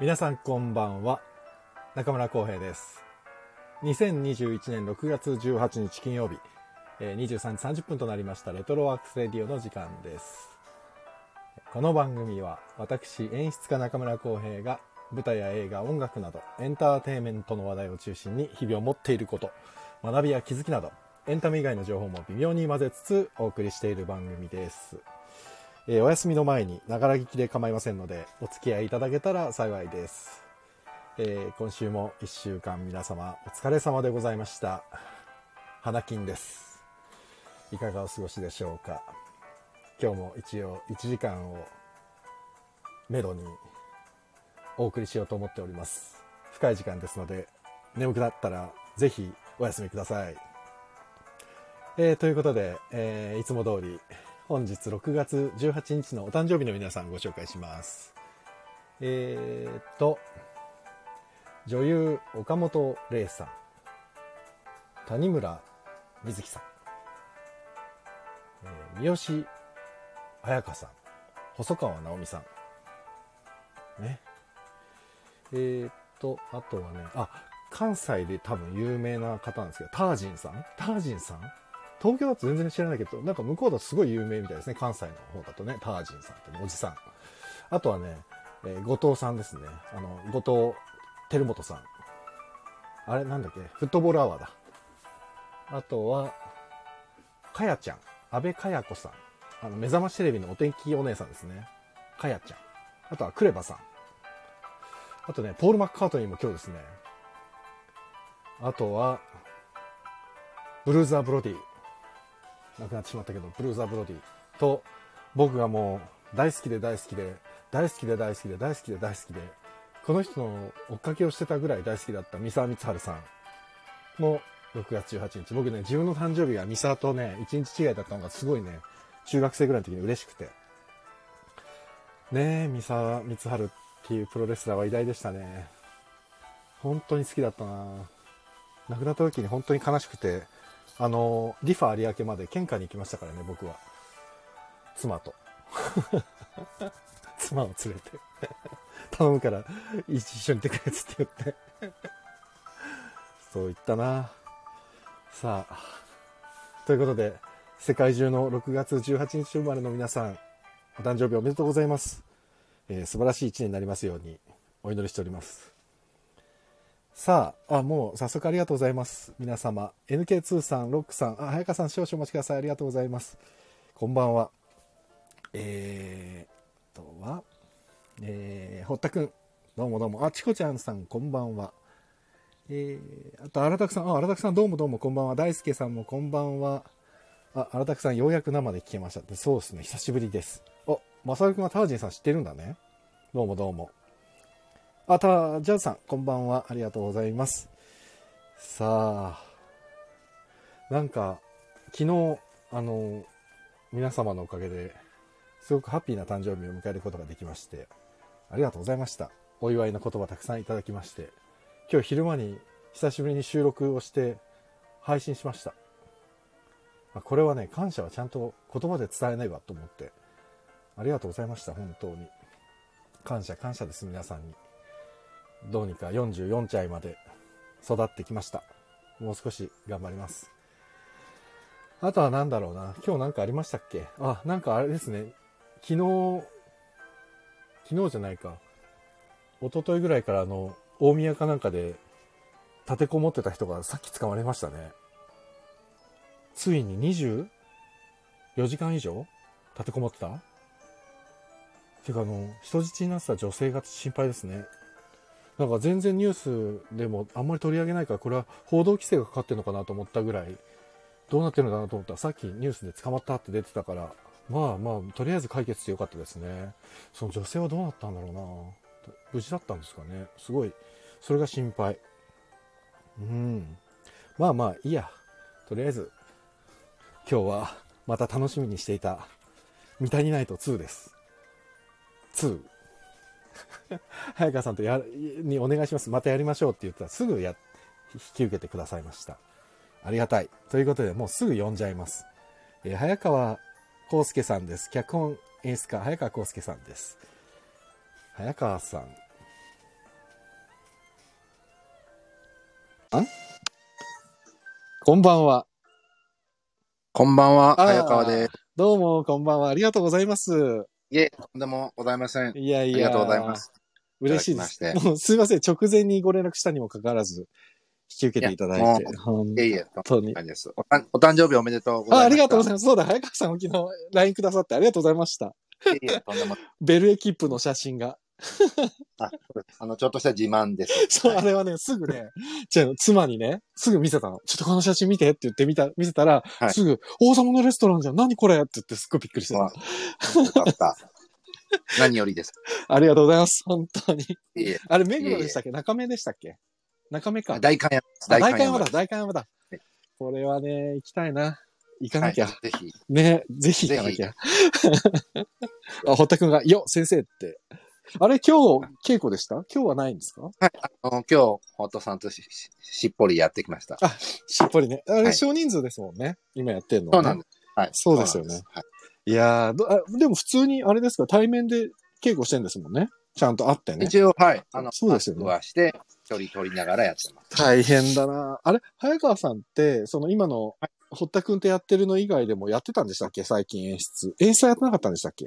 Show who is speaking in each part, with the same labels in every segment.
Speaker 1: 皆さんこんばんは中村浩平です2021年6月18日金曜日えー23時30分となりましたレトロワークスレディオの時間ですこの番組は私演出家中村浩平が舞台や映画音楽などエンターテインメントの話題を中心に日々を持っていること学びや気づきなどエンタメ以外の情報も微妙に混ぜつつお送りしている番組ですえーお休みの前にながら聞きで構いませんのでお付き合いいただけたら幸いです、えー今週も1週間皆様お疲れ様でございました花金ですいかがお過ごしでしょうか今日も一応1時間をめどにお送りしようと思っております深い時間ですので眠くなったらぜひお休みくださいえーということで、えーいつも通り本日6月18日のお誕生日の皆さんご紹介しますえーっと女優岡本玲さん谷村瑞希さん、えー三好彩香さん細川直美さんねえーっとあとはねあ関西で多分有名な方なんですけどタージンさんタージンさん東京だと全然知らないけど、なんか向こうだとすごい有名みたいですね。関西の方だとね、タージンさんってね、おじさん。あとはね、えー後藤さんですね。あの、後藤照本さん。あれ、なんだっけ、フットボールアワーだ。あとは、かやちゃん。安倍かや子さん。あの、目覚ましテレビのお天気お姉さんですね。かやちゃん。あとは、クレバさん。あとね、ポール・マッカートニーも今日ですね。あとは、ブルーザー・ブロディ。亡くなってしまったけど、ブルーザー・ブロディと、僕がもう大好きで大好きで、大好きで大好きで大好きで大好きで、この人の追っかけをしてたぐらい大好きだった三沢光晴さんも6月18日。僕ね、自分の誕生日が三沢とね、1日違いだったのがすごいね、中学生ぐらいの時に嬉しくて。ねえ、三沢光晴っていうプロレスラーは偉大でしたね。本当に好きだったな亡くなった時に本当に悲しくて、あの、リファ有明まで県下に行きましたからね、僕は。妻と。 妻を連れて。 頼むから、一緒に行ってくれっつって言って。そう言ったな。さあ。ということで、世界中の6月18日生まれの皆さん、お誕生日おめでとうございます。えー素晴らしい一年になりますように、お祈りしております。さあ、あ、もう早速ありがとうございます。皆様。NK2 さん、ロックさん、あ、早川さん少々お待ちください。ありがとうございます。こんばんは。えー、あとは、えー、堀田くん。どうもどうも。あ、チコちゃんさん、こんばんは。えー、あと、荒拓さん、あ、荒拓さんどうもどうも、こんばんは。大輔さんもこんばんは。あ、荒拓さん、ようやく生で聞けましたって。そうですね、久しぶりです。あ、まさるくんはタージンさん知ってるんだね。どうもどうも。あた、ジャズさん、こんばんは。ありがとうございます。さあ、なんか、昨日、あの、皆様のおかげで、すごくハッピーな誕生日を迎えることができまして、ありがとうございました。お祝いの言葉たくさんいただきまして、今日昼間に久しぶりに収録をして、配信しました。まあこれはね、感謝はちゃんと言葉で伝えないわと思って、ありがとうございました、本当に。感謝感謝です、皆さんに。どうにか44歳まで育ってきました。もう少し頑張ります。あとは何だろうな。今日なんかありましたっけあ、なんかあれですね。昨日、昨日じゃないか。一昨日ぐらいからあの、大宮かなんかで立てこもってた人がさっき捕まりましたね。ついに24時間以上立てこもってたてかあの、人質になってた女性が心配ですね。なんか全然ニュースでもあんまり取り上げないから、これは報道規制がかかってるのかなと思ったぐらい、どうなってるのかなと思ったら、さっきニュースで捕まったって出てたから、まあまあ、とりあえず解決してよかったですね。その女性はどうなったんだろうな無事だったんですかね。すごい、それが心配。うん。まあまあ、いいや。とりあえず、今日はまた楽しみにしていた、ミタニナイト2です。2。早川さんとやにお願いします。またやりましょうって言ったらすぐや、引き受けてくださいました。ありがたい。ということで、もうすぐ呼んじゃいます。えー早川康介さんです。脚本演出家、早川康介さんです。早川さん。こんばんは。
Speaker 2: こんばんは、
Speaker 1: あー
Speaker 2: 早川です。
Speaker 1: どうも、こんばんは。ありがとうございます。
Speaker 2: いえ、とんでもございません。あ
Speaker 1: いやい
Speaker 2: り
Speaker 1: や。
Speaker 2: がとうございま。す。
Speaker 1: 嬉しいで
Speaker 2: ただき
Speaker 1: す。
Speaker 2: まして。
Speaker 1: もうすいません。直前にご連絡したにもかかわらず、引き受けていただいて
Speaker 2: い。
Speaker 1: 本
Speaker 2: いえいえ、
Speaker 1: 当
Speaker 2: とんで
Speaker 1: に
Speaker 2: も。ないです。お誕お誕生日おめでとうご
Speaker 1: あ、
Speaker 2: ざいます。
Speaker 1: ありがとうござい
Speaker 2: ま
Speaker 1: ます。そうだ、早川さんも昨日 LINE くださってありがとうございました。
Speaker 2: す。いえいえ、とんでもない
Speaker 1: ベルエキップの写真が。
Speaker 2: あそうですあの、ちょっとした自慢です。
Speaker 1: そう、あれはね、すぐね、じゃあ妻にね、すぐ見せたの。ちょっとこの写真見てって言ってみた、見せたら、
Speaker 2: はい
Speaker 1: すぐ、王様のレストランじゃん。何これって言ってすっごいびっくりして
Speaker 2: ま
Speaker 1: た。
Speaker 2: あよか った。何よりです。
Speaker 1: ありがとうございます。本当に。
Speaker 2: いえいえ
Speaker 1: あれ、目黒でしたっけ中目でしたっけ中目か。
Speaker 2: あ大観山です。
Speaker 1: あ大
Speaker 2: 観
Speaker 1: 観山だ、大観山だ
Speaker 2: はい。
Speaker 1: これはね、行きたいな。行か
Speaker 2: は、
Speaker 1: ないきゃ。
Speaker 2: ぜひ。
Speaker 1: ね、ぜひ行かなきゃ。 あ、堀田くんが、よ、先生って。あれ、今日、稽古でした今日はないんですか
Speaker 2: はい、あの、今日、ホットさんとしししっぽりやってきました。
Speaker 1: しっぽりね。あ
Speaker 2: は
Speaker 1: れ、
Speaker 2: い
Speaker 1: 少人数ですもんね。今やってんのはね、
Speaker 2: そうなんです。はい。
Speaker 1: そうですよね
Speaker 2: そうなんはい
Speaker 1: いやーどあでも普通に、あれですか、対面で稽古してんですもんね。ちゃんと会ってね。
Speaker 2: 一応、はい。あの、
Speaker 1: そうですよね
Speaker 2: マスクはして、距離取りながらやってます。
Speaker 1: 大変だなあれ、早川さんって、その今の、堀田くんとやってるの以外でもやってたんでしたっけ最近演出。演出はやってなかったんでしたっけ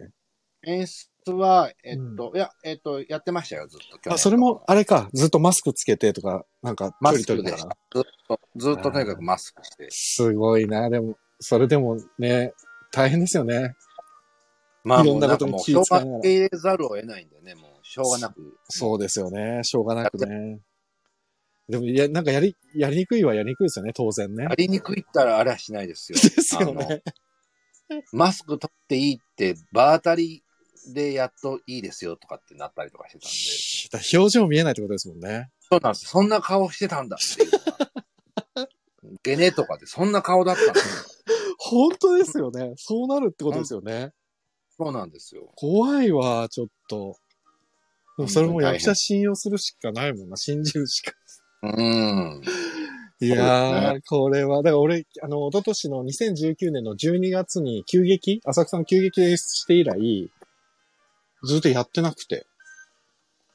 Speaker 2: 演出は、えっと、いや、えっと、やってましたよ、ずっと。去年
Speaker 1: あ、それも、あれか、ずっとマスクつけてとか、なんか、
Speaker 2: マスク
Speaker 1: 距離取りながら
Speaker 2: ずっと、ずっととにかくマスクして。
Speaker 1: すごいなでも、それでもね、大変ですよね。
Speaker 2: まあ、
Speaker 1: いろ
Speaker 2: も
Speaker 1: ん
Speaker 2: う
Speaker 1: な
Speaker 2: な
Speaker 1: ことに
Speaker 2: んかもう、
Speaker 1: 気
Speaker 2: し
Speaker 1: を
Speaker 2: ょう
Speaker 1: 使い
Speaker 2: が
Speaker 1: ながら
Speaker 2: 入れざるを得ないんでね、もう、しょうがなく。
Speaker 1: そうですよね。しょうがなくね。でも、いや、なんかやり、やりにくいはやりにくいですよね、当然ね
Speaker 2: や。りにくいったらあれはしないで すよ。
Speaker 1: ですよ
Speaker 2: あの
Speaker 1: ね。
Speaker 2: マスク取っていいって、場当たりでやっといいですよとかってなったりとかしてたんで。
Speaker 1: だから表情見えないってことですもんね。
Speaker 2: そうなんです。そんな顔してたんだっていうのが。 ゲネとかでそんな顔だったんです
Speaker 1: 本当ですよね。そうなるってことですよね。
Speaker 2: そうなんですよ。
Speaker 1: 怖いわ、ちょっと。でもそれも
Speaker 2: 本当に大変
Speaker 1: 役者信用するしかないもんな。信じるしか。
Speaker 2: うーん。
Speaker 1: いやー、これは、だから俺、あの、一昨年の2019年の12月に急激、浅草の急激で演出して以来、ずっとやってなくて。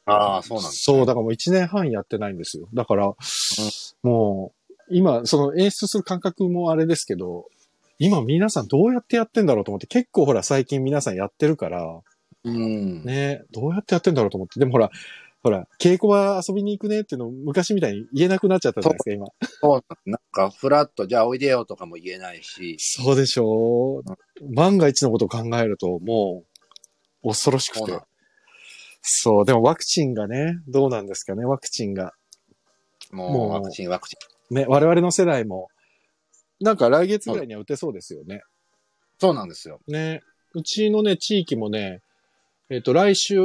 Speaker 2: ああ、そうなんです、
Speaker 1: そう、だからもう1年半やってないんですよ。だから、もう、今、その演出する感覚もあれですけど、今皆さんどうやってやってんだろうと思って、結構ほら最近皆さんやってるから、
Speaker 2: うーん。
Speaker 1: ね、どうやってやってんだろうと思って、でもほら、ほら、稽古場遊びに行くねっていうの昔みたいに言えなくなっちゃったじゃないですか、今。
Speaker 2: そうなんなんか、フラット、じゃあおいでよとかも言えないし、
Speaker 1: そうでしょう。万が一のことを考えると、もう、恐ろしく
Speaker 2: そう
Speaker 1: て
Speaker 2: な。
Speaker 1: そう、でもワクチンがね、どうなんですかね、ワクチンが。も
Speaker 2: も
Speaker 1: う
Speaker 2: うワクチン、ワクチン。
Speaker 1: ね、我々の世代も、なんか来月ぐらいには打てそうですよね。
Speaker 2: そうなんですよ。
Speaker 1: ね、うちのね、地域もね、えっ、と、来週、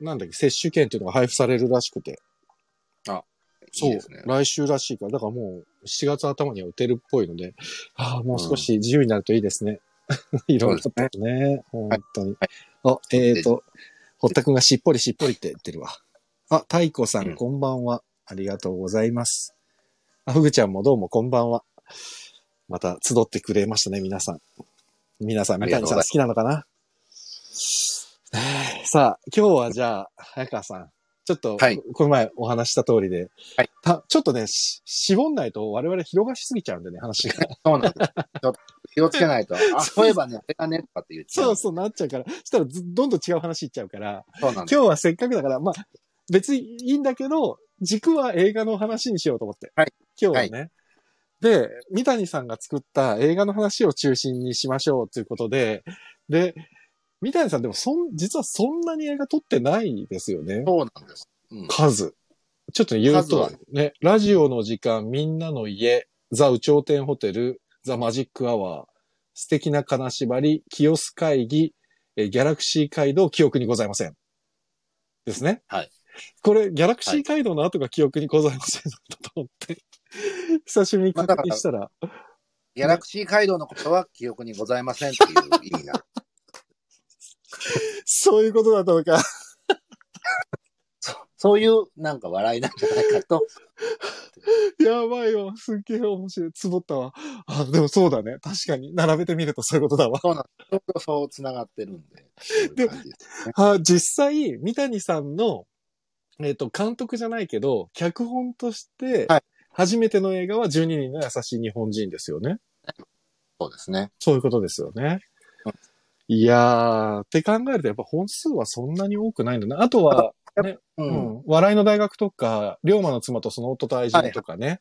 Speaker 1: なんだっけ、接種券っていうのが配布されるらしくて。そう
Speaker 2: いいですね。
Speaker 1: 来週らしいから、だからもう7月頭には打てるっぽいので、ああ、もう少し自由になるといいですね。 いろんなことね、本当に。あ、えっ、と、堀田くんがしっぽりしっぽりって言ってるわ。あ、太鼓さん、
Speaker 2: うん
Speaker 1: こんばんは。ありがとうございます。あ、ふぐちゃんもどうもこんばんは。また集ってくれましたね、皆さん。皆さん、三
Speaker 2: ありがと
Speaker 1: 谷
Speaker 2: う
Speaker 1: さん好
Speaker 2: ございます
Speaker 1: きなのかなねえさあ、今日はじゃあ、早川さん、ちょっと、
Speaker 2: はい
Speaker 1: この前お話しした通りで、
Speaker 2: はい
Speaker 1: たちょっとね、し、絞んないと我々広がしすぎちゃうんでね、話が。
Speaker 2: そうなんです。ちょっと気をつけない と、あ、そういえばね、あれがね、とかって言っちゃう。
Speaker 1: そうそうなっちゃうから、そしたらずどんどん違う話いっちゃうから、
Speaker 2: そうなんです。
Speaker 1: 今日はせっかくだから、まあ、別にいいんだけど、軸は映画の話にしようと思って。
Speaker 2: はい
Speaker 1: 今日はね。で、三谷さんが作った映画の話を中心にしましょうということで、で、三谷さんでもそん、実はそんなに映画撮ってないですよね。
Speaker 2: そうなんです。うん。
Speaker 1: 数。ちょっと言う
Speaker 2: 数
Speaker 1: と
Speaker 2: は、
Speaker 1: ね、ラジオの時間、みんなの家、ザ・有頂天ホテル、ザ・マジック・アワー、素敵な金縛り、清須会議、えーギャラクシー街道、記憶にございません。ですね。
Speaker 2: はい。
Speaker 1: これ、ギャラクシー街道の後が記憶にございませんだと思って、久しぶりに確認したら、
Speaker 2: ギャラクシー街道のことは記憶にございませんっていう意味な。
Speaker 1: そういうことだったのか。
Speaker 2: そういうなんか笑いなんじゃないかと。
Speaker 1: やばいわ。すっげえ面白い。つぼったわ。あ、でもそうだね。確かに。並べてみるとそういうことだわ。
Speaker 2: そうなんです。ちょうどそう繋がってるんで。
Speaker 1: で
Speaker 2: そういう感じです
Speaker 1: あ実際、三谷さんの、えっ、と、監督じゃないけど、脚本として、
Speaker 2: はい
Speaker 1: 初めての映画は12人の優しい日本人ですよね。
Speaker 2: そうですね。
Speaker 1: そういうことですよね
Speaker 2: うん。
Speaker 1: いやー、って考えるとやっぱ本数はそんなに多くないんだな。あとは、
Speaker 2: う。
Speaker 1: うんん、笑いの大学とか、龍馬の妻とその夫と愛人とかね。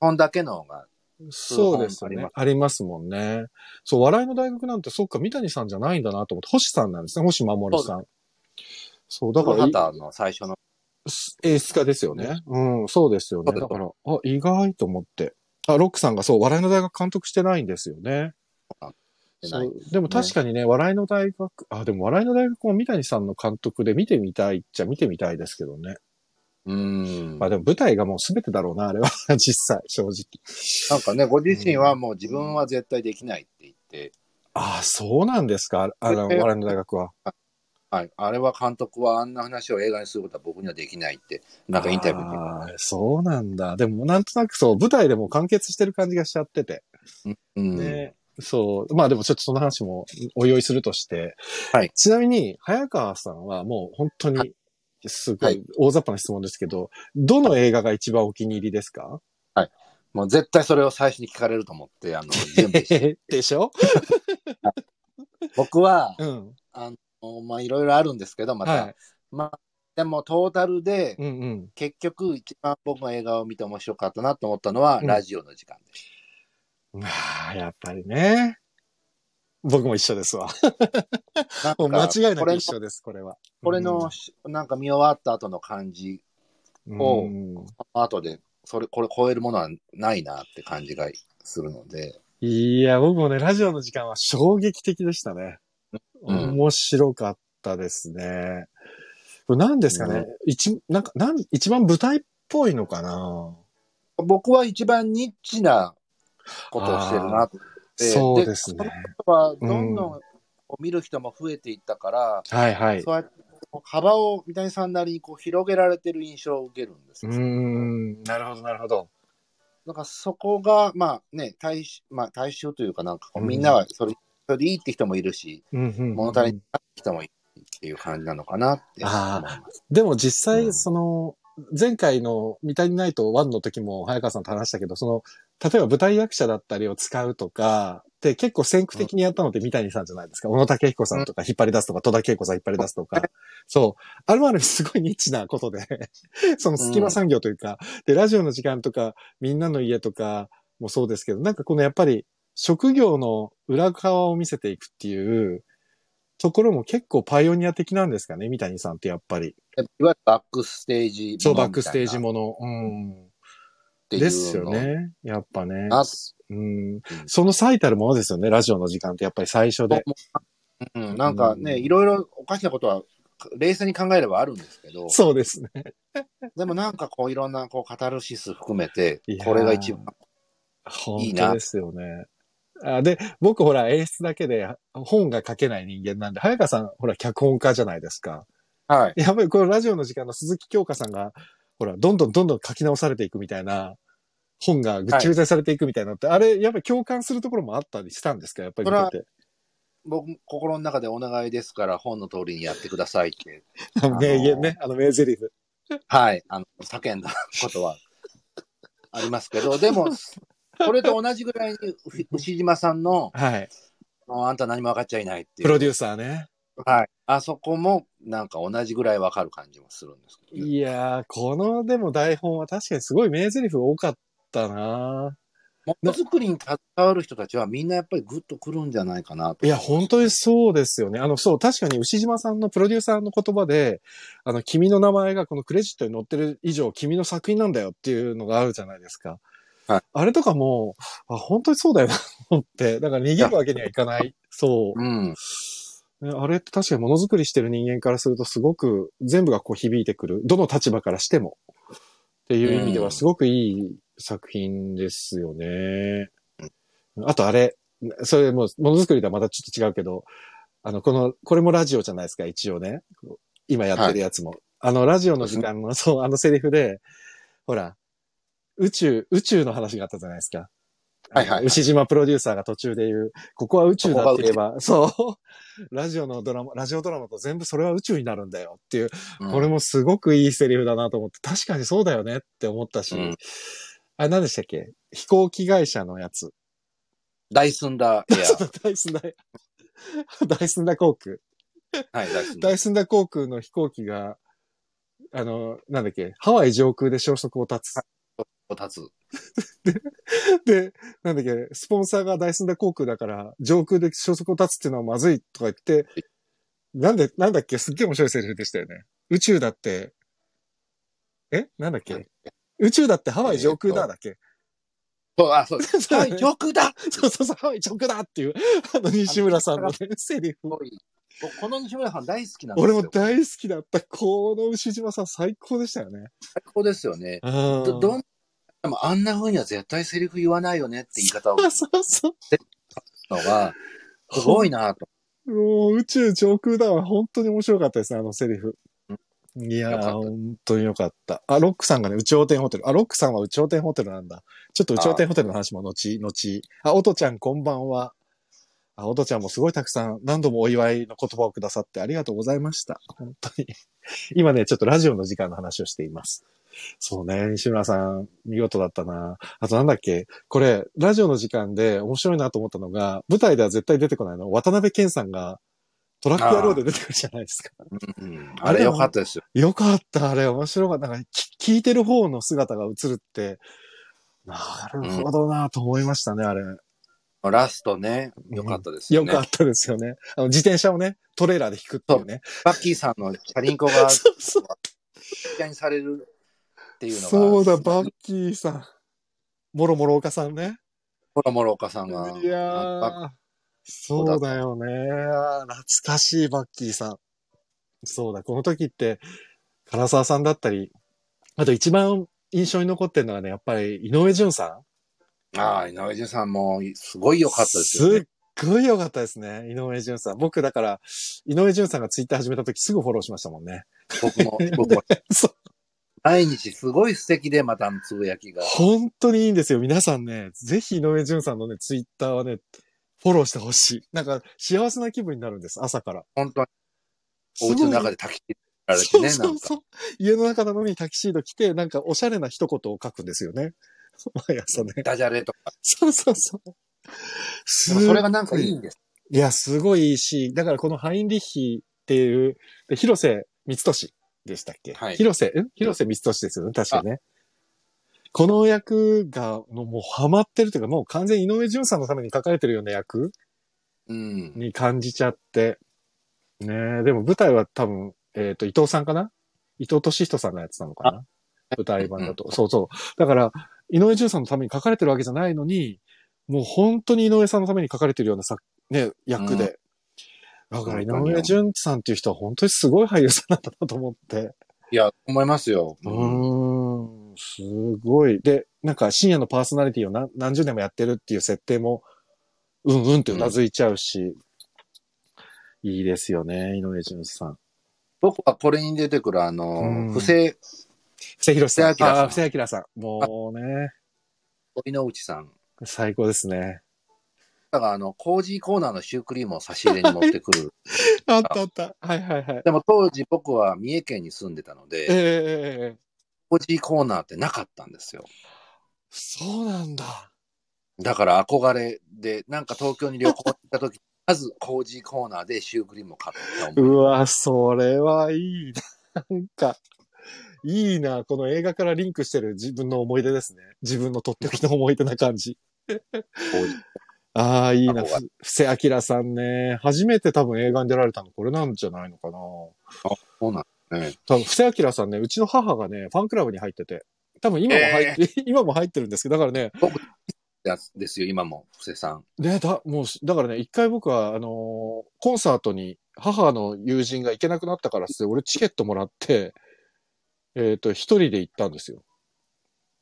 Speaker 2: 本だけの方が、
Speaker 1: そうです
Speaker 2: あり
Speaker 1: ね
Speaker 2: ます。
Speaker 1: ありますもんね。そう、笑いの大学なんて、そっか、三谷さんじゃないんだなと思って、星さんなんですね、星守さん。そう、だ
Speaker 2: だ
Speaker 1: か、
Speaker 2: から
Speaker 1: い
Speaker 2: ら、の最初の、
Speaker 1: 演出家ですよね。うん、そうですよ
Speaker 2: そ
Speaker 1: ね。
Speaker 2: うで
Speaker 1: だ
Speaker 2: す
Speaker 1: から、あ、意外と思って。あ、ロックさんがそう、笑いの大学監督してないんですよね。
Speaker 2: ない
Speaker 1: そうでも確かにね、笑いの大学、あ、でも笑いの大学も三谷さんの監督で見てみたいっちゃ見てみたいですけどね。
Speaker 2: うーん。
Speaker 1: まあでも舞台がもう全てだろうな、あれは、 実際、正直。
Speaker 2: なんかね、ご自身はもう自分は絶対できないって言って、
Speaker 1: ああ、そうなんですか、あの、
Speaker 2: ええ
Speaker 1: 笑いの大学は。
Speaker 2: はい、あれは監督はあんな話を映画にすることは僕にはできないって、なんかインタビューで。
Speaker 1: あーそうなんだ。でも、なんとなくそう、舞台でもう完結してる感じがしちゃってて。
Speaker 2: うん、
Speaker 1: ね。そう。まあでもちょっとその話もおいおいするとして。
Speaker 2: はい
Speaker 1: ちなみに、早川さんはもう本当
Speaker 2: は
Speaker 1: に、すご
Speaker 2: はいい
Speaker 1: 大雑把な質問ですけど、どの映画が一番お気に入りです か
Speaker 2: もう絶対それを最初に聞かれると思って、あの、準備 して。
Speaker 1: でしょ
Speaker 2: 僕は、
Speaker 1: うん。
Speaker 2: まあいろいろあるんですけど、また、
Speaker 1: はい。
Speaker 2: まあ、でもトータルで、
Speaker 1: うんうん。
Speaker 2: 結局一番僕が映画を見て面白かったなと思ったのは、
Speaker 1: うん
Speaker 2: ラジオの時間です。
Speaker 1: ああ、やっぱりね。僕も一緒ですわ。
Speaker 2: なん
Speaker 1: もう間
Speaker 2: か
Speaker 1: 違いな
Speaker 2: こ
Speaker 1: く
Speaker 2: れ
Speaker 1: 一緒です、これは。
Speaker 2: これの、なんか見終わった後の感じ、
Speaker 1: うん、
Speaker 2: を
Speaker 1: うん
Speaker 2: 後で、それ、これ超えるものはないなって感じがするので、
Speaker 1: いや、僕もね、ラジオの時間は衝撃的でしたね。
Speaker 2: うん
Speaker 1: 面白かったですね。これ何ですかね、
Speaker 2: うん
Speaker 1: 一、なんか、なん、一番舞台っぽいのかな
Speaker 2: 僕は一番ニッチなことをしてるなと思って、
Speaker 1: そうです
Speaker 2: そ
Speaker 1: ね
Speaker 2: の。人はどんど
Speaker 1: うん
Speaker 2: こう見る人も増えていったから、
Speaker 1: はいはい。
Speaker 2: そうやってこう幅を三谷さんなりにこう広げられてる印象を受けるんです
Speaker 1: う
Speaker 2: よ。
Speaker 1: ーん、なるほど、なるほど。
Speaker 2: なんかそこが、まあね、大衆、まあ大衆というかなんかこう
Speaker 1: うん
Speaker 2: みんなはそれ、それでいいって人もいるし、
Speaker 1: うんうんうん
Speaker 2: 物足りない人もいるっていう感じなのかなって思い
Speaker 1: あー
Speaker 2: ます。
Speaker 1: でも実
Speaker 2: う
Speaker 1: 際、
Speaker 2: ん
Speaker 1: その、前回の「見たりないと1」の時も早川さんと話したけど、その、例えば舞台役者だったりを使うとか、で、結構先駆的にやったのって三谷さんじゃないですか。小野武彦さんとか引っ張り出すとか、戸田恵子さん引っ張り出すとか。そう。あるあるすごいニッチなことで、 その隙間産業というか、で、ラジオの時間とか、みんなの家とかもそうですけど、なんかこのやっぱり職業の裏側を見せていくっていうところも結構パイオニア的なんですかね、三谷さんってやっぱり。
Speaker 2: いわゆるバックステージ
Speaker 1: そう、
Speaker 2: もの
Speaker 1: バックステージ
Speaker 2: み
Speaker 1: もの。うん。
Speaker 2: たい
Speaker 1: で
Speaker 2: なっていう
Speaker 1: すよ
Speaker 2: の
Speaker 1: ね。やっぱね。
Speaker 2: な
Speaker 1: うん。その最たるものですよね。ラジオの時間ってやっぱり最初で。
Speaker 2: うん、なんか
Speaker 1: う
Speaker 2: ね、
Speaker 1: ん
Speaker 2: いろいろおかしなことは冷静に考えればあるんですけど、
Speaker 1: そうですね。
Speaker 2: でもなんかこういろんなこうカタルシス含めて
Speaker 1: いや、ー
Speaker 2: これが一番。い
Speaker 1: 本
Speaker 2: いな
Speaker 1: 当ですよね。あで、僕ほら演出だけで本が書けない人間なんで、早川さんほら脚本家じゃないですか。
Speaker 2: はい。
Speaker 1: やっぱりこのラジオの時間の鈴木京香さんが、ほら、どんどんどんどん書き直されていくみたいな、本がぐっちゃぐちゃにされていくみたいなのって、あれ、やっぱり共感するところもあったりしたんですかやっぱり見てて。
Speaker 2: 僕、心の中でお願いですから本の通りにやってくださいって、
Speaker 1: あの
Speaker 2: のー
Speaker 1: 名言ね、あの名台詞。
Speaker 2: はい、あの、叫んだことはありますけど、でも、 これと同じぐらいに、う牛島さんの、
Speaker 1: はい。
Speaker 2: あのあんた何も分かっちゃいないっていう。
Speaker 1: プロデューサーね。
Speaker 2: はい。あそこも、なんか同じぐらい分かる感じもするんですけどね。
Speaker 1: いやー、このでも台本は確かにすごい名台詞多かったな
Speaker 2: ものづくりに携わる人たちはみんなやっぱりグッとくるんじゃないかなと。
Speaker 1: いや、本当にそうですよね。あの、そう、確かに牛島さんのプロデューサーの言葉で、あの、君の名前がこのクレジットに載ってる以上、君の作品なんだよっていうのがあるじゃないですか。
Speaker 2: はい
Speaker 1: あれとかも、あ、本当にそうだよな、と思って。だから逃げるわけにはいかない。そう。
Speaker 2: うん。
Speaker 1: ねあれって確かにものづくりしてる人間からするとすごく全部がこう響いてくる。どの立場からしても。っていう意味ではすごくいい作品ですよね。あとあれ、それもものづくりとはまたちょっと違うけど、あの、この、これもラジオじゃないですか、一応ね。今やってるやつも。あの、ラジオの時間の、そう、あのセリフで、ほら、宇宙、宇宙の話があったじゃないですか。
Speaker 2: はいはいはい
Speaker 1: 牛島プロデューサーが途中で言う、ここは宇宙だって言えば、そう。 ラジオのドラマ、ラジオドラマと全部それは宇宙になるんだよっていう、
Speaker 2: うん
Speaker 1: これもすごくいいセリフだなと思って、確かにそうだよねって思ったし、
Speaker 2: うん
Speaker 1: あれ何でしたっけ飛行機会社のやつ。
Speaker 2: ダイスンダーエ
Speaker 1: ダイスンダ、 ダイスンダ航空。
Speaker 2: ア。はい、ダイスンダ
Speaker 1: ダイスンダ航空の飛行機が、あの、なんだっけ、ハワイ上空で消息を絶つ。
Speaker 2: を立つ。
Speaker 1: で、なんだっけ、スポンサーがダイスンダ航空だから、上空で消息を絶つっていうのはまずいとか言って、なんで、なんだっけ、すっげえ面白いセリフでしたよね。宇宙だって、えなんだっけ宇宙だってハワイ上空だだっけ、
Speaker 2: そう、あ、そうです。 はい、上空だ
Speaker 1: そうそうそう、ハワイ上空だっていう、あの、西村さんのね、セリフ。
Speaker 2: もういい僕この西村さん大好きなんです
Speaker 1: 俺
Speaker 2: よ。
Speaker 1: も大好きだった。この牛島さん最高でしたよね。
Speaker 2: 最高ですよね。
Speaker 1: うん。
Speaker 2: ど、どん、でもあんな風には絶対セリフ言わないよねって言い方を
Speaker 1: そうそうそう。
Speaker 2: の が、すごいなと。
Speaker 1: もう宇宙上空だわ。本当に面白かったですね、あのセリフ
Speaker 2: う。
Speaker 1: いや
Speaker 2: よかっ
Speaker 1: ー、
Speaker 2: た
Speaker 1: 本当によかった。あ、ロックさんがね、宇宙天ホテル。あ、ロックさんは宇宙天ホテルなんだ。ちょっと宇宙天ホテルの話も後、後。あ、おとちゃんこんばんは。あ、おとちゃんもすごいたくさん何度もお祝いの言葉をくださってありがとうございました。本当に。今ね、ちょっとラジオの時間の話をしています。そうね、西村さん、見事だったな。あとなんだっけこれ、ラジオの時間で面白いなと思ったのが、舞台では絶対出てこないの。渡辺謙さんがトラック野郎で出てくるじゃないですか。
Speaker 2: うんあれ良かったですよ。
Speaker 1: よかった、あれ、面白かった。なんか、き聞いてる方の姿が映るって、なるほどなと思いましたね、あれ。
Speaker 2: ラストね、良かったですよ
Speaker 1: よ
Speaker 2: ね。
Speaker 1: かったですよね。あの、自転車をね、トレーラーで引くっていうね。
Speaker 2: バッキーさんの車輪子が
Speaker 1: そうそう。
Speaker 2: 一体にされるっていうのが。
Speaker 1: そうだ、バッキーさん。もろもろ岡さんね。
Speaker 2: ほら、諸岡さんが。
Speaker 1: いや
Speaker 2: あ
Speaker 1: ー、そうだよね。懐かしいバッキーさん。そうだ、この時って、唐沢さんだったり、あと一番印象に残ってるのはね、やっぱり井上淳さん。
Speaker 2: あー、井上淳さんもすごい良かったですよね。
Speaker 1: すっごい良かったですね。井上淳さん。僕、だから、井上淳さんがツイッター始めた時すぐフォローしましたもんね。
Speaker 2: 僕も、僕も。
Speaker 1: そう
Speaker 2: 毎日すごい素敵で、またつぶやきが。
Speaker 1: 本当にいいんですよ。皆さんね、ぜひ井上淳さんのね、ツイッターはね、フォローしてほしい。なんか、幸せな気分になるんです、朝から。
Speaker 2: 本当に、お家の中で焚き火られ
Speaker 1: そ
Speaker 2: て
Speaker 1: う
Speaker 2: ね、
Speaker 1: そ
Speaker 2: な
Speaker 1: うん
Speaker 2: か。
Speaker 1: そう。家の中なのにタキシード着て、なんかおしゃれな一言を書くんですよね。 毎朝ね。
Speaker 2: ダジャレとか。
Speaker 1: そうそうそう。
Speaker 2: でもそれがなんかいいんです。
Speaker 1: いや、すごいいいし、だからこのハインリッヒっていう、で広瀬光俊でしたっけ、
Speaker 2: はい
Speaker 1: 広瀬、ん広瀬光俊ですよね、確かね。この役が、のもうハマってるというか、もう完全に井上淳さんのために書かれてるような役
Speaker 2: うん。
Speaker 1: に感じちゃって。ねえでも舞台は多分、えっ、と、伊藤さんかな伊藤敏人さんのやつなのかな舞台版だと。そうそう。だから、井上淳さんのために書かれてるわけじゃないのに、もう本当に井上さんのために書かれてるような作、ね、役で。だから井上淳さんっていう人は本当にすごい俳優さんなんだなと思って。
Speaker 2: いや、思いますよ。
Speaker 1: うーん、すごい。で、なんか深夜のパーソナリティを何何十年もやってるっていう設定も、うんうんってうなずいちゃうし、いいですよね、井上淳さん。
Speaker 2: 僕はこれに出てくる、あ
Speaker 1: うん
Speaker 2: の、不正、
Speaker 1: 布施弘さん。
Speaker 2: 布施明さん
Speaker 1: あー布施明さん。もうね、
Speaker 2: 井之内さん。
Speaker 1: 最高ですね。
Speaker 2: だから、あの、コージーコーナーのシュークリームを差し入れに持って くる。
Speaker 1: あったあった。はいはいはい。
Speaker 2: でも当時僕は三重県に住んでたの
Speaker 1: ええええ
Speaker 2: で、
Speaker 1: ええ
Speaker 2: コージーコーナーってなかったんですよ。
Speaker 1: そうなんだ。
Speaker 2: だから憧れで、なんか東京に旅行行っ た時、まずコージーコーナーでシュークリームを買った思
Speaker 1: う
Speaker 2: い。
Speaker 1: わ、それはいいな。なんか、いいな。この映画からリンクしてる自分の思い出ですね。自分のとっておきの思い出な感じ。
Speaker 2: コージー
Speaker 1: ああ、いいな。
Speaker 2: あ
Speaker 1: ふ
Speaker 2: ここが
Speaker 1: 布施明さんね。初めて多分映画に出られたのこれなんじゃないのかな。
Speaker 2: そうなんですね。
Speaker 1: 多分布施明さんね、うちの母がね、ファンクラブに入ってて。多分今も入って、 今も入ってるんですけど、だからね、
Speaker 2: やつですよ、今も、布施さん。
Speaker 1: ね、だ、もう、だからね、一回僕は、あのーコンサートに母の友人が行けなくなったからっつって、俺チケットもらって、えっ、と、一人で行ったんですよ。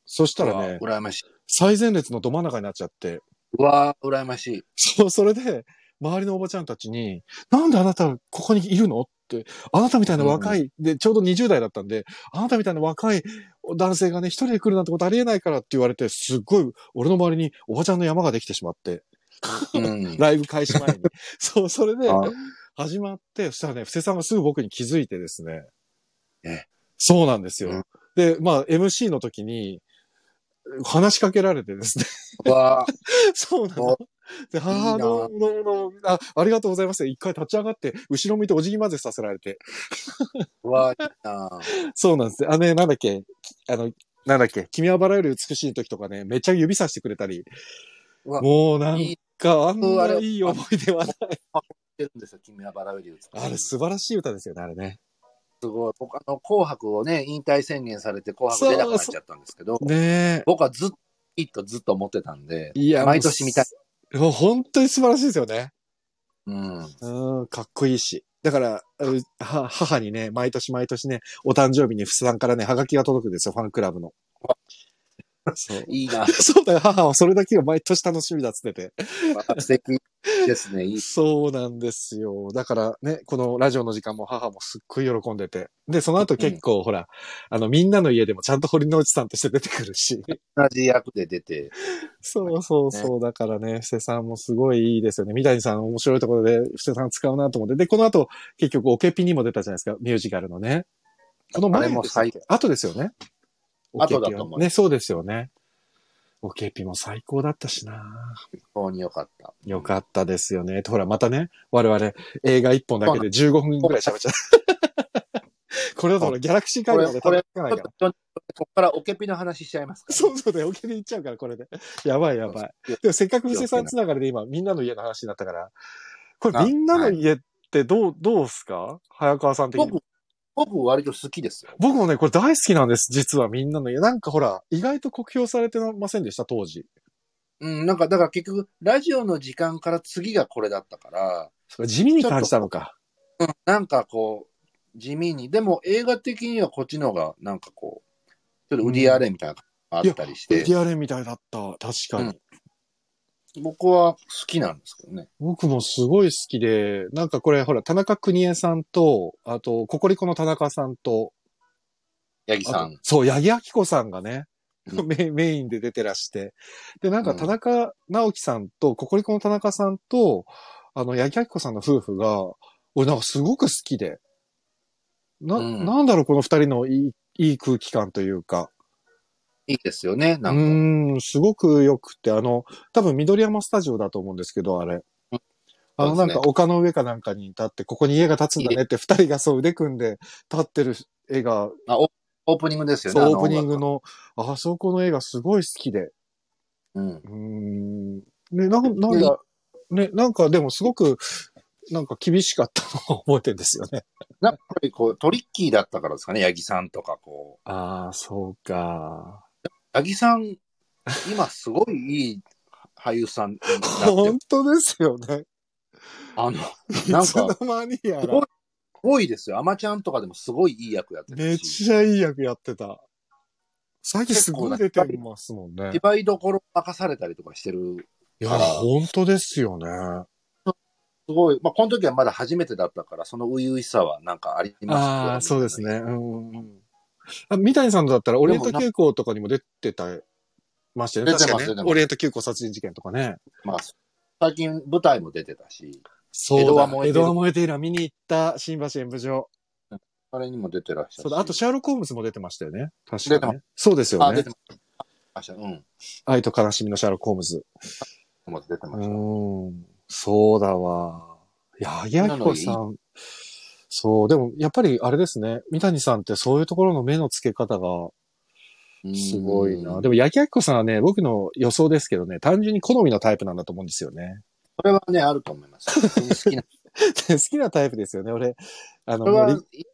Speaker 1: そしたらね
Speaker 2: う、わ羨ましい。
Speaker 1: 最前列のど真ん中になっちゃって、
Speaker 2: うわー、羨ましい。
Speaker 1: そう、それで、周りのおばちゃんたちに、なんであなたここにいるのって、あなたみたいな若い、で、ちょうど20代だったんで、あなたみたいな若い男性がね、一人で来るなんてことありえないからって言われて、すっごい、俺の周りにおばちゃんの山ができてしまって、
Speaker 2: うん。
Speaker 1: ライブ開始前 に。そう、それで、
Speaker 2: あ
Speaker 1: 始まって、そしたらね、布施さんがすぐ僕に気づいてですね。
Speaker 2: え
Speaker 1: そうなんですよ。
Speaker 2: うん
Speaker 1: で、まあ、MC の時に、話しかけられてですね。
Speaker 2: わー
Speaker 1: そうなの。で、母
Speaker 2: いいな
Speaker 1: の、の、の、あ、ありがとうございます。一回立ち上がって、後ろ向いてお辞儀までさせられて。
Speaker 2: うわーいいな
Speaker 1: そうなんですね。あ、ね、なんだっけ、あの、なんだっけ、君はバラより美しい時とかね、めっちゃ指さしてくれたり。
Speaker 2: うわ
Speaker 1: もうなん
Speaker 2: いい
Speaker 1: か、あんないい思い出はない。
Speaker 2: 知ってるんですよ、君はバラより美しい
Speaker 1: あれ素晴らしい歌ですよね、あれね。
Speaker 2: すごい。僕、あの、紅白をね、引退宣言されて、紅白出なくなっちゃったんですけど、
Speaker 1: ねえ。
Speaker 2: 僕はずっと、いいとずっと思ってたんで、
Speaker 1: いや、
Speaker 2: 毎年見たい。
Speaker 1: もう本当に素晴らしいですよね。
Speaker 2: うん。
Speaker 1: うん、かっこいいし。だから、うは母にね、毎年毎年ね、お誕生日に父さんからね、ハガキが届くんですよ、ファンクラブの。そう。
Speaker 2: いいな
Speaker 1: そうだよ、母はそれだけが毎年楽しみだっつってて。
Speaker 2: 素敵で すね。いい。
Speaker 1: そうなんですよ。だからね、このラジオの時間も母もすっごい喜んでて。で、その後結構、ほら、あの、みんなの家でもちゃんと堀之内さんとして出てくるし。
Speaker 2: 同じ役で出て、
Speaker 1: そうそうそう。だからね、布施さんもすごいいいですよね。三谷さん面白いところで布施さん使うなと思って。で、この後、結局、オケピにも出たじゃないですか、ミュージカルのね。この前
Speaker 2: あれも
Speaker 1: でしたっけ
Speaker 2: 最
Speaker 1: 後ですよね。オケピは
Speaker 2: 後だと思う
Speaker 1: ね、そうですよね。オケピも最高だったしな
Speaker 2: 非常に良かった。
Speaker 1: よかったですよね。ほら、またね、我々、映画一本だけで15分ぐらい喋っちゃった。これだとほら、ギャラクシー会議で
Speaker 2: これ
Speaker 1: か
Speaker 2: ち
Speaker 1: な
Speaker 2: ょ
Speaker 1: い
Speaker 2: っ
Speaker 1: から
Speaker 2: と。ちょっとここからオケピの話しちゃいますか。
Speaker 1: そうそうだよ。オケで行っちゃうから、これで。やばいやばい。
Speaker 2: いや
Speaker 1: でもせっかく布施さんつながりで今、みんなの家の話になったから、これみんなの家ってどう、どうすか早川さん的に。
Speaker 2: 僕、僕割と好きですよ。
Speaker 1: 僕もね、これ大好きなんです、実はみんなの家。なんかほら、意外と酷評されてませんでした、当時。
Speaker 2: うん、なんか、だから結局、ラジオの時間から次がこれだったから、
Speaker 1: それ地味に感じたのか。
Speaker 2: うん、なんかこう、地味に、でも映画的にはこっちの方が、なんかこう、ちょっとウディアレンみたいなのがあったりし
Speaker 1: デ
Speaker 2: て、
Speaker 1: ィアレンみたいだった。確かに。
Speaker 2: うん僕は好きなんですけどね。
Speaker 1: 僕もすごい好きで、なんかこれほら、田中邦衛さんと、あと、ココリコの田中さんと、
Speaker 2: 八木さ
Speaker 1: あ
Speaker 2: ん
Speaker 1: と。そう、八木明子さんがね、
Speaker 2: う
Speaker 1: メメインで出てらして。で、なんか
Speaker 2: うん
Speaker 1: 田中直樹さんと、ココリコの田中さんと、あの、八木明子さんの夫婦が、俺なんかすごく好きで。な、
Speaker 2: うん
Speaker 1: なんだろう、この二人のいい、いい空気感というか。
Speaker 2: いいですよね、
Speaker 1: う
Speaker 2: なんか。
Speaker 1: ーん、すごく良くて、あの、多分緑山スタジオだと思うんですけど、あれ。あの、
Speaker 2: そ
Speaker 1: な
Speaker 2: うんですね
Speaker 1: か丘の上かなんかに立って、ここに家が建つんだねって二人がそう腕組んで立ってる絵が
Speaker 2: あオオープニングですよね。
Speaker 1: そう、
Speaker 2: あの
Speaker 1: オープニング。の、あそこの映画すごい好きで。
Speaker 2: うん。
Speaker 1: うーん。ね、なんなんだ、ね、なんかでもすごく、なんか厳しかったのを覚えてるんですよね。
Speaker 2: なんかやっぱりこう、トリッキーだったからですかね、八木さんとかこ
Speaker 1: ああ、そう か。
Speaker 2: う。八木さん、今すごいいい俳優さんになって
Speaker 1: 本、当ですよね。
Speaker 2: あの、
Speaker 1: い
Speaker 2: なん
Speaker 1: つの
Speaker 2: か、
Speaker 1: 間にや
Speaker 2: すごい
Speaker 1: ら。、
Speaker 2: すごいですよ。アマちゃんとかでもすごいいい役やって
Speaker 1: め
Speaker 2: る
Speaker 1: っ
Speaker 2: し、
Speaker 1: ちゃいい役やってた。最近すごい出てますもんね。
Speaker 2: 芝居どころ任されたりとかしてる。
Speaker 1: いや、本当ですよね。
Speaker 2: すごい。まあ、この時はまだ初めてだったから、その初々しさはなんかありますけど
Speaker 1: ああ、そうです。ね。うんうんうん。あ、三谷さんのだったら、オリエント急行とかにも出てた、ましたよね。
Speaker 2: 出て
Speaker 1: 確
Speaker 2: ます出て
Speaker 1: か
Speaker 2: ます
Speaker 1: ね。オリエント急行殺人事件とかね。
Speaker 2: まあ、最近舞台も出てたし、
Speaker 1: そう
Speaker 2: 江戸は
Speaker 1: だ。
Speaker 2: 燃え
Speaker 1: 江
Speaker 2: てる
Speaker 1: 戸は燃えている。見に行った、新橋演舞場。
Speaker 2: あれにも出てらっしゃるし。
Speaker 1: そうだ。あと、シャーロック・ホームズも出てましたよね。確
Speaker 2: 出て
Speaker 1: か
Speaker 2: ま
Speaker 1: ね。そうですよ
Speaker 2: あ、出
Speaker 1: ね
Speaker 2: て。ました。うん。
Speaker 1: 愛と悲しみのシャーロック・ホームズ。
Speaker 2: も出て
Speaker 1: う
Speaker 2: ました。
Speaker 1: ーん。そうだわ。いや、八木明子さ。
Speaker 2: なん
Speaker 1: そう。でも、やっぱり、あれですね。三谷さんってそういうところの目の付け方が、すごいな。
Speaker 2: うん
Speaker 1: でも、焼きあきこさんはね、僕の予想ですけどね、単純に好みのタイプなんだと思うんですよね。
Speaker 2: それはね、あると思います。普通に好きな。
Speaker 1: 好きなタイプですよね、俺。あの、
Speaker 2: それ
Speaker 1: も
Speaker 2: は、
Speaker 1: う
Speaker 2: し
Speaker 1: り、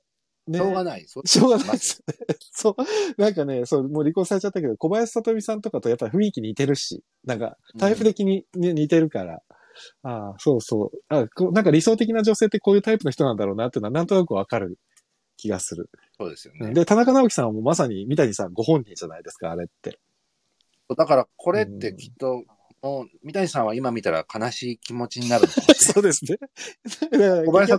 Speaker 1: ね
Speaker 2: ょうがない。そ
Speaker 1: しょうがないです よね。そう。なんかね、そう、もう離婚されちゃったけど、小林聡美さんとかとやっぱり雰囲気似てるし、なんか、タイプ的に、ね似てるから。ああ、そうそう。あこうなんか理想的な女性ってこういうタイプの人なんだろうなっていうのはなんとなくわかる気がする。
Speaker 2: そうですよ
Speaker 1: ね
Speaker 2: ね。
Speaker 1: で、田中直樹さんはもうまさに三谷さんご本人じゃないですか、あれって。
Speaker 2: だから、これってきっと、もう、三谷さんは今見たら悲しい気持ちになるの。
Speaker 1: そうですね。 だから
Speaker 2: 小林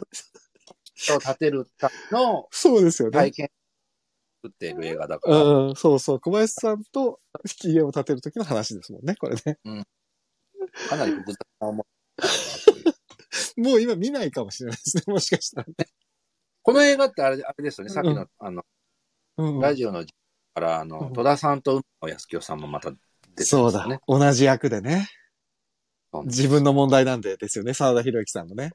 Speaker 2: さんを立てるための
Speaker 1: そうですよね。
Speaker 2: 体験を作っている映画だから、
Speaker 1: うん、そうそう。小林さんと家を建てる時の話ですもんね、これね。
Speaker 2: かなり複雑な思い。
Speaker 1: もう今見ないかもしれないですね、もしかしたら。
Speaker 2: この映画ってあれあれですよね、さっき
Speaker 1: う
Speaker 2: の、あの、
Speaker 1: うん、
Speaker 2: ラジオのから、あ
Speaker 3: う
Speaker 2: の
Speaker 3: ん、
Speaker 2: 戸田さんと海野康清さんもまた出てます
Speaker 1: そ
Speaker 2: よ
Speaker 1: うだ。。同じ役でね。
Speaker 2: そう
Speaker 1: 自分の問題なんでですよね。沢田博之さんのね。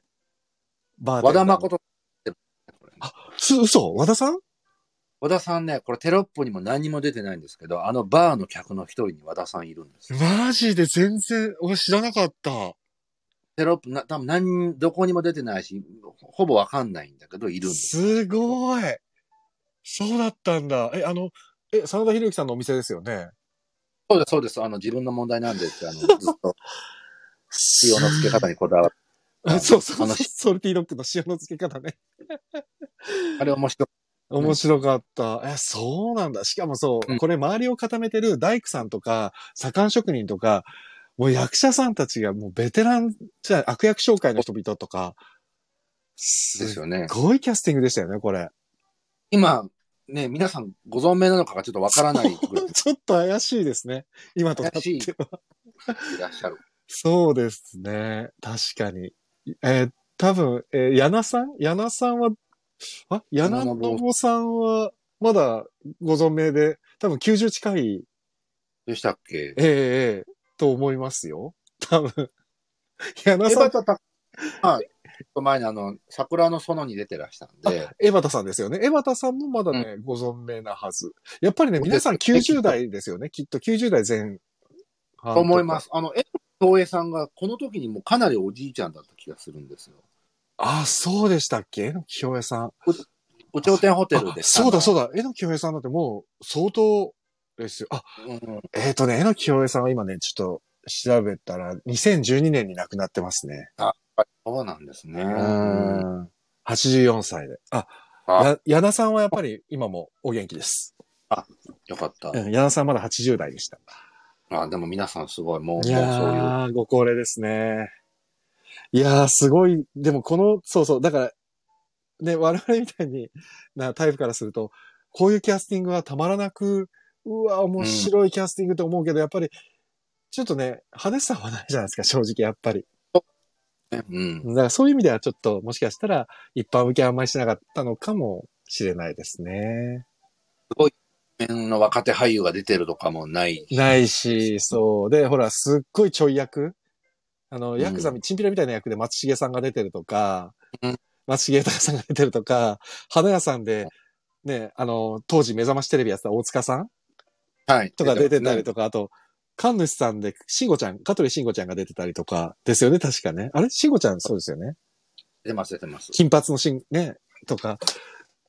Speaker 1: バ
Speaker 2: 和田
Speaker 1: 誠。
Speaker 2: 誠ってこれ
Speaker 1: す嘘和田さん
Speaker 2: 和田さんね、これテロップにも何にも出てないんですけど、あのバーの客の一人に和田さんいるんですよ。
Speaker 1: マジで全然、俺知らなかった。
Speaker 2: テロップ、な多分何、どこにも出てないし、ほぼわかんないんだけど、いるんです。
Speaker 1: すごい。そうだったんだ。え、あの、え、沢田博之さんのお店ですよね。
Speaker 2: そうです、そうです。あの、自分の問題なんでって、あ の、ずっと塩の付け方にこだわって、
Speaker 1: あそうそうそ
Speaker 2: あの
Speaker 1: う。ソルティロックの塩の付け方ね。
Speaker 2: あれ面白い。
Speaker 1: 面白かった。え、そうなんだ。しかもそう、
Speaker 2: うん
Speaker 1: これ周りを固めてる大工さんとか、左官職人とか、もう役者さんたちがもうベテランじゃ、悪役紹介の人々とか、
Speaker 2: ですすよね。
Speaker 1: ごいキャスティングでしたよね、これ。
Speaker 2: 今、ね、皆さんご存命なのかがちょっとわからないぐらい
Speaker 1: ちょっ と怪しいですね。今となって
Speaker 2: 怪し
Speaker 1: は。
Speaker 2: いらっしゃる。
Speaker 1: そうですね。確かに。えー多分、えー、柳さん柳さんは、あ、柳
Speaker 2: 柳信
Speaker 1: 信さんは、まだご存命で、多分90近い
Speaker 2: でしたっけ
Speaker 1: ええええ、と思いますよ。多分。柳
Speaker 2: エ
Speaker 1: さ
Speaker 2: バ
Speaker 1: ん、
Speaker 2: タタ、まあ、ちょっと前にあの、桜の園に出てらしたんで、
Speaker 1: 江端さんですよね。江端さんもまだね、ご存命なはず。やっぱりね、皆さん
Speaker 2: そうですね
Speaker 1: 90代ですよね。きっと90代前半。
Speaker 2: と思いますす。あの、江藤東映さんがこの時にもうかなりおじいちゃんだった気がするんですよ。
Speaker 1: あ、そうでしたっけ榎木京平さん。
Speaker 2: 有頂天ホテル
Speaker 1: あ
Speaker 2: で。
Speaker 1: そうだそう
Speaker 2: だ。
Speaker 1: だ。榎木京平さんだってもう相当ですよ。あ、
Speaker 2: うん
Speaker 1: えっ、とね、榎木京平さんは今ね、ちょっと調べたら2012年に亡くなってますね。
Speaker 2: そうなんですね。
Speaker 1: うーん。84歳で。あ、
Speaker 2: あ
Speaker 1: や矢田さんはやっぱり今もお元気です。
Speaker 2: よかった。
Speaker 1: うん、矢野さんまだ80代でした。
Speaker 2: あでも皆さんすごい、もう、もう
Speaker 1: い
Speaker 2: そういう。
Speaker 1: やー、ご高齢ですね。いやー、すごい。でもこの、そうそう、だから、ね、我々みたいになタイプからすると、こういうキャスティングはたまらなく、うわ、面白いキャスティングと思うけど、やっぱり、ちょっとね、派手さはないじゃないですか、正直、やっぱり。
Speaker 2: うん。
Speaker 1: だからそういう意味ではちょっと、もしかしたら、一般受けあんまりしなかったのかもしれないですね。
Speaker 2: 面の若手俳優が出てるとかもない。
Speaker 1: ないし、そう。で、ほら、すっごいちょい役。あの、
Speaker 2: ん
Speaker 1: ヤクザみ、チンピラみたいな役で松重さんが出てるとか
Speaker 2: うん、
Speaker 1: 松重豊さんが出てるとか、花屋さんで、ね、あの、当時目覚ましテレビやってた大塚さん
Speaker 2: はい。
Speaker 1: とか出てたり
Speaker 2: と
Speaker 1: とか、あと、神主さんで、慎吾ちゃん、香取慎吾ちゃんが出てたりとか、ですよね、確かね。あれ慎吾ちゃん、そうですよね。
Speaker 2: 出てます、出てます。
Speaker 1: 金髪のシン、ね、とか。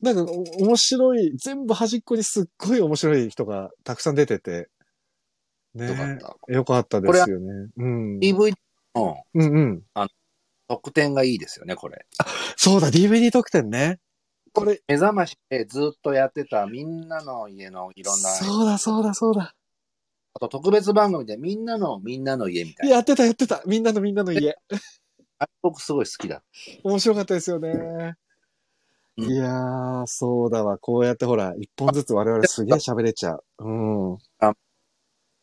Speaker 1: なんか、お面白い、全部端っこにすっごい面白い人がたくさん出てて。ね
Speaker 2: よかった。
Speaker 1: よかったですよね。うん。うん
Speaker 2: DVD の
Speaker 1: うん。
Speaker 2: 特典がいいですよね、これ。
Speaker 1: そうだ、DVD 特典ね。これ、
Speaker 2: 目覚ましでずっとやってたみんなの家のいろんな、
Speaker 1: そうだ、そうだ、そうだ。
Speaker 2: あと特別番組でみんなのみんなの家みたいな。
Speaker 1: やってた、やってた。みんなのみんなの家。
Speaker 2: あれ僕すごい好きだ。
Speaker 1: 面白かったですよね。
Speaker 2: うん
Speaker 1: いやー、そうだわ。こうやってほら、一本ずつ我々すげえ喋れちゃう。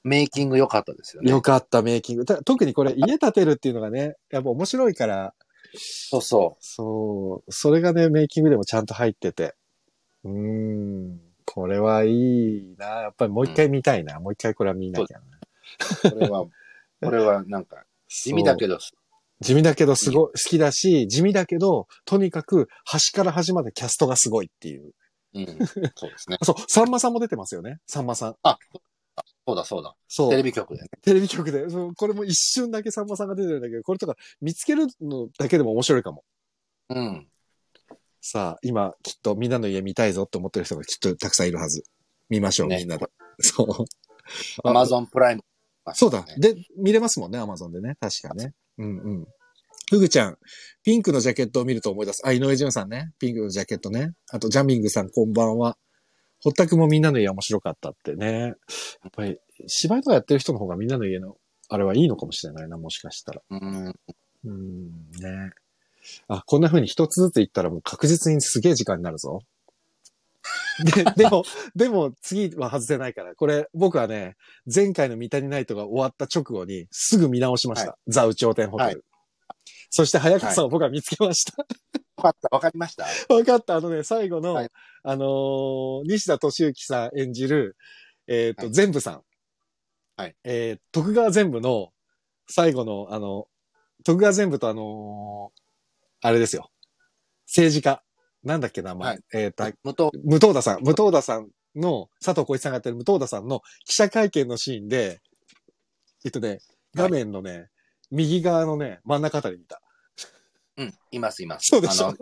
Speaker 2: メイキング良かったですよ
Speaker 1: うん。
Speaker 2: ね。
Speaker 1: よかった、メイキング。た特にこれ、家建てるっていうのがね、やっぱ面白いから、
Speaker 2: そうそ
Speaker 1: そう。それがね、メイキングでもちゃんと入ってて。うーん。これはいいな。やっぱりもう一回見たいな。もう一回これは見なきゃな。
Speaker 2: う。これ は、これはなんか、地味だけ
Speaker 1: ど。
Speaker 2: ど、
Speaker 1: 地味だけど、すごい、好きだし、地味だけど、とにかく端から端までキャストがすごいっていう。
Speaker 2: うん、そうですね。
Speaker 1: あそう、さんまさんも出てますよね。さんまさん。
Speaker 2: そうだそうだ。
Speaker 1: そう。
Speaker 2: テレビ局でね。
Speaker 1: テレビ局で。そうこれも一瞬だけさんまさんが出てるんだけど、これとか見つけるのだけでも面白いかも。
Speaker 2: うん。
Speaker 1: さあ、今、きっとみんなの家見たいぞって思ってる人がきっとたくさんいるはず。見ましょう、
Speaker 2: ね
Speaker 1: みんなで。そう。
Speaker 2: アマゾンプライム。
Speaker 1: そうだ。で、見れますもんね、アマゾンでね。確かね。うんうん。ふぐちゃん、ピンクのジャケットを見ると思い出す。あ、井上潤さんね。ピンクのジャケットね。あと、ジャミングさん、こんばんは。ほったくもみんなの家面白かったってね。やっぱり、芝居とかやってる人の方がみんなの家の、あれはいいのかもしれないな、もしかしたら。
Speaker 2: うん。
Speaker 1: うん、ね。あ、こんな風に一つずつ言ったらもう確実にすげえ時間になるぞ。 で、でも、でも次は外せないから、これ僕はね、前回の三谷ナイトが終わった直後にすぐ見直しました。ザ・ウチョウテンホテル。
Speaker 2: はい
Speaker 1: そして早川さんを僕は見つけました。
Speaker 2: かった、わかりました。
Speaker 1: わかった。あのね、最後の、
Speaker 2: はい
Speaker 1: あのー西田敏行さん演じる、えっ、と、
Speaker 2: はい
Speaker 1: 全部さん。
Speaker 2: はい。
Speaker 1: えー徳川全部の、最後の、あの、徳川全部とあのーあれですよ。政治家。なんだっけ、名前。
Speaker 2: はい
Speaker 1: えっ、と、
Speaker 2: 元、
Speaker 1: 武藤田さん、武藤田さんの、佐藤浩一さんがやってる武藤田さんの記者会見のシーンで、えっとね、画面のね、右側のね、真ん中あたりにいた。
Speaker 2: うん、います、います。
Speaker 1: そうでしょ
Speaker 2: あの、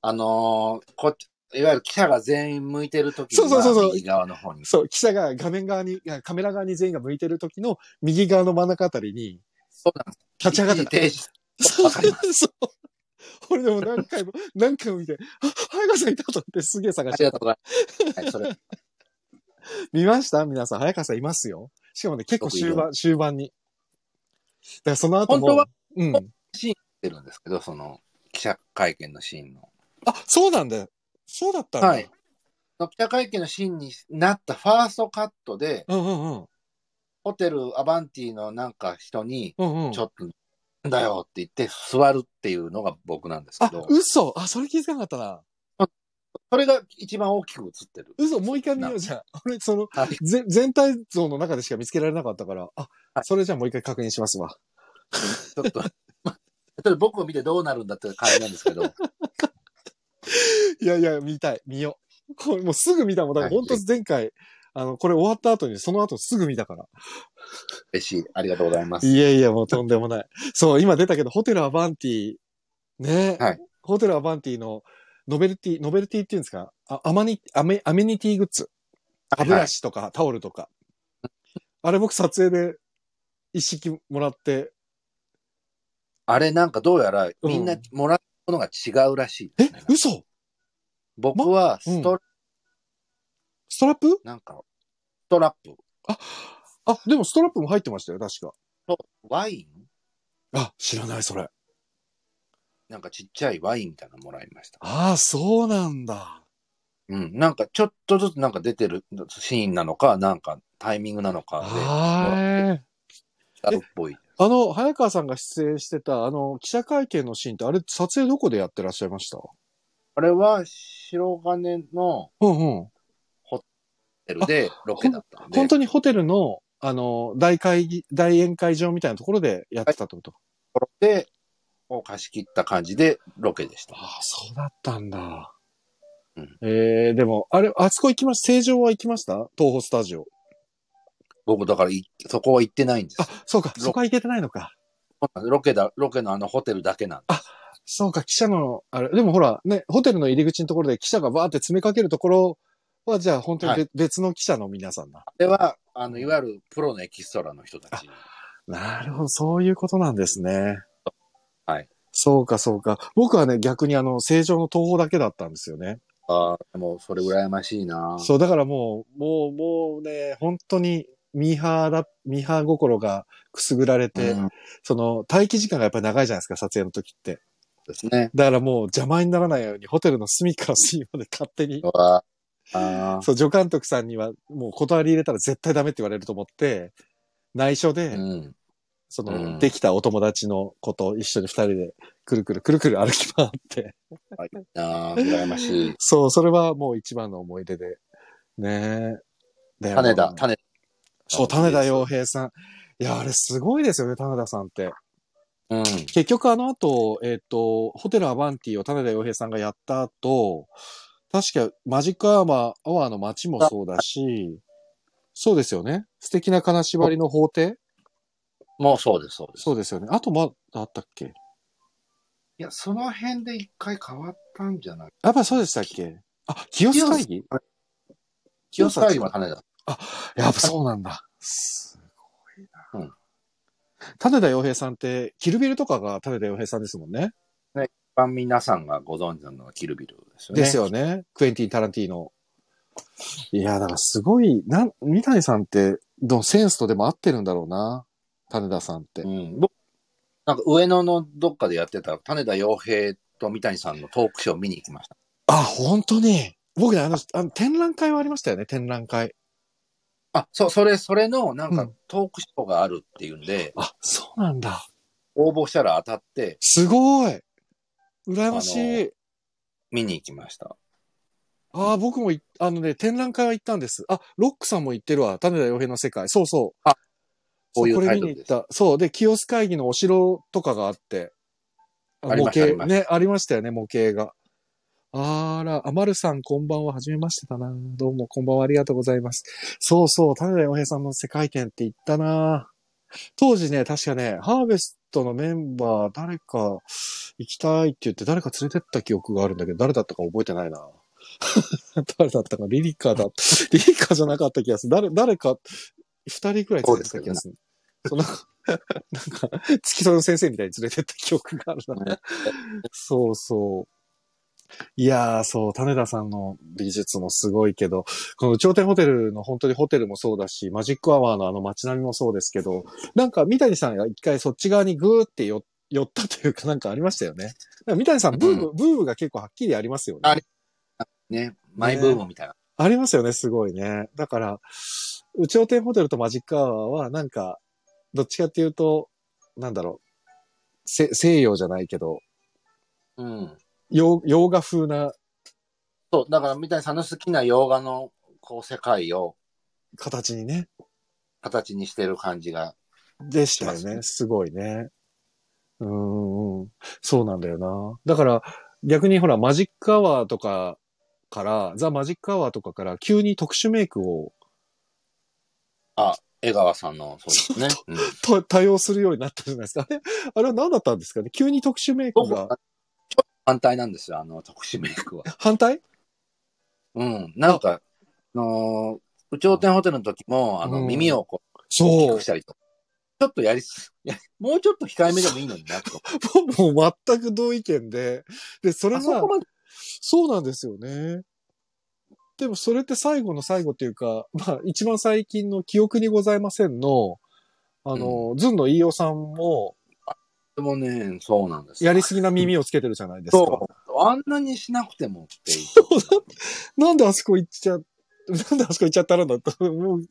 Speaker 2: あのーこっちいわゆる記者が全員向いてる時
Speaker 1: そうそうそうそう
Speaker 2: は右側の方に。
Speaker 1: そう、記者が画面側に、いやカメラ側に全員が向いてる時の右側の真ん中あたりに、
Speaker 2: そうなんです。
Speaker 1: 立ち上がって
Speaker 2: 一時
Speaker 1: た。
Speaker 2: 停止
Speaker 1: そう
Speaker 2: わかり
Speaker 1: そう。俺でも何回も、何回も見て、あ、早川さんいたと思ってすげえ探
Speaker 2: あ
Speaker 1: し
Speaker 2: り
Speaker 1: て
Speaker 2: がとうございます。はい、それ、
Speaker 1: 見ました皆さん、早川さんいますよ。しかもね、結構終盤、終盤に。だからその後も。
Speaker 2: 本当は
Speaker 1: うん。
Speaker 2: 出るんですけど、その、記者会見のシーンの。
Speaker 1: あ、そうなんだよ。そうだったんだ。
Speaker 2: はい。記者会見のシーンになったファーストカットで、
Speaker 1: うんうんうん。
Speaker 2: ホテルアバンティのなんか人に、
Speaker 1: うんうん。
Speaker 2: ちょっと、なんだよって言って座るっていうのが僕なんですけ
Speaker 1: あ
Speaker 2: ど、、
Speaker 1: 嘘あ、それ気づかなかったな。
Speaker 2: それが一番大きく映ってる。
Speaker 1: 嘘もう一回見ようじゃん。俺、その、
Speaker 2: はい。
Speaker 1: ぜ全体像の中でしか見つけられなかったから、あ、
Speaker 2: はい
Speaker 1: それじゃあもう一回確認しますわ。
Speaker 2: ちょっと、まあちょっと僕を見てどうなるんだって感じなんです けど、
Speaker 1: いやいや、見たい。見よう。これもうすぐ見たもん。だから
Speaker 2: はい
Speaker 1: 本当前回、あの、これ終わった後に、その後すぐ見たから。
Speaker 2: 嬉しい。ありがとうございます。
Speaker 1: いやいや、もうとんでもない。そう、今出たけど、ホテルアバンティ、ね、
Speaker 2: はい
Speaker 1: ホテルアバンティのノベルティ、ノベルティっていうんですかあアマニアメ、アメニティグッズ。歯ブラシとかタオルとか。あれ僕撮影で一式もらって、
Speaker 2: あれなんかどうやらみんなもらったものが違うらしいで
Speaker 1: え
Speaker 2: すね、
Speaker 1: 嘘
Speaker 2: 僕はスト、
Speaker 1: うストラップ
Speaker 2: なんか、ストラップ
Speaker 1: あ、でもストラップも入ってましたよ、確か。
Speaker 2: とワイン
Speaker 1: あ、知らない、それ。
Speaker 2: なんかちっちゃいワインみたいなのもらいました。
Speaker 1: ああ、そうなんだ。
Speaker 2: うん。なんかちょっとずつなんか出てるシーンなのか、なんかタイミングなのかで、
Speaker 1: はーい。
Speaker 2: あるっぽい。
Speaker 1: あの、早川さんが出演してた、あの、記者会見のシーンって、あれ、撮影どこでやってらっしゃいました
Speaker 2: あれは白金の
Speaker 1: うんうん。
Speaker 2: ホテルでロケだったんで
Speaker 1: 本、当にホテルの、あの、大会議、大宴会場みたいなところでやってたってこと、
Speaker 2: で、を貸し切った感じでロケでした。
Speaker 1: ああ、そうだったんだ。
Speaker 2: うん
Speaker 1: ええでも、あれ、あそこ行きました成城は行きました東宝スタジオ。
Speaker 2: 僕だからいそこは行ってないんです
Speaker 1: あ。、そうか、
Speaker 2: ロ
Speaker 1: そこは行けてないのか。
Speaker 2: ロケだ、ロケのあのホテルだけなんで
Speaker 1: そうか、記者の、あれ、でもほら、ね、ホテルの入り口のところで記者がバーって詰めかけるところは、じゃあ本当にべ、
Speaker 2: は
Speaker 1: 別の記者の皆さんだ。
Speaker 2: あれは、あの、いわゆるプロのエキストラの人たち。
Speaker 1: なるほど、そういうことなんですね。
Speaker 2: はい。
Speaker 1: そうか、そうか。僕はね、逆にあの、成城の東宝だけだったんですよね。
Speaker 2: ああ、もうそれ羨ましいな。
Speaker 1: そう、だからもう、もう、もうね、本当に、ミーハーだ、ミーハー心がくすぐられて、
Speaker 2: うん
Speaker 1: その、待機時間がやっぱり長いじゃないですか、撮影の時って。
Speaker 2: ですね。
Speaker 1: だからもう邪魔にならないように、ホテルの隅から隅まで勝手に
Speaker 2: う、わあー
Speaker 1: そう、助監督さんには、もう断り入れたら絶対ダメって言われると思って、内緒で、
Speaker 2: うん。
Speaker 1: そうの、
Speaker 2: ん
Speaker 1: できたお友達の子と一緒に二人で、くるくるくるくる歩き回って、
Speaker 2: はい、ああ、羨まし い。
Speaker 1: そう、それはもう一番の思い出で。ねえ。で
Speaker 2: 種田、種田。
Speaker 1: そう、種田洋平さん。いや、あれすごいですよね、種田さんって。
Speaker 2: うん。
Speaker 1: 結局あの後、えっ、と、ホテルアバンティを種田洋平さんがやった後、確かマジックアワーアワーの街もそうだし、そうですよね。素敵な金縛りの法廷
Speaker 2: もうそうです、そうです。
Speaker 1: そうですよね。あとまだあったっけ
Speaker 2: いや、その辺で一回変わったんじゃない
Speaker 1: やっぱそうでしたっけあ、清須会議
Speaker 2: 清須会議は種田。
Speaker 1: やっぱそうなんだ。すごいな。
Speaker 2: うん
Speaker 1: 種田洋平さんって、キルビルとかが種田洋平さんですもんね。
Speaker 2: 一般皆さんがご存知なのはキルビルですよね。
Speaker 1: ですよね。クエンティン・タランティーノ。いや、だからすごい、なん、三谷さんって、どうセンスとでも合ってるんだろうな。種田さんって。
Speaker 2: うん。僕、なんか上野のどっかでやってた種田洋平と三谷さんのトークショー見に行きました。
Speaker 1: あ、本当に。僕ね、あの、あの展覧会はありましたよね、展覧会。
Speaker 2: あ、そう、それ、それのなん
Speaker 1: う
Speaker 2: か
Speaker 1: ん
Speaker 2: トークショーがあるっていうんで、
Speaker 1: あ、そうなんだ。
Speaker 2: 応募したら当たって、
Speaker 1: すごい。羨ましい。
Speaker 2: 見に行きました。
Speaker 1: ああ、僕もい、あのね、展覧会は行ったんです。あ、ロックさんも行ってるわ。種田洋平の世界。そうそう。
Speaker 2: あ
Speaker 1: そ
Speaker 2: こういう
Speaker 1: これ
Speaker 2: タ
Speaker 1: 見
Speaker 2: イト
Speaker 1: に行
Speaker 2: ルで
Speaker 1: っ
Speaker 2: す
Speaker 1: た。そう。で、清須会議のお城とかがあって。
Speaker 2: ありまし
Speaker 1: 模
Speaker 2: た
Speaker 1: 型、
Speaker 2: ありました
Speaker 1: ね、ありましたよね、模型が。あら、あまるさんこんばんは。はじめましてだな。どうもこんばんは。ありがとうございます。そうそう。種田洋平さんの世界展って行ったな。当時ね、確かね、ハーベストのメンバー、誰か行きたいって言って、誰か連れてった記憶があるんだけど、誰だったか覚えてない な。誰だったか、リリカだ。 リリカじゃなかった気がする。誰、誰か、二人くらい連れてった気がする。そうなんか、なんか、付き添いの先生みたいに連れてった記憶があるな。そうそう。いやー、そう、種田さんの美術もすごいけど、この頂点ホテルの本当にホテルもそうだし、マジックアワーのあの街並みもそうですけど、なんか三谷さんが一回そっち側にグーって寄寄ったというかなんかありましたよね。なんか三谷さん、ブーム、ブームが結構はっきりありますよね。
Speaker 2: ありね、マイブームみたいな。
Speaker 1: ありますよね、すごいね。だから、宇宙天ホテルとマジックアワーは、なんか、どっちかっていうと、なんだろう、せ西洋じゃないけど、
Speaker 2: うん。
Speaker 1: 洋洋画風な
Speaker 2: そう、だから三谷さんの好きな洋画のこう世界を
Speaker 1: 形にね、
Speaker 2: 形にしてる感じが。
Speaker 1: でしたよ
Speaker 2: します
Speaker 1: ね。
Speaker 2: ね
Speaker 1: すごいね。うーんうん、そうなんだよな。だから、逆にほら、マジックアワーとかから、ザ・マジックアワーとかから、急に特殊メイクを
Speaker 2: あ、江川さんの、そうです ね。うん
Speaker 1: と多用するようになったじゃないですか。 あれ、あれは何だったんですかね急に特殊メイク
Speaker 2: 僕
Speaker 1: が
Speaker 2: は、ちょっと反対なんですよ、あの、特殊メイクは。
Speaker 1: 反対
Speaker 2: うん。なんか、あのー、宇宙天ホテルの時も、あの、
Speaker 1: うん
Speaker 2: 耳をこう、大き
Speaker 1: そう
Speaker 2: くし。たりとか。ちょっとやりす、いやもうちょっと控えめでもいいのにな、と。
Speaker 1: 僕 も全く同意見で。で、それ
Speaker 2: あそ
Speaker 1: が
Speaker 2: こ、まで。
Speaker 1: そうなんですよね。でもそれって最後の最後っていうか、まあ一番最近の記憶にございませんの、あの、ズンの飯尾さんも、
Speaker 2: でもね、そうなんですよ
Speaker 1: やりすぎな耳をつけてるじゃないですか。
Speaker 2: そう。あんなにしなくてもっていう。
Speaker 1: なんであそこ行っちゃ、なんであそこ行っちゃったらだと、もう、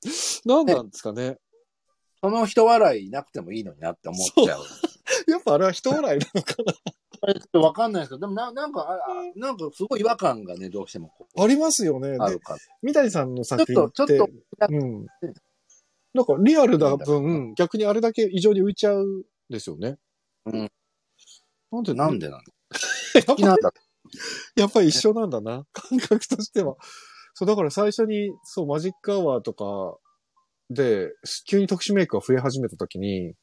Speaker 1: なんなんですかね。
Speaker 2: その人笑いなくてもいいのになって思っちゃう。
Speaker 1: やっぱあれは人笑い なのか
Speaker 2: あれちょっとわかんないですけど、でもななんか、ああなんかすごい違和感がね、どうしてもこう
Speaker 1: な。ありますよね。
Speaker 2: あ
Speaker 1: で
Speaker 2: る、から。
Speaker 1: 三谷さんの作品って。
Speaker 2: ちょっとちょっと
Speaker 1: うん。なんかリアルな分、逆にあれだけ異常に浮いちゃうんですよね。
Speaker 2: うん。
Speaker 1: なんで、
Speaker 2: なんでなんだ
Speaker 1: や
Speaker 2: 好
Speaker 1: っ
Speaker 2: きな
Speaker 1: ぱ
Speaker 2: んだ
Speaker 1: やっぱり一緒なんだな。 感覚としては。そう、だから最初に、そう、マジックアワーとかで、急に特殊メイクが増え始めた時に、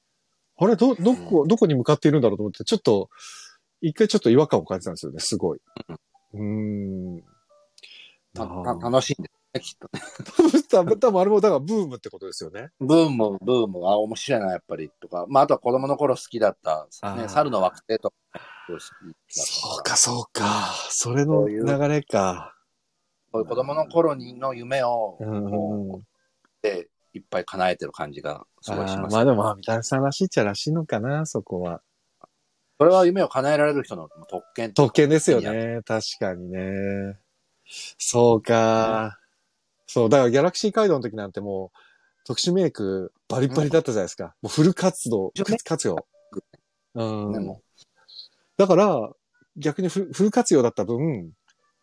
Speaker 1: あれ、ど、どこ、どこに向かっているんだろうと思って、ちょっと、一回ちょっと違和感を感じたんですよね、すごい。うーん。
Speaker 2: た
Speaker 1: あ ー
Speaker 2: た楽しいんですね、きっとね。
Speaker 1: 多分、多分あれも、だからブームってことですよね。
Speaker 2: ブーム、ブーム、あ、面白いな、やっぱり、とか。まあ、あとは子供の頃好きだった、
Speaker 1: あー
Speaker 2: ね、猿の惑星とか、好きだった
Speaker 1: そうか、そうか。それの流れか。
Speaker 2: そういう子供の頃にの夢を、
Speaker 1: うんうん
Speaker 2: こ
Speaker 1: うん。
Speaker 2: う、で、いっぱい叶えてる感じがすごいし
Speaker 1: あ
Speaker 2: ま
Speaker 1: ー
Speaker 2: す。
Speaker 1: まあでも、まあ、三谷さんらしいっちゃらしいのかな、そこは。
Speaker 2: それは夢を叶えられる人の特権
Speaker 1: 特権ですよね。確かにね。そうか。そう、だからギャラクシー街道の時なんてもう、特殊メイクバリバリだったじゃないですか。もうフル活動、
Speaker 2: 一応ね
Speaker 1: フル活用。う
Speaker 2: ね
Speaker 1: ん
Speaker 2: も。
Speaker 1: だから、逆にフルフル活用だった分、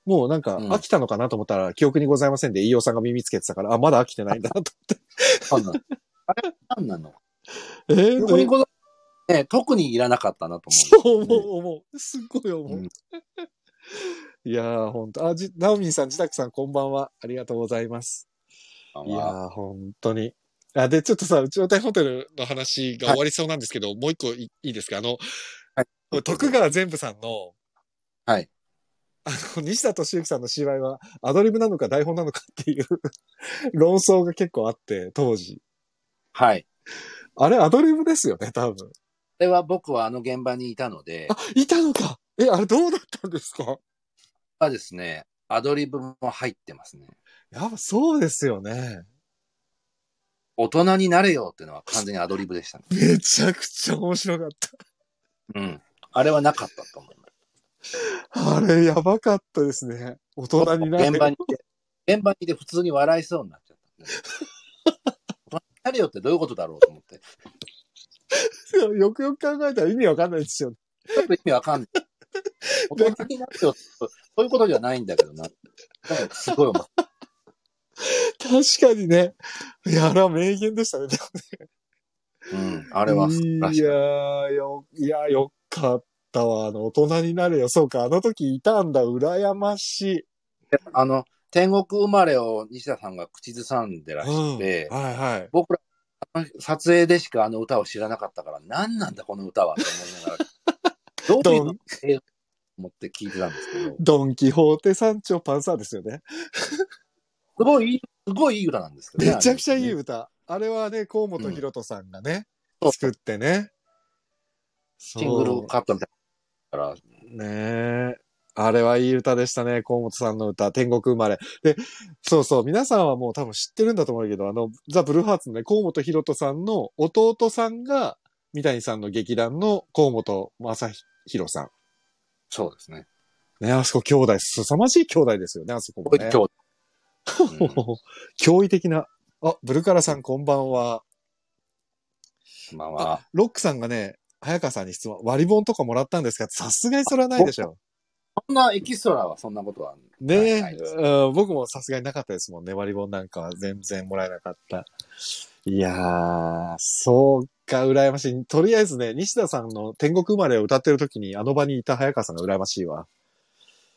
Speaker 1: もうなんか
Speaker 2: うん
Speaker 1: 飽きたのかなと思ったら、記憶にございませんで、飯尾さんが耳つけてたから、あ、まだ飽きてないんだ なと。
Speaker 2: あんなのあれ、何なの
Speaker 1: えー
Speaker 2: 特にこの、ね、特にいらなかったなと
Speaker 1: そう
Speaker 2: 思うんですよね、
Speaker 1: 思う、思う。すっごい思う。
Speaker 2: うん
Speaker 1: いやー、ほんと。あ、じ、ナオミンさん、自宅さん、こんばんは。ありがとうございます。いや
Speaker 2: まあ
Speaker 1: ー、本当に。あ、で、ちょっとさ、うちの大ホテルの話が終わりそうなんですけど、もう一個いいいですかあの、
Speaker 2: はい
Speaker 1: 徳川全部さんの、
Speaker 2: はい。
Speaker 1: あの、西田敏行さんの芝居は、アドリブなのか台本なのかっていう 論争が結構あって、当時。
Speaker 2: はい。
Speaker 1: あれ、アドリブですよね、多分。
Speaker 2: それは僕はあの現場にいたので、
Speaker 1: あ、いたのかえ、あれどうだったんですか
Speaker 2: はですね、アドリブも入ってますね。
Speaker 1: やっぱそうですよね。
Speaker 2: 大人になれよっていうのは完全にアドリブでしたね。
Speaker 1: めちゃくちゃ面白かっ
Speaker 2: うん。あれはなかったと思います。
Speaker 1: た。あれ、やばかったですね。大人にな
Speaker 2: 現場にいて、現場にいて普通に笑いそうになっちゃった、ね。大人になれよってどういうことだろうと思って。
Speaker 1: よくよく考えたら意味わかんないですよね。
Speaker 2: ちょっと意味わかんない。大人になってよそういうことじゃないんだけどな。なんかすごい思う。
Speaker 1: 確かにね。いや、あれは名言でしたね。
Speaker 2: うん、あれは素晴らし
Speaker 1: い
Speaker 2: い
Speaker 1: や。ーよ、いや、よかったわ。あの、大人になれよ。そうか、あの時いたんだ。羨まし
Speaker 2: あの、天国生まれを西田さんが口ずさんでら
Speaker 1: い。うん。はい
Speaker 2: して、
Speaker 1: はい。
Speaker 2: 僕ら、あの撮影でしかあの歌を知らなかったから、何なんだこの歌はと思いながら、どういうのえー思って聞いてたんですけど、す
Speaker 1: ドン・キホーテ・サンチョ・パンサーですよね。
Speaker 2: ごいいい、すごいいい歌なんですけどね、
Speaker 1: めちゃくちゃいい
Speaker 2: 歌。
Speaker 1: 歌。あれはね、河本ロトさんがね、
Speaker 2: うん
Speaker 1: 作ってね。シ
Speaker 2: シングルカットみたいなのだから。
Speaker 1: ねえ。あれはいい歌でしたね。河本さんの歌、天国生まれ。で、そうそう、皆さんはもう多分知ってるんだと思うけど、あの、ザ・ブルーハーツのね、河本博人さんの弟さんが、三谷さんの劇団の河本正宏さ
Speaker 2: そうですね。
Speaker 1: ん。ね、あそこ兄弟、凄まじい兄弟ですよね、あそこも
Speaker 2: これ
Speaker 1: ね。
Speaker 2: 今日。うん
Speaker 1: もう驚異的な。あ、ブルカラさんこんばんは。
Speaker 2: まあまあ、
Speaker 1: ロックさんがね、早川さんに質問、割り本とかもらったんですかさすがにそれはないでしょ。
Speaker 2: そんなエキストラはそんなことはない
Speaker 1: ねえ、
Speaker 2: ないです
Speaker 1: うん、僕もさすがになかったですもんね。割り本なんかは全然もらえなかった。いやー、そうか、羨ましい。とりあえずね、西田さんの天国生まれを歌ってる時にあの場にいた早川さんが羨ましいわ。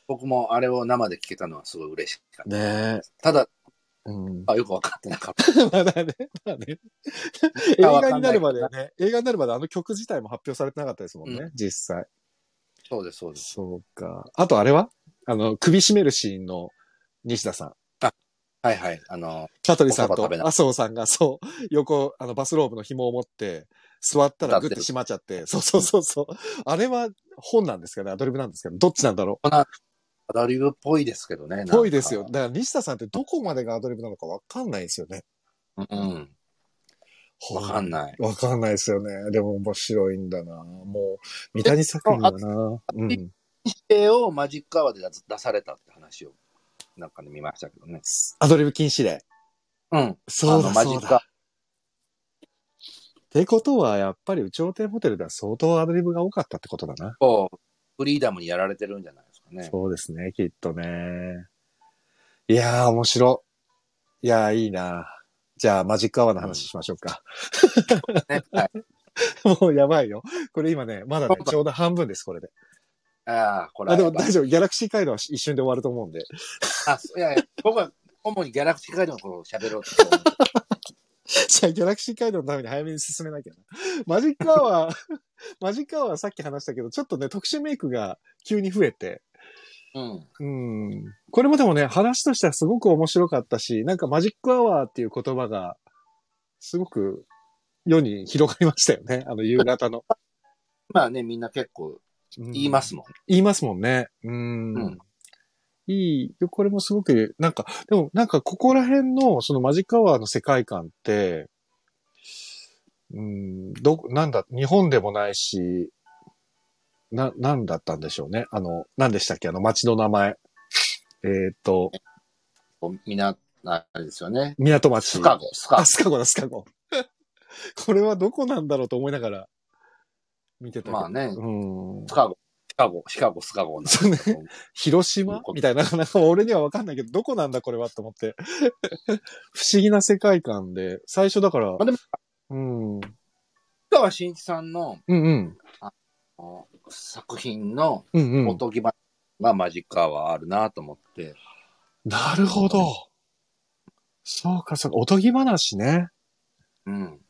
Speaker 2: 僕もあれを生で聞けたのはすごい嬉しかった。
Speaker 1: ねえ。
Speaker 2: ただ、
Speaker 1: うん。
Speaker 2: あよく分かってなかった。
Speaker 1: まだね、まだね。映
Speaker 2: あわ
Speaker 1: 画
Speaker 2: か
Speaker 1: に
Speaker 2: んな
Speaker 1: ないるまでね、映画になるまであの曲自体も発表されてなかったですもんね、
Speaker 2: う
Speaker 1: 実際。
Speaker 2: そうです、そうです。
Speaker 1: そうか。あとあれはあの、首絞めるシーンの西田さん。
Speaker 2: はいはい。あの、
Speaker 1: 香取さん
Speaker 2: おそば
Speaker 1: と
Speaker 2: 食べな
Speaker 1: 麻生さんが、そう、横、あの、バスローブの紐を持って、座ったらグッて閉まっちゃって、そうそうそうそう。あれは本なんですかね、アドリブなんですかね、どっちなんだろ
Speaker 2: アドリブっぽいですけどね。なん
Speaker 1: う。
Speaker 2: か
Speaker 1: ぽいですよ。だから、西田さんってどこまでがアドリブなのかわかんないですよね。
Speaker 2: うん。わかんない。
Speaker 1: い。わかんないですよね。でも面白いんだなもう、三谷作品だなうん。
Speaker 2: 指定をマジックアワーで出されたって話を、なんかで見ましたけどね。
Speaker 1: アドリブ禁止令。
Speaker 2: うん。
Speaker 1: そう
Speaker 2: あ
Speaker 1: だ、
Speaker 2: のマ
Speaker 1: そ
Speaker 2: ジ
Speaker 1: う
Speaker 2: ックア
Speaker 1: だ
Speaker 2: ワ。
Speaker 1: ってことは、やっぱり、有頂天ホテルでは相当アドリブが多かったってことだな。
Speaker 2: ーをフリーダムにやられてるんじゃないですかね。
Speaker 1: そうですね、きっとね。いやー、面白。いやー、いいなじゃあ、マジックアワーの話しましょうか。
Speaker 2: ねはい、
Speaker 1: もうやばいよ。これ今ね、まだね
Speaker 2: そう、だ
Speaker 1: ちょうど半分です、これで。
Speaker 2: ああ、これ
Speaker 1: あ、
Speaker 2: は
Speaker 1: で
Speaker 2: や
Speaker 1: も
Speaker 2: ばい。
Speaker 1: 大丈夫。ギャラクシー街道は一瞬で終わると思うんで。
Speaker 2: あ、いやいや、僕は主にギャラクシー界のことを喋ろうと思って。
Speaker 1: じゃあ、ギャラクシー街道のために早めに進めなきゃな。マジックアワー、 マジックアワーさっき話したけど、ちょっとね、特殊メイクが急に増えて。
Speaker 2: うん。
Speaker 1: うん。これもでもね、話としてはすごく面白かったし、なんかマジックアワーっていう言葉が、すごく世に広がりましたよ ね。あの夕方の。。
Speaker 2: まあね、みんな結構言いますすもん。
Speaker 1: 言いますもんね。うん。
Speaker 2: うん
Speaker 1: いい。でこれもすごく、なんか、でもなんかここら辺のそのマジックアワーの世界観って、うん、ど、なんだ、日本でもないし、な、なんだったんでしょうね。あの、なんでしたっけあの街の名前。えっ、と、
Speaker 2: こうみんな、あれですよね。
Speaker 1: 港町。
Speaker 2: スカゴ、スカ
Speaker 1: あ、スカゴだ、スカゴ。これはどこなんだろうと思いながら見てたけ
Speaker 2: ゴ。
Speaker 1: ど。
Speaker 2: まあね、
Speaker 1: うん
Speaker 2: ス。カゴ、シカゴ、シカゴ、スカゴ
Speaker 1: そうね
Speaker 2: の。
Speaker 1: 広島みたいな、なんか俺にはわかんないけど、どこなんだこれはと思って。不思議な世界観で、最初だから、
Speaker 2: あでも
Speaker 1: うん。うん
Speaker 2: 深川慎一さんの
Speaker 1: うん。
Speaker 2: あの作品の
Speaker 1: うんう
Speaker 2: お
Speaker 1: ん。
Speaker 2: とぎ話がマジックアワーあるなと思って、
Speaker 1: なるほど。そうか、そうか。おとぎ話ね。
Speaker 2: うん。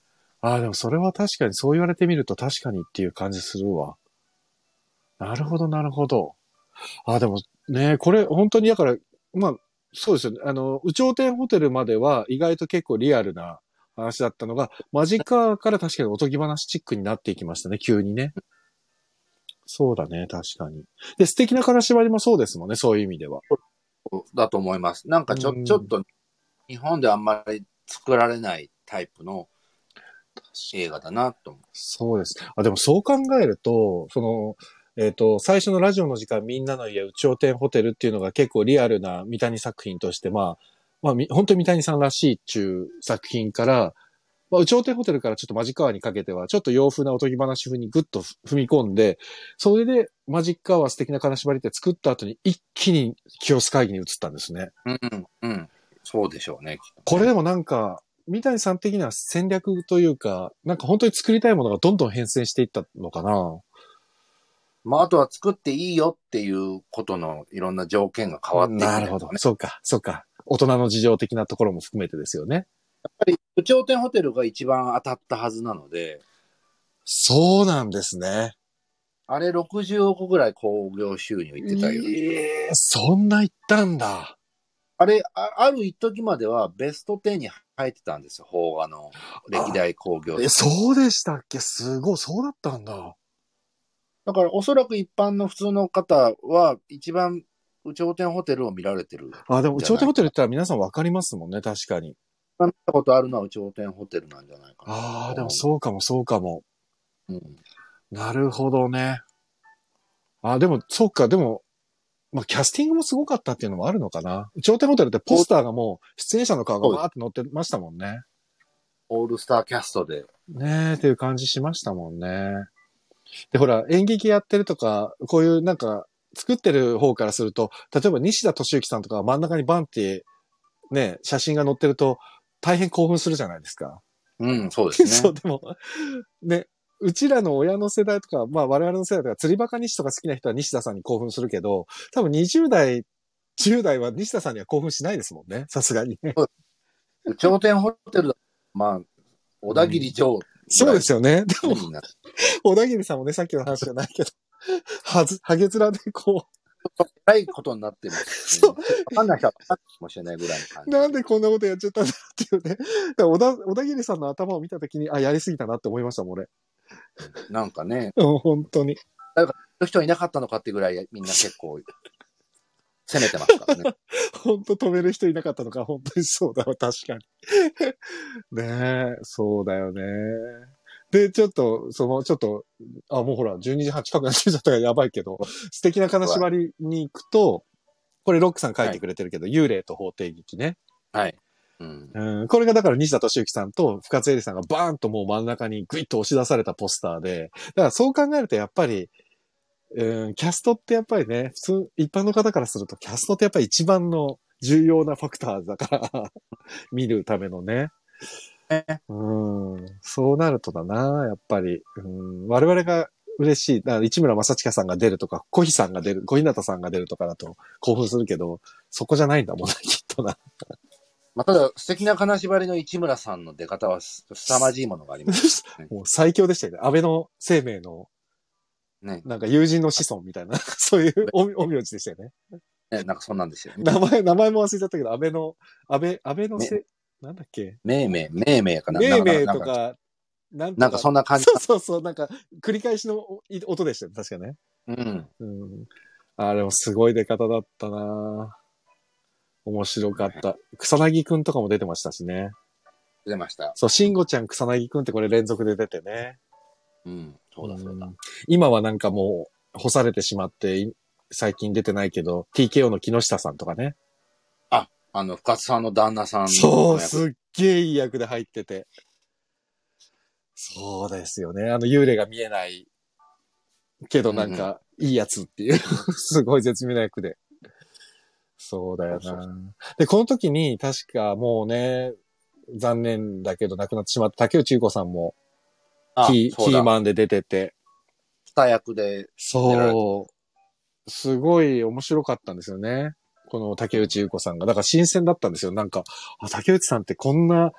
Speaker 1: ああ、でもそれは確かに、そう言われてみると確かにっていう感じするわ。なるほど、なるほど。ああ、でもね、これ本当にだから、まあ、そうですよね。あの、宇頂天ホテルまでは意外と結構リアルな話だったのが、マジカーから確かにおとぎ話チックになっていきましたね、急にね。そうだね、確かに。で、素敵な金縛りもそうですもんね、そういう意味では。
Speaker 2: だと思います。なんかちょ
Speaker 1: うん、
Speaker 2: ちょっと日本ではあんまり作られないタイプの映画だなと思
Speaker 1: そうです。あ、でもそう考えると、その、えっ、と、最初のラジオの時間、みんなの家、宇頂天ホテルっていうのが結構リアルな三谷作品として、まあ、まあ、み本当に三谷さんらしいっていう作品から、まあ、頂点ホテルからちょっとマジカーにかけては、ちょっと洋風なおとぎ話風にぐっと踏み込んで、それでマジカーは素敵な金縛りって作った後に一気に清須会議に移ったんですね。
Speaker 2: うん、うん。そうでしょうね。
Speaker 1: これでもなんか、三谷さん的には戦略というか、なんか本当に作りたいものがどんどん変遷していったのかな。
Speaker 2: まあ、あとは作っていいよっていうことのいろんな条件が変わっていく、
Speaker 1: なるほど。そうか、そうか。大人の事情的なところも含めてですよね。
Speaker 2: やっぱり、有頂天ホテルが一番当たったはずなので、
Speaker 1: そうなんですね。
Speaker 2: あれ60億ぐらい興行収入いってたよ。
Speaker 1: ええそんな言ったんだ。
Speaker 2: あれ、あある一時まではベスト10に入ってたんですよ、邦画の歴代興行。
Speaker 1: え、そうでしたっけすごい、そうだったんだ。
Speaker 2: だから、おそらく一般の普通の方は、一番、有頂天ホテルを見られてる。
Speaker 1: あ、でも、
Speaker 2: じ
Speaker 1: 頂
Speaker 2: ゃない
Speaker 1: 点ホテルって言ったら皆さんわかりますもんね、確かに。
Speaker 2: 見たことあるのは有頂天ホテルなんじゃないかな。
Speaker 1: ああ、でもそうかも、そうかも。
Speaker 2: うん
Speaker 1: なるほどね。あ、でも、そうか、でも、まあ、キャスティングもすごかったっていうのもあるのかな。頂点ホテルってポスターがもう、出演者の顔がバーって載ってましたもんね。
Speaker 2: オールスターキャストで。
Speaker 1: ねえ、っていう感じしましたもんね。で、ほら、演劇やってるとか、こういうなんか、作ってる方からすると、例えば西田敏行さんとかが真ん中にバンって、ね、写真が載ってると、大変興奮するじゃないですか。
Speaker 2: うん、そうですね。
Speaker 1: そう、でも、ね、うちらの親の世代とか、まあ我々の世代とか、釣りバカ西とか好きな人は西田さんに興奮するけど、多分20代、10代は西田さんには興奮しないですも んね、さすがに。
Speaker 2: 有頂天ホテルだ、まあ、小田切城。
Speaker 1: そうですよね。でも、
Speaker 2: みんな
Speaker 1: 小田切さんもね、さっきの話じゃないけど、はず、ハゲ面でこう、
Speaker 2: 偉いことになってます。
Speaker 1: そう
Speaker 2: わかんない人はわかんないかもしれないぐらいの感じ。
Speaker 1: なんでこんなことやっちゃったんだっていうね。 だから小田、小田切さんの頭を見たときに、あ、やりすぎたなって思いましたもん、俺。
Speaker 2: なんかね、
Speaker 1: うん、本当に。
Speaker 2: そういう人はいなかったのかってぐらいみんな結構、攻めてますか らね。
Speaker 1: 本当止める人いなかったのか、本当に そうだわ、確かに。ねえ、そうだよね。で、ちょっと、その、ちょっと、あ、もうほら、12時半近くなってきちゃったからやばいけど、素敵な金縛りに行くと、これロックさん書いてくれてるけど、幽霊と法廷劇ね。
Speaker 2: はい。うん。
Speaker 1: うん、これがだから西田敏行さんと深津絵里さんがバーンともう真ん中にグイッと押し出されたポスターで、だからそう考えるとやっぱり、うん、キャストってやっぱりね、普通、一般の方からするとキャストってやっぱり一番の重要なファクターだから、 見るためのね。うん、そうなるとだな、やっぱり。うん、我々が嬉しい。だから市村正親さんが出るとか、小日さんが出る、小日向さんが出るとかだと興奮するけど、そこじゃないんだもんな、きっとな。
Speaker 2: まあ、ただ、素敵な金縛りの市村さんの出方はす凄まじいものがあります
Speaker 1: もう最強でしたよね。安倍の生命の、
Speaker 2: ね。
Speaker 1: なんか友人の子孫みたいな、 そういうおみお名字でしたよね。
Speaker 2: ねなんかそんなんですよね。
Speaker 1: 名前、名前も忘れちゃったけど、安倍の、安倍、安倍のせ、なんだっけ
Speaker 2: めいめい、めいめいかな。
Speaker 1: 命名と
Speaker 2: なんか。
Speaker 1: か、なんと
Speaker 2: なんかそんな感じ。
Speaker 1: そうそうそう、なんか繰り返しのおい音でしたよね、確かね。
Speaker 2: うん。
Speaker 1: うん。あれもすごい出方だったな面白かった。草薙くんとかも出てましたしね。
Speaker 2: 出ました。
Speaker 1: そう、慎吾ちゃん、草薙くんってこれ連続で出てね。
Speaker 2: うん。そうだそうだ。
Speaker 1: 今はなんかもう、干されてしまって、い最近出てないけど、TKO の木下さんとかね。
Speaker 2: あの、深津さんの旦那さんの役。
Speaker 1: そう、すっげえいい役で入ってて。そうですよね。あの、幽霊が見えない、けどなんか、いいやつっていう、 すごい絶妙な役で。そうだよ
Speaker 2: そうそ
Speaker 1: な。で、この時に、確かもうね、残念だけど亡くなってしまった竹内結子さんも
Speaker 2: あ
Speaker 1: キー、
Speaker 2: そう
Speaker 1: キ
Speaker 2: だ
Speaker 1: ーマンで出てて。
Speaker 2: 二役で、やられ
Speaker 1: そう。すごい面白かったんですよね。この竹内優子さんが。だから新鮮だったんですよ。なんか、あ、竹内さんってこんな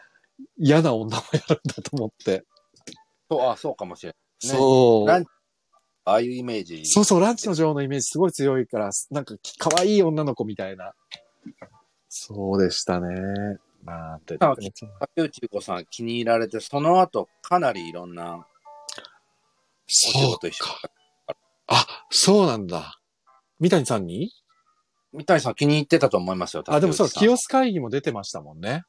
Speaker 1: 嫌な女もやるんだと思って。
Speaker 2: そう、あ、そうかもしれない。ね
Speaker 1: そ
Speaker 2: ラン
Speaker 1: う。
Speaker 2: チああいうイメージ。
Speaker 1: そうそう、ランチの女王のイメージすごい強いから、なんかき可愛い女の子みたいな。そうでしたね。なんて。
Speaker 2: あ竹内結子さん気に入られて、その後かなりいろんなお仕
Speaker 1: そう
Speaker 2: 事一緒に。
Speaker 1: あ、そうなんだ。三谷さんに
Speaker 2: 三谷さん気に入ってたと思いますよ。
Speaker 1: あ、でもそう、
Speaker 2: 竹内さ
Speaker 1: 清
Speaker 2: ん
Speaker 1: 須会議も出てましたもんね。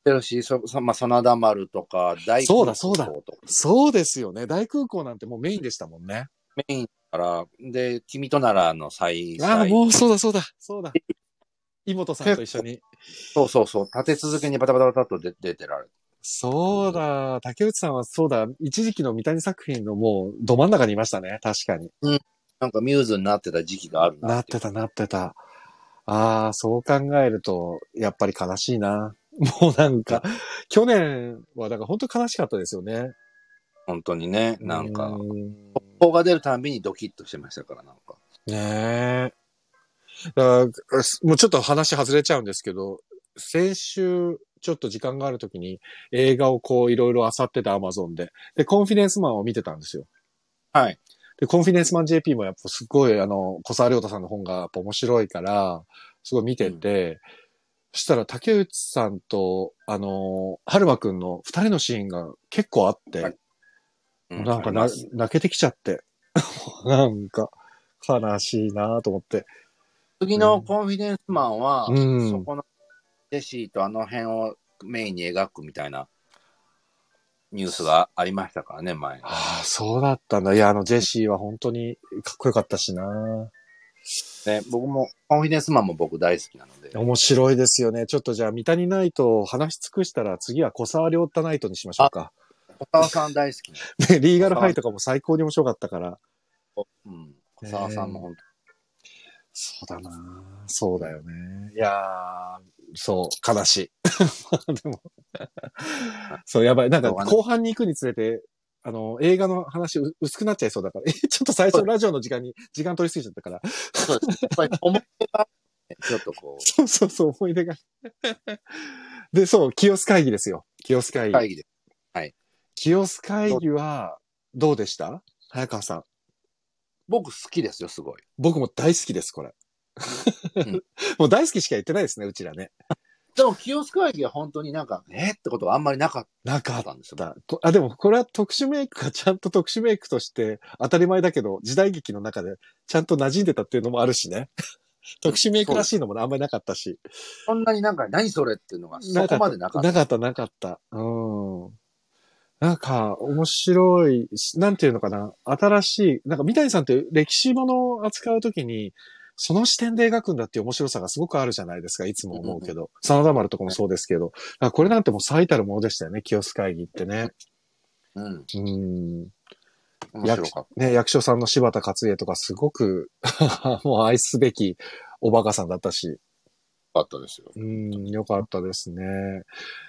Speaker 2: ってるし、そ、そまあ、真田丸とか、大
Speaker 1: そうだそうだ
Speaker 2: とか
Speaker 1: そうですよね。大空港なんてもうメインでしたもんね。
Speaker 2: メインから、で、君とならの再
Speaker 1: ああ、
Speaker 2: 再
Speaker 1: もうそうだそうだ、そうだ。妹さんと一緒に。
Speaker 2: そうそうそう、立て続けにバタバタバタっと出出てられ
Speaker 1: そうだ、竹内さんはそうだ、一時期の三谷作品のもうど真ん中にいましたね、確かに。
Speaker 2: なんかミューズになってた時期があるな
Speaker 1: なってた、なってた。ああ、そう考えると、やっぱり悲しいな。 もうなんか、去年はだから本当悲しかったですよね。
Speaker 2: 本当にね、なんか、
Speaker 1: う
Speaker 2: こ
Speaker 1: ん
Speaker 2: こが出るたんびにドキッとしてましたから、なんか。
Speaker 1: ねえ。だからすもうちょっと話外れちゃうんですけど、先週、ちょっと時間があるときに映画をこういろいろ漁ってた Amazon で。で、コンフィデンスマンを見てたんですよ。
Speaker 2: はい。
Speaker 1: で、コンフィデンスマン JP もやっぱすごい、あの、小沢亮太さんの本がやっぱ面白いから、すごい見てて、そしたら竹内さんと、あの、春馬くんの二人のシーンが結構あって、
Speaker 2: はいうん
Speaker 1: なんかな
Speaker 2: あります
Speaker 1: 泣けてきちゃって、 なんか悲しいなと思って。
Speaker 2: 次のコンフィデンスマンは、
Speaker 1: うん
Speaker 2: そこのジェシーとあの辺をメインに描くみたいなニュースがありましたからね、前に。
Speaker 1: ああ、そうだったんだ。いや、あの、ジェシーは本当にかっこよかったしな。
Speaker 2: ね、僕も、コンフィデンスマンも僕大好きなので。
Speaker 1: 面白いですよね。ちょっとじゃあ、三谷ナイトを話し尽くしたら、次は小沢良太ナイトにしましょうか。
Speaker 2: 小沢さん大好きな
Speaker 1: ね、リーガルハイとかも最高に面白かったから。
Speaker 2: の。うん。小沢さんも本
Speaker 1: そうだな。そうだよね。いやー、そう、悲しい。 でも、そう、やばい。なんか、後半に行くにつれて、あの、映画の話う薄くなっちゃいそうだから。え ちょっと最初ラジオの時間に時間取りすぎちゃったから。
Speaker 2: 当そうです。やっぱり思い出が、ちょっとこ
Speaker 1: そうそうそう、思い出が。で、そう、清須会議ですよ。清須会
Speaker 2: う、
Speaker 1: 議。
Speaker 2: 会議で。
Speaker 1: 清須会議は、どうでした早川さん。
Speaker 2: 僕好きですよ、すごい。
Speaker 1: 僕も大好きです、これ。
Speaker 2: うん
Speaker 1: もう大好きしか言ってないですね、うちらね。
Speaker 2: でも、清須会議は本当になんか、えってことがあんまりなかっ
Speaker 1: なかった
Speaker 2: んですよ。
Speaker 1: た。こあ、でもこれは特殊メイクがちゃんと特殊メイクとして当たり前だけど、時代劇の中でちゃんと馴染んでたっていうのもあるしね。 特殊メイクらしいのもあんまりなかったし。
Speaker 2: そんなになんか、何それっていうのが、そこまでなかった。
Speaker 1: なかった、なかった。うん。なんか、面白いし、なんていうのかな、新しい、なんか三谷さんって歴史ものを扱うときに、その視点で描くんだっていう面白さがすごくあるじゃないですか、いつも思うけど。真田丸とかもそうですけど。だからこれなんてもう最たるものでしたよね、清須会議ってね。
Speaker 2: うん。
Speaker 1: うん。
Speaker 2: 面白かっ
Speaker 1: ね、役所さんの柴田勝家とかすごく、 もう愛すべきおバカさんだったし。
Speaker 2: たったですよ。
Speaker 1: うん、よかったですね。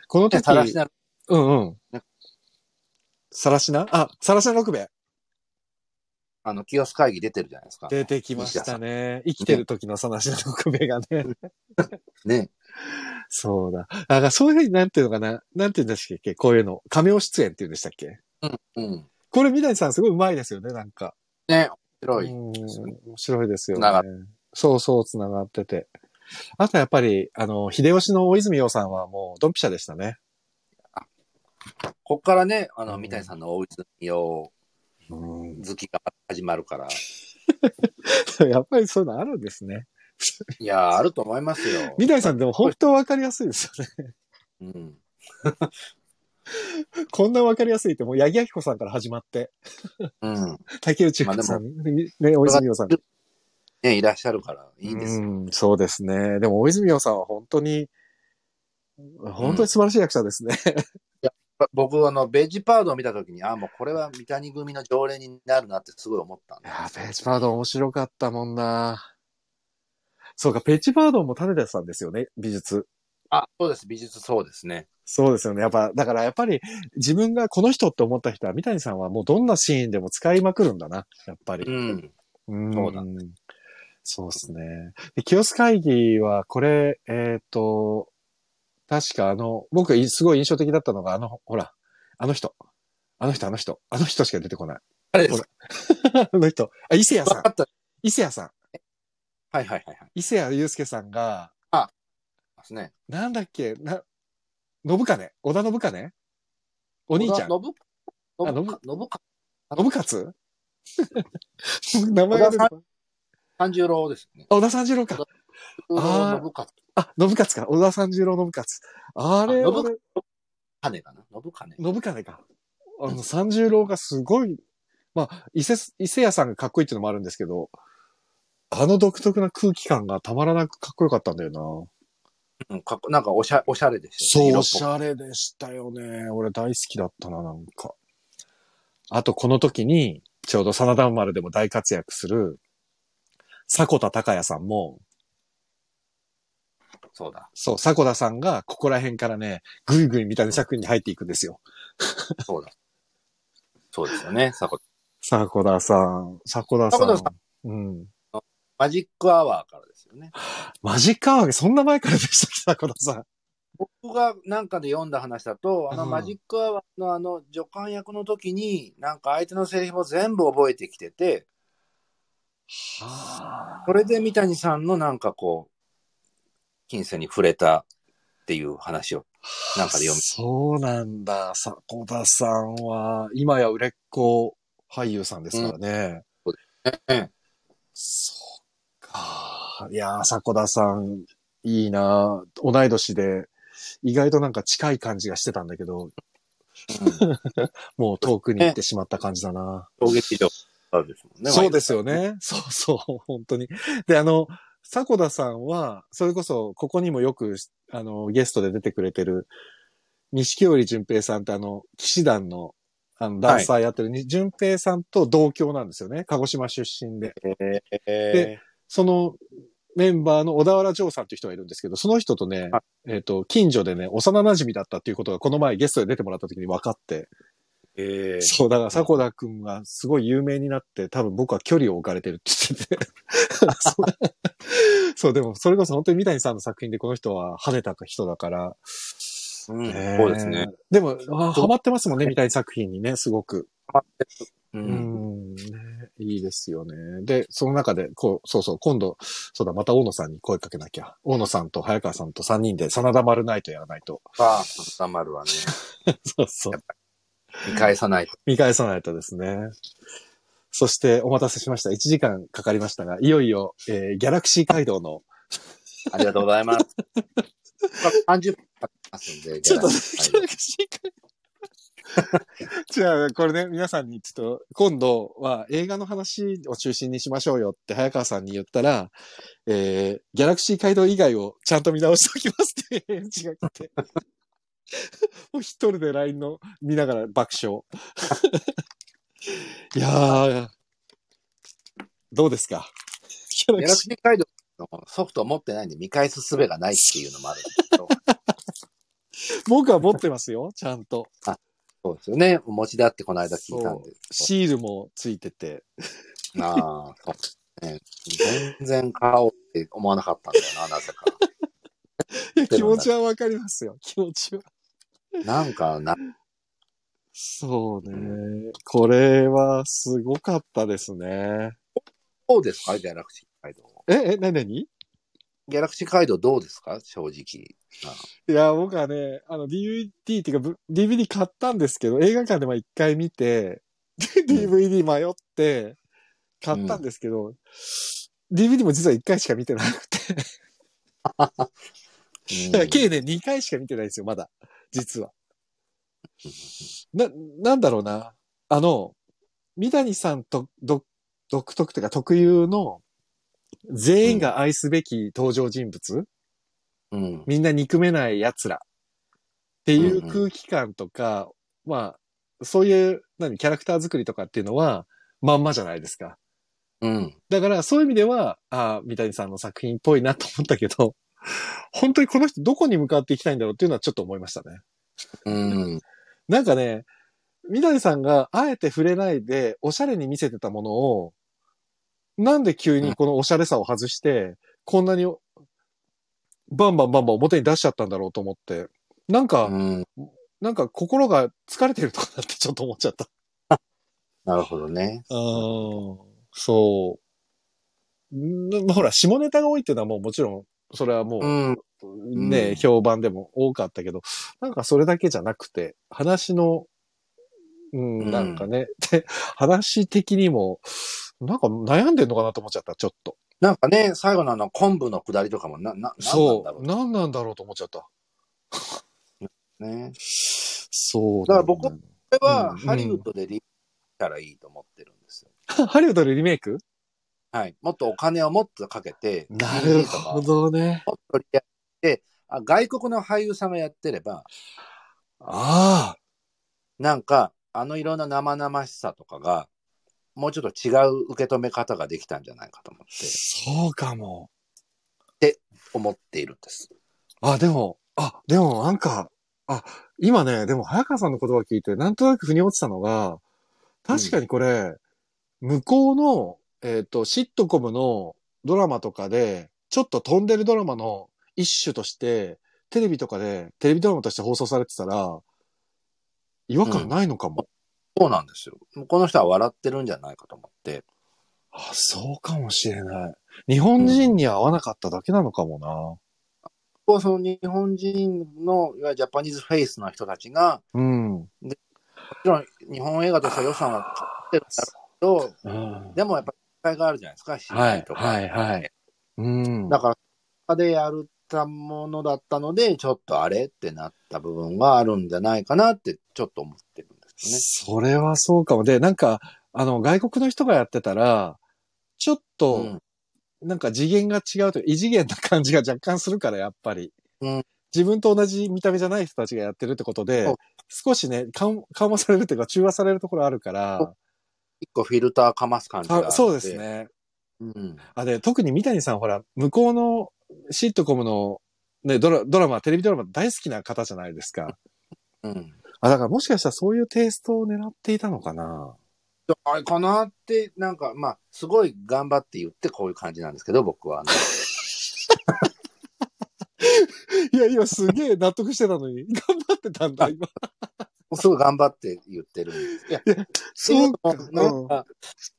Speaker 1: この
Speaker 2: で、
Speaker 1: 時、
Speaker 2: さらしなる
Speaker 1: うんうん
Speaker 2: ね。
Speaker 1: さらしなあ、さらしな六兵衛。
Speaker 2: あの、清須会議出てるじゃないですか。
Speaker 1: 出てきましたね。生きてる時のさらしな六兵衛がね。
Speaker 2: ね。
Speaker 1: そうだ。だからそういうふうになんていうのかな。なんていうんでしたっけこういうの。仮名出演っていうんでしたっけ
Speaker 2: うん。
Speaker 1: これ、三谷さんすごい上手いですよね、なんか。
Speaker 2: ね、面白
Speaker 1: う
Speaker 2: い。
Speaker 1: ん面白いですよね
Speaker 2: つなが。
Speaker 1: そうそう、繋がってて。あとやっぱり、あの、秀吉の大泉洋さんはもう、ドンピシャでしたね。
Speaker 2: こっからね、あの、
Speaker 1: うん
Speaker 2: 三谷さんの大泉洋好きが始ま るから。
Speaker 1: やっぱりそういうのあるんですね。
Speaker 2: いやー、あると思いますよ。
Speaker 1: 三谷さんでも本当わかりやすいですよね
Speaker 2: うん。
Speaker 1: こんなわかりやすいって、もう、八木明子さんから始まって、
Speaker 2: うん。
Speaker 1: 竹内福さん、ね、大泉洋さん。
Speaker 2: ね、いらっしゃるから、いいですよ。
Speaker 1: うん、そうですね。でも、大泉洋さんは本当に、本当に素晴らしい役者ですね。
Speaker 2: 僕、あの、ベッジパードを見たときに、あーもうこれは三谷組の常連になるなってすごい思ったん
Speaker 1: い
Speaker 2: で。
Speaker 1: や、ペッチバードン面白かったもんな。そうか、ペッチバードンも種田さんですよね、美術。
Speaker 2: あ、そうです、美術そうですね。
Speaker 1: そうですよね。やっぱ、だからやっぱり自分がこの人って思った人は、三谷さんはもうどんなシーンでも使いまくるんだな、やっぱり
Speaker 2: う。ん。
Speaker 1: うん
Speaker 2: そうだ
Speaker 1: そうですね。で、清須会議は、これ、えっ、と、確かあの、僕いすごい印象的だったのが、あの、ほら、あの人、あの人、あの人、あの人しか出てこない。
Speaker 2: あれです
Speaker 1: あの人、あ、伊勢谷さん
Speaker 2: わか、った。
Speaker 1: 伊勢谷さん、
Speaker 2: はいはいはいはい。
Speaker 1: 伊勢谷祐介さんが、
Speaker 2: ですね。
Speaker 1: なんだっけ、な、信兼、織田信兼お兄ちゃん、
Speaker 2: のぶ、
Speaker 1: あ
Speaker 2: の
Speaker 1: 信
Speaker 2: ぶ、のぶか、
Speaker 1: 信勝名前が出てこない
Speaker 2: 三十郎ですね。
Speaker 1: あ織田三十郎か。あー
Speaker 2: のぶか、
Speaker 1: あ、信勝か。織田三十郎信勝。あれ、
Speaker 2: あ信
Speaker 1: 俺
Speaker 2: 金かな。のぶかね。
Speaker 1: 信金か。あの、三十郎がすごい、まあ、伊勢、伊勢屋さんがかっこいいっていうのもあるんですけど、あの独特な空気感がたまらなくかっこよかったんだよ
Speaker 2: うん、かっこなんかおしゃおしゃれでしたね、
Speaker 1: そう、
Speaker 2: 色
Speaker 1: お
Speaker 2: っぽく
Speaker 1: しゃれでしたよね。俺大好きだったな、なんか。あと、この時に、ちょうど真田丸でも大活躍する、迫田孝也さんも、
Speaker 2: そうだ。
Speaker 1: そう、迫田さんがここら辺からね、ぐいぐい三谷作品に入っていくんですよ。
Speaker 2: そうだ。そうですよね、迫田
Speaker 1: 迫田さん、迫田さん。
Speaker 2: 迫田さ
Speaker 1: うん。
Speaker 2: マジックアワーからですよね。
Speaker 1: マジカワゲ、そんな前からでしたっけ、迫田さん。
Speaker 2: 僕がなんかで読んだ話だと、あの
Speaker 1: うん
Speaker 2: マジックアワーのあの助監役の時に、なんか相手のセリフを全部覚えてきてて、それで三谷さんのなんかこう、金銭に触れたっていう話を、なんかで読む。
Speaker 1: そうなんだ。迫田さんは、今や売れっ子俳優さんですからね。
Speaker 2: うんそうね
Speaker 1: そっか。いやー、迫田さん、いいな同い年で、意外となんか近い感じがしてたんだけど、もう遠くに行ってしまった感じだな。
Speaker 2: 衝撃場ですもんね。
Speaker 1: そうですよね。そうそう、本当に。で、あの、迫田さんは、それこそ、ここにもよく、あの、ゲストで出てくれてる、西織淳平さんってあの、騎士団の、あの、ダンサーやってる、に淳平さんと同郷なんですよね。鹿児島出身で。
Speaker 2: 毎回。
Speaker 1: でそのメンバーの小田原城さんという人がいるんですけど、その人とね、
Speaker 2: は
Speaker 1: えっ、と、近所でね、幼馴染だったっていうことが、この前ゲストで出てもらった時に分かって、
Speaker 2: えーえー
Speaker 1: そう、だから、迫田くんがすごい有名になって、多分僕は距離を置かれてるって言ってて。 そう そう、でも、それこそ本当に三谷さんの作品でこの人は跳ねた人だから。
Speaker 2: うん
Speaker 1: ね
Speaker 2: そうですね。。
Speaker 1: でも、あハマってますもんね、三谷作品にね、すごく。
Speaker 2: う。
Speaker 1: うんん、ねいいですよね。で、その中で、こう、そうそう、今度、そうだ、また大野さんに声かけなきゃ。大野さんと早川さんと3人で、真田丸ナイトやらない と。
Speaker 2: さあ、収まるはね、
Speaker 1: そうそう。
Speaker 2: 見返さないと。
Speaker 1: 見返さないとですね。そしてお待たせしました。1時間かかりましたが、いよいよ、えーギャラクシー街道の、
Speaker 2: ありがとうございます。30分かかりますん で、
Speaker 1: ちょっと、
Speaker 2: は
Speaker 1: ギ
Speaker 2: い
Speaker 1: ャラクシー街道。じゃあ、これね、皆さんにちょっと、今度は映画の話を中心にしましょうよって早川さんに言ったら、えーギャラクシー街道以外をちゃんと見直しておきますって返事が来て。 もう一人で LINE の見ながら爆笑。 いやー、どうですか ギャ
Speaker 2: ギ
Speaker 1: ラ
Speaker 2: ャラ
Speaker 1: ク
Speaker 2: ク
Speaker 1: シ
Speaker 2: シーガイドのソフトを持ってないんで見返す術がないっていうのもあるんですけど、
Speaker 1: ー僕は持ってますよ、ちゃんと。
Speaker 2: そうですよね。お持ちだってこの間聞いたんで
Speaker 1: シールもついてて。
Speaker 2: すなあ、そうですね。全然買おうって思わなかったんだよな、なぜか。
Speaker 1: いや、 気持ちはわかりますよ、 気持ちは。
Speaker 2: なんかな、
Speaker 1: そうね。これはすごかったですね。
Speaker 2: どうですかギャラクシーガイド。
Speaker 1: え、え、なになに
Speaker 2: ギャラクシーガイドどうですか正直。
Speaker 1: いや、僕はね、あの、DVD っていうか、ぶ DVD 買ったんですけど、映画館でまあ一回見て、 で DVD 迷って、買ったんですけど、DVD も実は一回しか見てなくて、
Speaker 2: うん
Speaker 1: だ から計ね、2回しか見てないんですよ、まだ。実は。 な、なんだろうな。あの、三谷さんと、ど、独特というか特有の、全員が愛すべき登場人物、
Speaker 2: うん。
Speaker 1: みんな憎めない奴らっていう空気感とか、まあ、そういう、何、キャラクター作りとかっていうのは、まんまじゃないですか。
Speaker 2: うん。
Speaker 1: だから、そういう意味では、ああ、三谷さんの作品っぽいなと思ったけど、 本当にこの人どこに向かっていきたいんだろうっていうのはちょっと思いましたね。
Speaker 2: うん。
Speaker 1: なんかね、三谷さんがあえて触れないで、おしゃれに見せてたものを、なんで急にこのおしゃれさを外して、こんなに、バンバンバンバン表に出しちゃったんだろうと思って、なんか、
Speaker 2: うん。
Speaker 1: なんか心が疲れてるとかなってちょっと思っちゃった。
Speaker 2: なるほどね。
Speaker 1: そう。んほら、下ネタが多いっていうのはもうもちろん、それはもう、
Speaker 2: うん。
Speaker 1: ね、
Speaker 2: うん
Speaker 1: 評判でも多かったけど、なんかそれだけじゃなくて、話の、う、
Speaker 2: うんん
Speaker 1: なんかね、で、話的にも、なんか悩んでんのかなと思っちゃった、ちょっと。
Speaker 2: なんかね、最後のあの昆布のくだりとかもな、な、なんなん
Speaker 1: そ
Speaker 2: だろ
Speaker 1: う。何なんだろうと思っちゃった。
Speaker 2: うね。
Speaker 1: そう。
Speaker 2: だから僕は、これ
Speaker 1: う
Speaker 2: は
Speaker 1: ん
Speaker 2: ハリウッドでリメイクしたらいいと思ってるんですよ。
Speaker 1: ハリウッドでリメイク
Speaker 2: はい。もっとお金をもっとかけて、
Speaker 1: なる
Speaker 2: DVD とか
Speaker 1: ほどね。
Speaker 2: もっと取り上げて、あ外国の俳優さんがやってれば、
Speaker 1: ああ。
Speaker 2: なんか、あのいろんな生々しさとかが、もうちょっと違う受け止め方ができたんじゃないかと思って、
Speaker 1: そうかも。
Speaker 2: 思っているんです。
Speaker 1: あ、でも、あ、でもなんか、あ、今ね、でも早川さんの言葉聞いて、なんとなく腑に落ちたのが、確かにこれ、向こうの、えっ、と、シットコムのドラマとかで、ちょっと飛んでるドラマの一種として、テレビとかで、テレビドラマとして放送されてたら、違和感ないのかも。
Speaker 2: そうなんですよ。この人は笑ってるんじゃないかと思って、
Speaker 1: あ、そうかもしれない。日本人に合わなかっただけなのかもな。
Speaker 2: こうその日本人の、いわゆるジャパニーズフェイスの人たちが、
Speaker 1: うん。
Speaker 2: もちろん日本映画としては予算はかかってるんだろうけ
Speaker 1: うん
Speaker 2: ど、でもやっぱり、があるじゃないですか、
Speaker 1: はい、
Speaker 2: CG とか。
Speaker 1: はい、はい。うん。
Speaker 2: だから、他でやったものだったので、ちょっとあれってなった部分があるんじゃないかなって、ちょっと思ってるんですね。
Speaker 1: それはそうかも。で、なんか、あの、外国の人がやってたら、ちょっと、なんか次元が違うという、異次元な感じが若干するから、やっぱり。
Speaker 2: うん
Speaker 1: 自分と同じ見た目じゃない人たちがやってるってこと
Speaker 2: そ
Speaker 1: で
Speaker 2: う、
Speaker 1: 少しね、緩緩和されるっていうか、中和されるところあるから、
Speaker 2: 一個フィルターかます感じがあるん
Speaker 1: あそうです。ね。
Speaker 2: うん。
Speaker 1: あ、で、特に三谷さん、ほら、向こうのシットコムの、ね、ドラドラマ、テレビドラマ大好きな方じゃないですか。
Speaker 2: うん。
Speaker 1: あ、だからもしかしたらそういうテイストを狙っていたのかな。
Speaker 2: あれかなって、なんか、まあ、すごい頑張って言ってこういう感じなんですけど、僕は、ね。
Speaker 1: いや、今すげえ納得してたのに、 頑張ってたんだ、今。
Speaker 2: すごい頑張って言ってるんです。いや、なんか、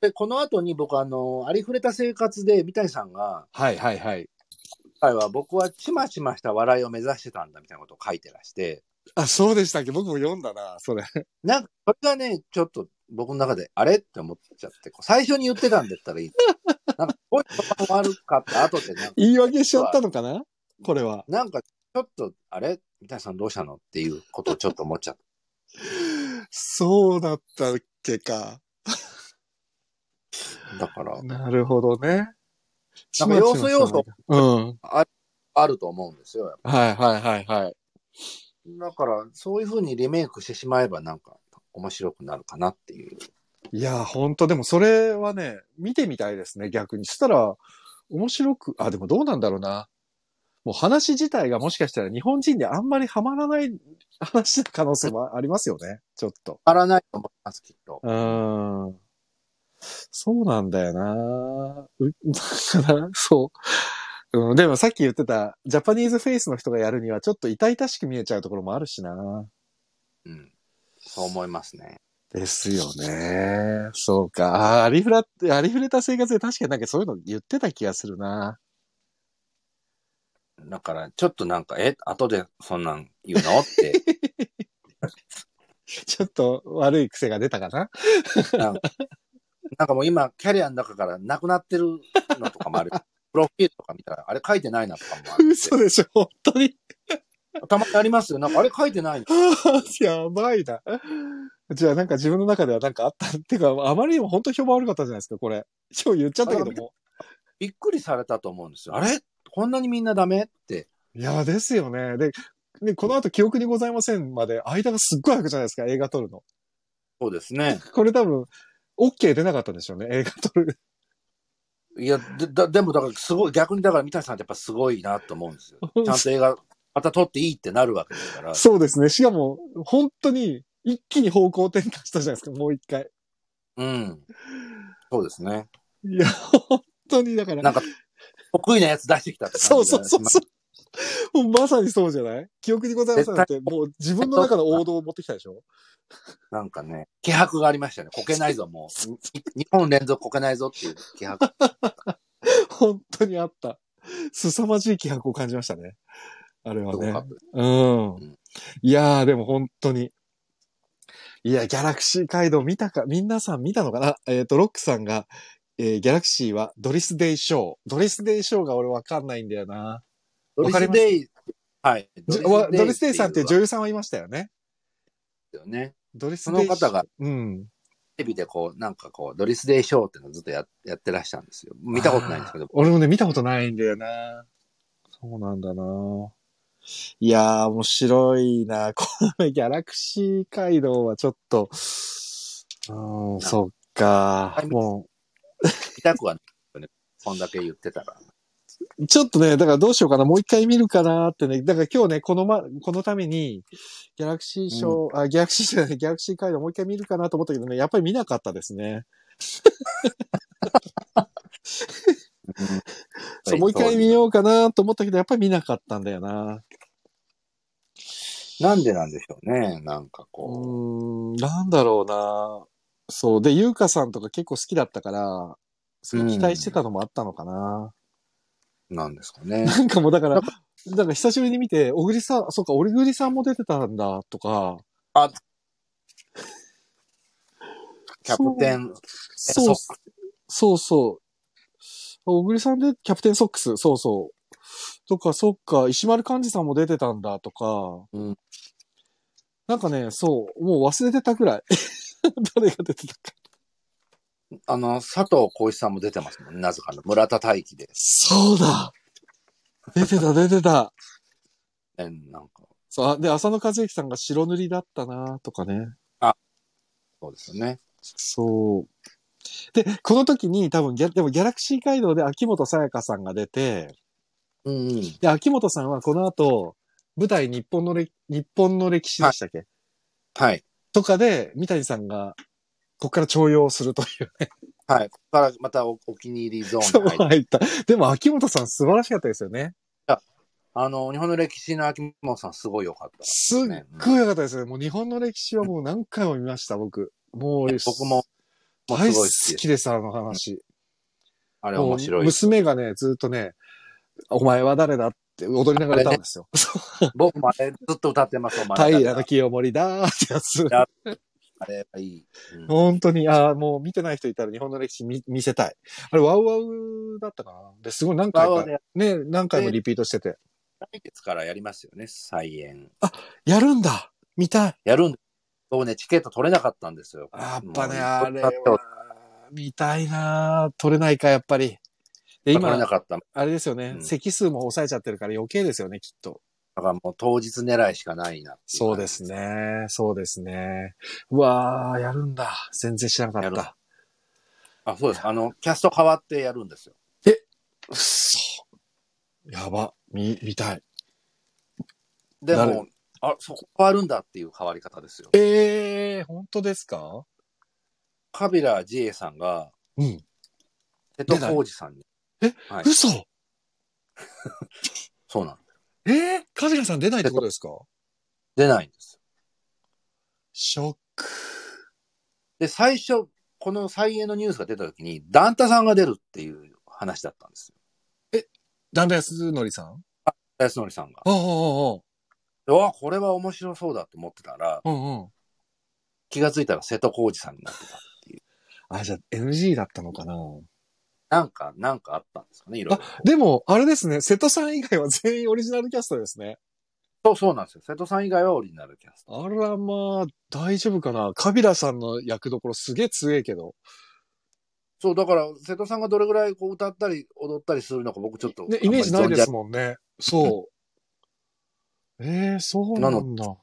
Speaker 2: でこの後に僕、あの、ありふれた生活で三谷さんが、
Speaker 1: はいはいはい。
Speaker 2: 今回は僕はちまちました笑いを目指してたんだみたいなことを書いてらして、
Speaker 1: あ、そうでしたっけ僕も読んだな、それ。
Speaker 2: なんか、それがね、ちょっと僕の中で、あれって思っちゃって、こう最初に言ってたんだったらいい。 なんか、こういうの悪かった後でなんか、
Speaker 1: 言い訳しちゃったのかなこれは。
Speaker 2: なんかちょっと、あれ三谷さんどうしたのっていうことをちょっと思っちゃっ
Speaker 1: そうだったっけか。
Speaker 2: た。だから、
Speaker 1: なるほどね。
Speaker 2: なんか要素要素。
Speaker 1: うん。
Speaker 2: あると思うんですよ。やっぱ
Speaker 1: はいはいはいはい。
Speaker 2: だから、そういうふうにリメイクしてしまえば、なんか、面白くなるかなっていう。
Speaker 1: いや、ほんと、でもそれはね、見てみたいですね、逆に。そしたら、面白く、あ、でもどうなんだろうな。もう話自体がもしかしたら日本人にあんまりハマらない話の可能性もありますよね、ちょっと。
Speaker 2: あらないと思います、きっと。
Speaker 1: うーん。そうなんだよなう だから、そう。うん、でもさっき言ってた、ジャパニーズフェイスの人がやるにはちょっと痛々しく見えちゃうところもあるしな
Speaker 2: うん。そう思いますね。
Speaker 1: ですよね。そうか。あーありふら、ありふれた生活で確かになんかそういうの言ってた気がするな
Speaker 2: だから、ちょっとなんか、え、後でそんなん言うのって。
Speaker 1: ちょっと悪い癖が出たかな
Speaker 2: なんかもう今、キャリアの中からなくなってるのとかもある。 プロフィールとか見たら、あれ書いてないなとかもある。
Speaker 1: 嘘でしょ本当に。
Speaker 2: たまにありますよ。なんかあれ書いてないの。
Speaker 1: やばいな。じゃあなんか自分の中ではなんかあった。てか、あまりにも本当評判悪かったじゃないですか、これ。今日言っちゃったけども。
Speaker 2: びっくりされたと思うんですよ。あれこんなにみんなダメって。
Speaker 1: いや、ですよね。で、で、この後記憶にございませんまで、間がすっごい空くじゃないですか、映画撮るの。
Speaker 2: そうですね。
Speaker 1: これ多分、OK 出なかったんでしょうね、映画撮る。
Speaker 2: いや、でだでもだからすごい、逆にだから三谷さんってやっぱすごいなと思うんですよ。ちゃんと映画、また撮っていいってなるわけですから。
Speaker 1: そうですね。しかも、本当に、一気に方向転換したじゃないですか、もう一回。
Speaker 2: うん。そうですね。
Speaker 1: いや、本当に、だから。
Speaker 2: なんか、得意なやつ出してきたって
Speaker 1: そ
Speaker 2: 感
Speaker 1: う
Speaker 2: じが
Speaker 1: そうそうそう。もうまさにそうじゃない記憶にございませんなんて、もう自分の中の王道を持ってきたでしょ
Speaker 2: なんかね、気迫がありましたね。こけないぞ、もう。に日本連続こけないぞっていう気迫。
Speaker 1: 本当にあった。凄まじい気迫を感じましたね。あれは
Speaker 2: すご
Speaker 1: ね
Speaker 2: か。った
Speaker 1: うん
Speaker 2: ん。
Speaker 1: いやー、でも本当に。いや、ギャラクシー街道見たか、皆さん見たのかなえっ、と、ロックさんが、えーギャラクシーはドリスデイショー。ドリスデイショーが俺わかんないんだよな。
Speaker 2: ド
Speaker 1: わ
Speaker 2: リ
Speaker 1: かり
Speaker 2: ス・
Speaker 1: ます
Speaker 2: デイ、はい。
Speaker 1: じゅわドリスデイさんっていう女
Speaker 2: 優
Speaker 1: 優さんはいましたよね。
Speaker 2: ですよね。
Speaker 1: ドリス
Speaker 2: そ
Speaker 1: デイ
Speaker 2: の
Speaker 1: ショー
Speaker 2: 方が。
Speaker 1: うん。
Speaker 2: テレビでこう、なんかこう、ドリス・デイショーっていうのをずっとややってらしたんですよ。見たことないんですけど
Speaker 1: あー、俺もね、見たことないんだよな。そうなんだな。いやー、面白いな。 このギャラクシー街道はちょっと、うん、そっか
Speaker 2: は。い
Speaker 1: も
Speaker 2: 痛くはないよね。こんだけ言ってたら。
Speaker 1: う、ちょっとね、だからどうしようかな。もう一回見るかなってね。だから今日ね、このま、このために、ギャラクシー賞、あ、ギャラクシーじゃない、ギャラクシー街道もう一回見るかなと思ったけどね、やっぱり見なかったですね。そう、もう一回見ようかなと思ったけど、やっぱり見なかったんだよな。
Speaker 2: なんでなんでしょうね。なんかこ
Speaker 1: うーん、なんだろうな。そう。で、ゆうかさんとか結構好きだったから、すごい期待してたのもあったのかな。
Speaker 2: う、なんですかね。
Speaker 1: なんかもうだから、なんか久しぶりに見て、小栗さん、そうか、小栗さんも出てたんだ、とか。
Speaker 2: キャプテン、
Speaker 1: そう
Speaker 2: ソッ
Speaker 1: そうそう。小栗さんで、キャプテンソックス、そうそう。とか、そっか、石丸幹二さんも出てたんだ、とか。
Speaker 2: うん
Speaker 1: なんかね、そう、もう忘れてたくらい。 誰が出てたか。
Speaker 2: あの、佐藤浩市さんも出てますもんね。なぜかの村田大輝で。
Speaker 1: そうだ出てた、出てた。
Speaker 2: えなんか、
Speaker 1: そう、あで、浅野和之さんが白塗りだったなとかね。
Speaker 2: そうですよね。
Speaker 1: そう。で、この時に多分ギャ、でもギャラクシー街道で秋元さやかさんが出て、
Speaker 2: うん、うん。
Speaker 1: で、秋元さんはこの後、舞台日本のれ、日本の歴史でしたっけ、
Speaker 2: はい。
Speaker 1: とかで、三谷さんが、こっから徴用するという。
Speaker 2: はい。ここからまたおお気に入りゾー
Speaker 1: そ
Speaker 2: ン
Speaker 1: う
Speaker 2: に入って。
Speaker 1: 入った。でも、秋元さん素晴らしかったですよね。
Speaker 2: あの、日本の歴史の秋元さんすごい良かった。
Speaker 1: すっごい良かったですね。もう日本の歴史はもう何回も見ました、僕。もう、
Speaker 2: 僕も、もう
Speaker 1: 大
Speaker 2: す
Speaker 1: 好
Speaker 2: ごい好きです。
Speaker 1: きです、あの話。
Speaker 2: あれ面白
Speaker 1: もう
Speaker 2: い。
Speaker 1: 娘がね、ずっとね、お前は誰だって踊りながら歌うんですよ。そう
Speaker 2: 僕もあれずっと歌ってます、 お前
Speaker 1: 平
Speaker 2: だから
Speaker 1: の清盛だーってやつ。
Speaker 2: あれはいい。うん
Speaker 1: 本当に、ああ、もう見てない人いたら日本の歴史見見せたい。あれ、ワウワウだったかなで、すごい何回
Speaker 2: ワウワ
Speaker 1: か
Speaker 2: ウでや、
Speaker 1: ね、何回もリピートしてて。
Speaker 2: 来月からやりますよね、再演。
Speaker 1: やるんだ見たい
Speaker 2: やるん僕ね、チケット取れなかったんですよ。
Speaker 1: やっぱね、
Speaker 2: もう
Speaker 1: あれは、見たいなー取れないか、やっぱり。で、
Speaker 2: 取れ
Speaker 1: 今
Speaker 2: な、かった。だ
Speaker 1: あれですよね、
Speaker 2: うん
Speaker 1: 席数も抑えちゃってるから余計ですよね、きっと。
Speaker 2: からもう当日狙いしかないなってい
Speaker 1: そうです。ね。そうですね。うわー、やるんだ。全然知らなか
Speaker 2: や
Speaker 1: っ
Speaker 2: る
Speaker 1: た。
Speaker 2: あ、そうです。あの、キャスト変わってやるんですよ。
Speaker 1: うっそ。やば。見、見たい。
Speaker 2: でも
Speaker 1: 誰、
Speaker 2: あ、そこ変わるんだっていう変わり方ですよ。
Speaker 1: ええー、本当ですか
Speaker 2: カビラ・ジエさんが、
Speaker 1: うん。
Speaker 2: 瀬戸康史さんに。
Speaker 1: え
Speaker 2: はい。
Speaker 1: 嘘
Speaker 2: そうなんです。
Speaker 1: ええー、カジラさん出ないってことですか
Speaker 2: 出ないんです。
Speaker 1: ショック。
Speaker 2: で、最初、この再演のニュースが出た時に、ダンタさんが出るっていう話だったんですよ。
Speaker 1: ダンダヤスノリさんあ
Speaker 2: ダイスノリさんが。
Speaker 1: あ、あ
Speaker 2: でわあ、これは面白そうだと思ってた
Speaker 1: あ、
Speaker 2: ら、
Speaker 1: うんうん。
Speaker 2: 気がついたら瀬戸康史さんになってた。
Speaker 1: あ、じゃあ NG だったのかな
Speaker 2: なんか、なんかあったんですかね、いろいろ。
Speaker 1: でも、あれですね、瀬戸さん以外は全員オリジナルキャストですね。
Speaker 2: そうそうなんですよ。瀬戸さん以外はオリジナルキャスト。
Speaker 1: あらまあ、大丈夫かなカビラさんの役どころすげえ強えけど。
Speaker 2: そう、だから、瀬戸さんがどれぐらいこう歌ったり踊ったりするのか、僕ちょっと。
Speaker 1: ね、イメージないです
Speaker 2: ん。
Speaker 1: もんね。そう。ええー、そうなんだ。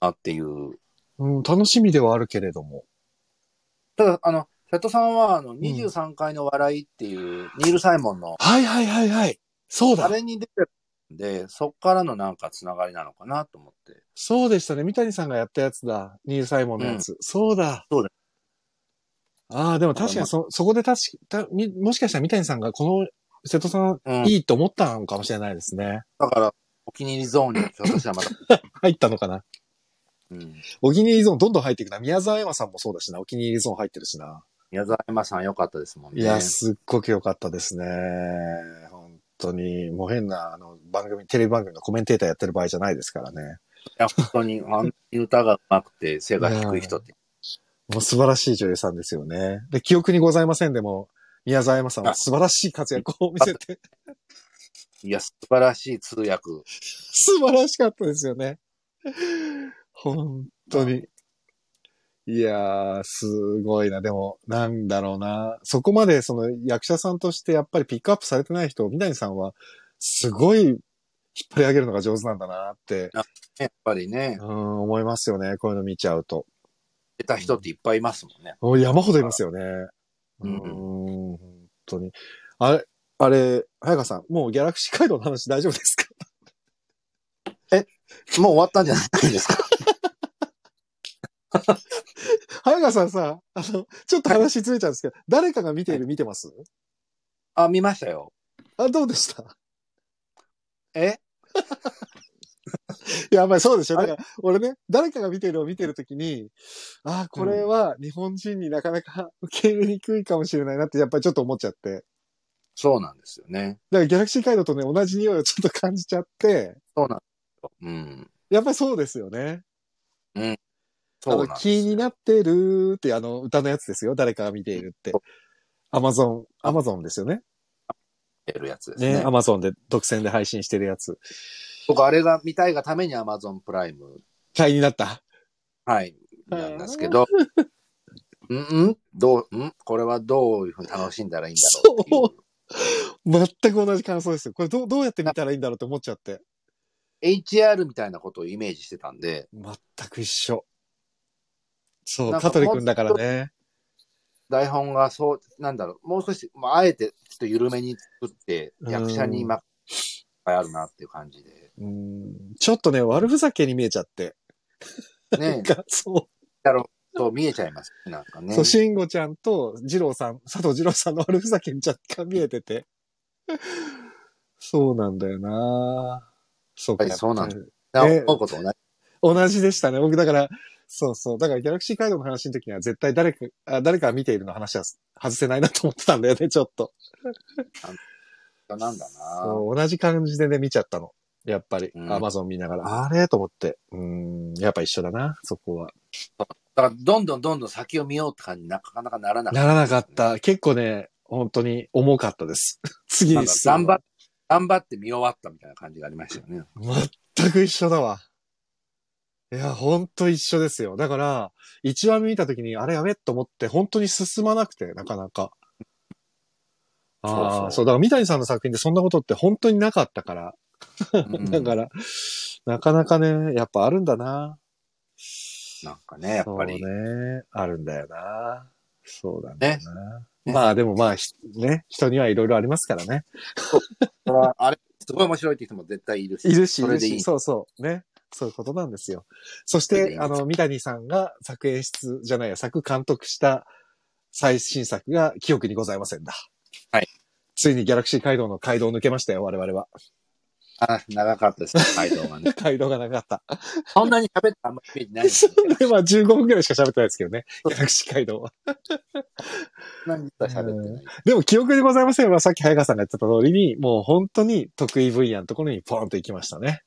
Speaker 2: あっていう。
Speaker 1: うん、楽しみではあるけれども。
Speaker 2: ただ、あの、瀬戸さんは、あの、23回の笑いっていう、ニール・サイモンの、
Speaker 1: はいはいはいはい。そうだ。
Speaker 2: あれに出てるんで、そっからのなんかつながりなのかなと思って。
Speaker 1: そうでしたね。三谷さんがやったやつだ。ニール・サイモンのやつ。そうだ。
Speaker 2: そうだ。
Speaker 1: ああ、でも確かにそ、そこで確か、たみもしかしたら三谷さんがこの瀬戸さん
Speaker 2: うん。
Speaker 1: いいと思ったのかもしれないですね。
Speaker 2: だから、お気に入りゾーンに、ひょっとしたらまた。
Speaker 1: 入ったのかな。
Speaker 2: うん。
Speaker 1: お気に入りゾーンどんどん入っていくな。宮沢エマさんもそうだしな。お気に入りゾーン入ってるしな。
Speaker 2: 宮沢山さん良かったですもんね。
Speaker 1: いや、すっごく良かったですね。本当に、もう変な、あの、番組、テレビ番組のコメンテーターやってる場合じゃないですからね。
Speaker 2: いや、本当に、あんなに歌が上手くて、背が低い人って、
Speaker 1: もう素晴らしい女優さんですよね。で、記憶にございませんでも、宮沢山さんは素晴らしい活躍を見せて、
Speaker 2: いや、素晴らしい通訳。
Speaker 1: 素晴らしかったですよね。本当に。いやー、すごいな。でも、なんだろうな。そこまで、その、役者さんとしてやっぱりピックアップされてない人を、三谷さんは、すごい引っ張り上げるのが上手なんだなって、
Speaker 2: やっぱりね、
Speaker 1: うん、思いますよね。こういうの見ちゃうと。
Speaker 2: 出た人っていっぱいいますもんね。
Speaker 1: お山ほどいますよね。う、
Speaker 2: うんん
Speaker 1: 本当に。あれ、あれ、早川さん、もうギャラクシー街道の話大丈夫ですか
Speaker 2: もう終わったんじゃないですか。
Speaker 1: 早川さんさ、あの、ちょっと話ずれちゃうんですけど、誰かが見ている見てます
Speaker 2: あ、見ましたよ。
Speaker 1: あ、どうでした
Speaker 2: え
Speaker 1: やばい、そうでしょ。
Speaker 2: あ
Speaker 1: だ
Speaker 2: れ
Speaker 1: から、俺ね、誰かが見てるを見てるときに、ああ、これは日本人になかなか受け入れにくいかもしれないなって、やっぱりちょっと思っちゃって。だか
Speaker 2: そうなんですよね。
Speaker 1: ら、ギャラクシー街道とね、同じ匂いをちょっと感じちゃって、
Speaker 2: そうなんですよ。うん。
Speaker 1: やっぱりそうですよね。
Speaker 2: そうな
Speaker 1: あ
Speaker 2: ん
Speaker 1: の、
Speaker 2: です
Speaker 1: 気になってるっていうあの、歌のやつですよ。誰かが見ているって
Speaker 2: そ。
Speaker 1: アマゾン、アマゾンですよね。
Speaker 2: やるやつですね。
Speaker 1: ね、アマゾンで独占で配信してるやつ。
Speaker 2: 僕、あれが見たいがために Amazon プライム、
Speaker 1: 気になった。
Speaker 2: はい、なんですけど、うんうんどう、んこれはどういうふうに楽しんだらいいんだろうっていう。
Speaker 1: 全く同じ感想ですよ。これどう、どうやって見たらいいんだろうって思っちゃって。
Speaker 2: HR みたいなことをイメージしてたんで、
Speaker 1: 全く一緒。そ
Speaker 2: な
Speaker 1: う、
Speaker 2: ん
Speaker 1: 香
Speaker 2: か
Speaker 1: 取くんだからね。
Speaker 2: 台本がそう、なんだろう、もう少し、まあ、あえてちょっと緩めに作って、役者に今、いっぱいあるなっていう感じで。
Speaker 1: うんちょっとね、悪ふざけに見えちゃって。な
Speaker 2: ね
Speaker 1: んかそ
Speaker 2: だろうと見えちゃいます。なんか
Speaker 1: う、
Speaker 2: ね。
Speaker 1: そう、慎吾ちゃんと二郎さん、佐藤二郎さんの悪ふざけに若干見えてて。そうなんだよなそうか。
Speaker 2: はいそうなんだ
Speaker 1: やっぱり
Speaker 2: な
Speaker 1: ええ
Speaker 2: 思うこともない。
Speaker 1: 同じでしたね。僕、だから、そうそう。だから、ギャラクシー街道の話の時には絶対誰か、あ誰かが見ているの話は外せないなと思ってたんだよね、ちょっと。
Speaker 2: なんだな。
Speaker 1: そう同じ感じでね、見ちゃったの。やっぱり、
Speaker 2: うん
Speaker 1: アマゾン見ながら、あれと思って。うん、やっぱ一緒だな、そこは。
Speaker 2: だから、どんどんどんどん先を見ようって感じになかなかならなかった。
Speaker 1: ならなかった。結構ね、本当に重かったです。 次
Speaker 2: なん
Speaker 1: に
Speaker 2: か
Speaker 1: 進
Speaker 2: 頑
Speaker 1: む
Speaker 2: 張っ頑張って見終わったみたいな感じがありましたよね。
Speaker 1: 全く一緒だわ。いや、本当一緒ですよ。だから、一話目見た時に、あれやべっと思って、本当に進まなくて、なかなか。
Speaker 2: そうそう
Speaker 1: ああそうだから三谷さんの作品でそんなことって本当になかったから。
Speaker 2: うん
Speaker 1: だから、なかなかね、やっぱあるんだな。
Speaker 2: なんかね、やっぱり。
Speaker 1: そうね。あるんだよな。そうだね
Speaker 2: ね。ね
Speaker 1: まあでもまあ、ひね、人にはいろいろありますからね。
Speaker 2: それはあれ、すごい面白いって人も絶対いるし。
Speaker 1: いるし、い
Speaker 2: そ
Speaker 1: る
Speaker 2: れでいい
Speaker 1: し、そうそう。ね。そういうことなんですよ。そし
Speaker 2: それでい
Speaker 1: て、
Speaker 2: い
Speaker 1: あの、三谷さんが作演出じゃないや、作監督した最新作が記憶にございませんだ。
Speaker 2: はい。
Speaker 1: ついにギャラクシー街道の街道を抜けましたよ、我々は。
Speaker 2: あ長かったですね、回答 がね。
Speaker 1: 街道がなかった。
Speaker 2: そんなに喋ったあんまりイメージないです
Speaker 1: そ
Speaker 2: ね。
Speaker 1: れは15分くらいしか喋ってないですけどね。
Speaker 2: そ
Speaker 1: ギ
Speaker 2: う
Speaker 1: ャラクシー街道は。
Speaker 2: そんなに実は喋ってない。
Speaker 1: でも記憶にございませんは、さっき早川さんが言ってた通りに、もう本当に得意分野のところにポーンと行きましたね。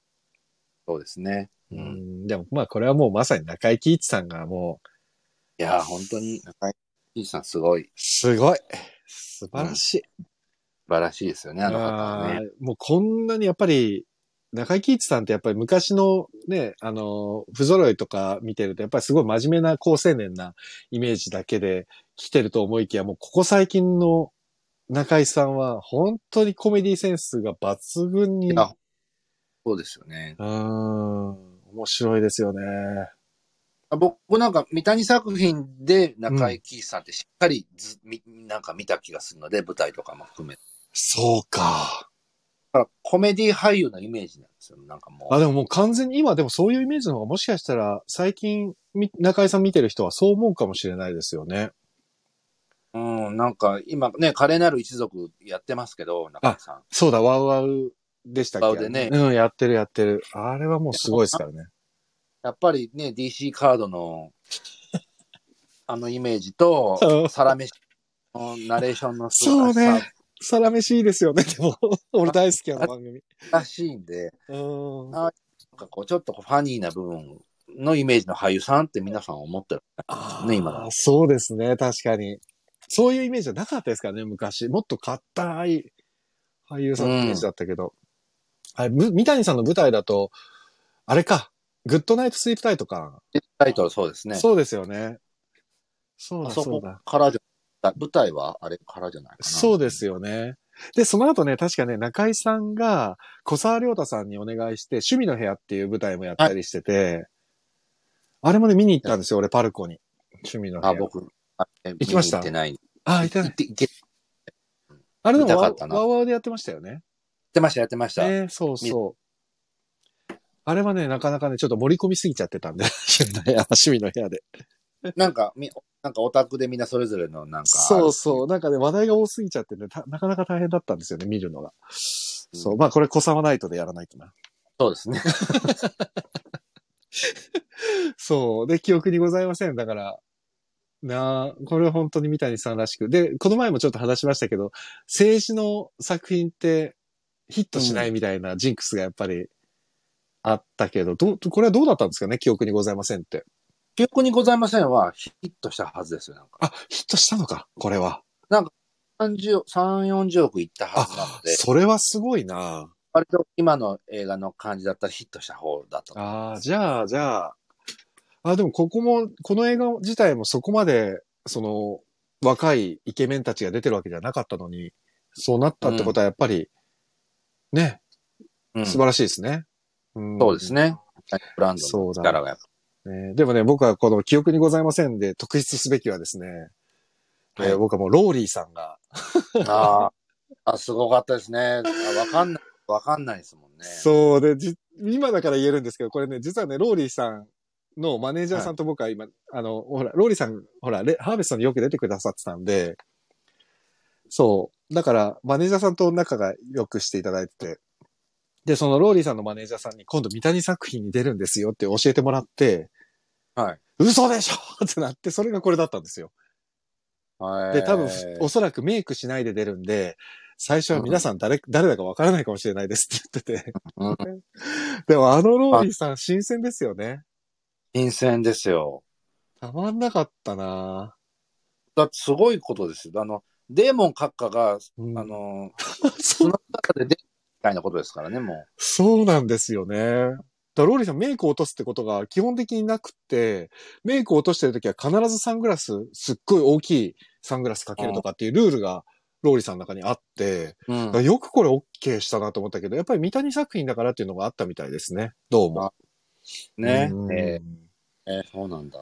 Speaker 2: そうですね。
Speaker 1: う
Speaker 2: うん
Speaker 1: ん。でも、まあこれはもうまさに中井貴一さんがもう、
Speaker 2: いやー、本当に、中井貴一さんすごい、素
Speaker 1: すごい素晴らしい。
Speaker 2: 晴らしいですよね、あの方はね。
Speaker 1: あーもうこんなにやっぱり、中井貴一さんってやっぱり昔のね、あの、不揃いとか見てると、やっぱりすごい真面目な高青年なイメージだけで来てると思いきや、もうここ最近の中井さんは本当にコメディセンスが抜群に、
Speaker 2: いやそうですよね。
Speaker 1: うーん、面白いですよね。
Speaker 2: 僕なんか、三谷作品で中井貴一さんってしっかりず、みなんか見た気がするので、舞台とかも含めて。
Speaker 1: そうか。
Speaker 2: だから、コメディ俳優のイメージなんですよ、なんかもう。
Speaker 1: あ、でももう完全に今でもそういうイメージの方がもしかしたら最近み中井さん見てる人はそう思うかもしれないですよね。
Speaker 2: うん、なんか今ね、華麗なる一族やってますけど、中井さん。
Speaker 1: そうだ、ワウワウでしたっけ
Speaker 2: ワウでね
Speaker 1: うん、やってるやってる。あれはもうすごいです からね。
Speaker 2: やっぱりね、DC カー ドの、あのイメージと
Speaker 1: うん、
Speaker 2: サラメシのナレーションの
Speaker 1: そうね
Speaker 2: 素
Speaker 1: サラメシいいですよね、で も。俺大好きあの番組。
Speaker 2: 晴らしいんで、
Speaker 1: うん。
Speaker 2: あなんかこう、ちょっとこうファニーな部分のイメージの俳優さんって皆さん思ってる。ね今の
Speaker 1: あーそうですね、確かに。そういうイメージはなかったですからね、昔。もっと硬い俳優さんのイメージだったけど。はい、む三谷さんの舞台だと、あれか、グッドナイトスイープタイトか。
Speaker 2: タイトルそうですね。
Speaker 1: そうですよね。そうだ、
Speaker 2: あそ
Speaker 1: そう
Speaker 2: こ
Speaker 1: だ。
Speaker 2: からじゃ、舞台はあれからじゃないかな。
Speaker 1: そうですよね。で、その後ね、確かね、中井さんが小沢亮太さんにお願いして、趣味の部屋っていう舞台もやったりしてて、あれもね、見に行ったんですよ、俺、パルコに。趣味の部屋。
Speaker 2: あ、僕、あ
Speaker 1: 行きました
Speaker 2: 見に行ってない。
Speaker 1: あ、いた
Speaker 2: 行
Speaker 1: ね
Speaker 2: っ。て、行け
Speaker 1: あれでも
Speaker 2: 見た
Speaker 1: ワ
Speaker 2: か
Speaker 1: ウ
Speaker 2: った、な
Speaker 1: ワウワウでやってましたよね。
Speaker 2: やってました、やってました。
Speaker 1: ね、そうそう。あれはね、なかなかね、ちょっと盛り込みすぎちゃってたんで、 趣味の部屋、趣味の部屋で。
Speaker 2: なんか、みなんかオタクでみんなそれぞれのなんか。
Speaker 1: そうそう。なんかね、話題が多すぎちゃってね、たなかなか大変だったんですよね、見るのが。そう。まあ、これ、こさわないとでやらないとな。
Speaker 2: そうですね。
Speaker 1: そう。で、記憶にございません。だから、なあ、これは本当に三谷さんらしく。で、この前もちょっと話しましたけど、政治の作品ってヒットしないみたいなジンクスがやっぱりあったけど、どうこれはどうだったんですかね記憶にございませんって。
Speaker 2: 記憶にございませんはヒットしたはずですよ、なんか。
Speaker 1: あ、ヒットしたのかこれは。
Speaker 2: 30、3、40億いったはずなので、
Speaker 1: それはすごいな
Speaker 2: 割と今の映画の感じだったらヒットした方だと。
Speaker 1: ああ、じゃあ、じゃあ。あ、でもここも、この映画自体もそこまで、その、若いイケメンたちが出てるわけじゃなかったのに、そうなったってことはやっぱり、ね、
Speaker 2: うん
Speaker 1: 素晴らしいですね。うん
Speaker 2: そうですね。ブランド
Speaker 1: そう
Speaker 2: の
Speaker 1: だ
Speaker 2: 力がやっ
Speaker 1: ねでもね、僕はこの記憶にございませんで特筆すべきはですね、
Speaker 2: はい
Speaker 1: えー僕はもうローリーさんが、
Speaker 2: ぱ。 あああ、すごかったですね。あわかんない、わかんないですもんね。
Speaker 1: そうで、じ、今だから言えるんですけど、これね、実はね、ローリーさんのマネージャーさんと僕は今、あの、ほら、ローリーさん、ほら、レハーベストによく出てくださってたんで、そう。だから、マネージャーさんと仲が良くしていただいてて、で、そのローリーさんのマネージャーさんに今度三谷作品に出るんですよって教えてもらって、
Speaker 2: はい。
Speaker 1: 嘘でしょってなって、それがこれだったんですよ。
Speaker 2: はい。
Speaker 1: で、多分、おそらくメイクしないで出るんで、最初は皆さん誰、誰だかわからないかもしれないですって言ってて。
Speaker 2: うん
Speaker 1: でもあのローリーさん新鮮ですよね。
Speaker 2: 新鮮ですよ。
Speaker 1: たまんなかったな
Speaker 2: だってすごいことですよ。あの、デーモン閣下が、
Speaker 1: ぁ
Speaker 2: あ
Speaker 1: うん
Speaker 2: の、
Speaker 1: そ
Speaker 2: 中でデーモンみたいなことですからね、もう。
Speaker 1: そうなんですよね。だからローリーさんメイクを落とすってことが基本的になくって、メイクを落としてるときは必ずサングラス、すっごい大きいサングラスかけるとかっていうルールがローリーさんの中にあって、
Speaker 2: うん
Speaker 1: だからよくこれ OK したなと思ったけど、やっぱり三谷作品だからっていうのがあったみたいですね。どうも。
Speaker 2: ね
Speaker 1: う。ん
Speaker 2: えーえーそうなんだ。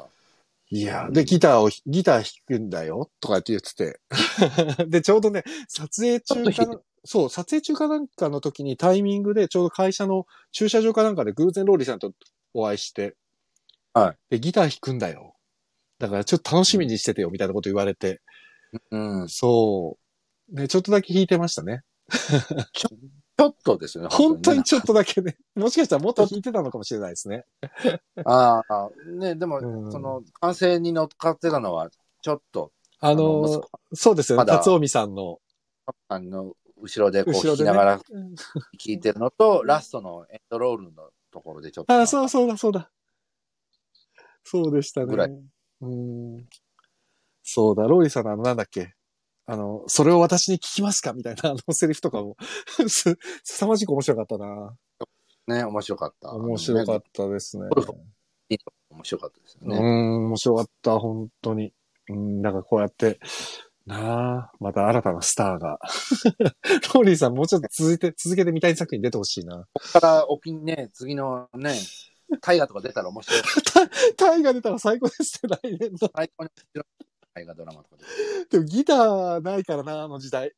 Speaker 1: いや、で、ギターを、ギター弾くんだよ、とかって言ってて。 で、ちょうどね、撮影中
Speaker 2: ち
Speaker 1: か
Speaker 2: ょっと弾
Speaker 1: な、そう、撮影中かなんかの時にタイミングで、ちょうど会社の駐車場かなんかで偶然ローリーさんとお会いして、
Speaker 2: はい。
Speaker 1: で、ギター弾くんだよ。だからちょっと楽しみにしててよ、みたいなこと言われて。
Speaker 2: うん。ち
Speaker 1: そう。ね、ちょっとだけ弾いてましたね。
Speaker 2: ょっとですよね。
Speaker 1: 本当に
Speaker 2: ね
Speaker 1: ちょっとだけ ね。もしかしたらもっと弾いてたのかもしれないですね。
Speaker 2: あーあー、ね、でも、
Speaker 1: うん
Speaker 2: その、完成に乗っかってたのは、ちょっと、
Speaker 1: あ
Speaker 2: あ
Speaker 1: の
Speaker 2: 息子
Speaker 1: そうですよね。
Speaker 2: まだ
Speaker 1: 辰臣さんの。
Speaker 2: あの、後ろでこう
Speaker 1: 後ろで
Speaker 2: 弾き
Speaker 1: ね
Speaker 2: ながら
Speaker 1: うん
Speaker 2: 聞いてるのと、ラストのエンドロールのところでちょっと。
Speaker 1: あ、そうそうだ、そうだ。そうでしたね。
Speaker 2: ぐらい
Speaker 1: うん。そうだ、ローリーさんのあの、なんだっけ。あの、それを私に聞きますかみたいな、あのセリフとかも、 す、凄まじく面白かったな。
Speaker 2: ね、面白かった。
Speaker 1: 面白か
Speaker 2: あの
Speaker 1: っ
Speaker 2: ね
Speaker 1: たですね。
Speaker 2: ゴルフ面白かったですよ
Speaker 1: う
Speaker 2: ね。
Speaker 1: ん、面白かった、本当に。うん、だからこうやって、なあ、また新たなスターが。 ローリーさん、もうちょっと続いて、続けてみたい作品出てほしいな。
Speaker 2: ここから、おきんね、次のね、大河とか出たら面白い。
Speaker 1: タイが出たら最高ですね、来年の。
Speaker 2: 最高に面白い。大河ドラマとかで。
Speaker 1: でもギターないからな、あの時代。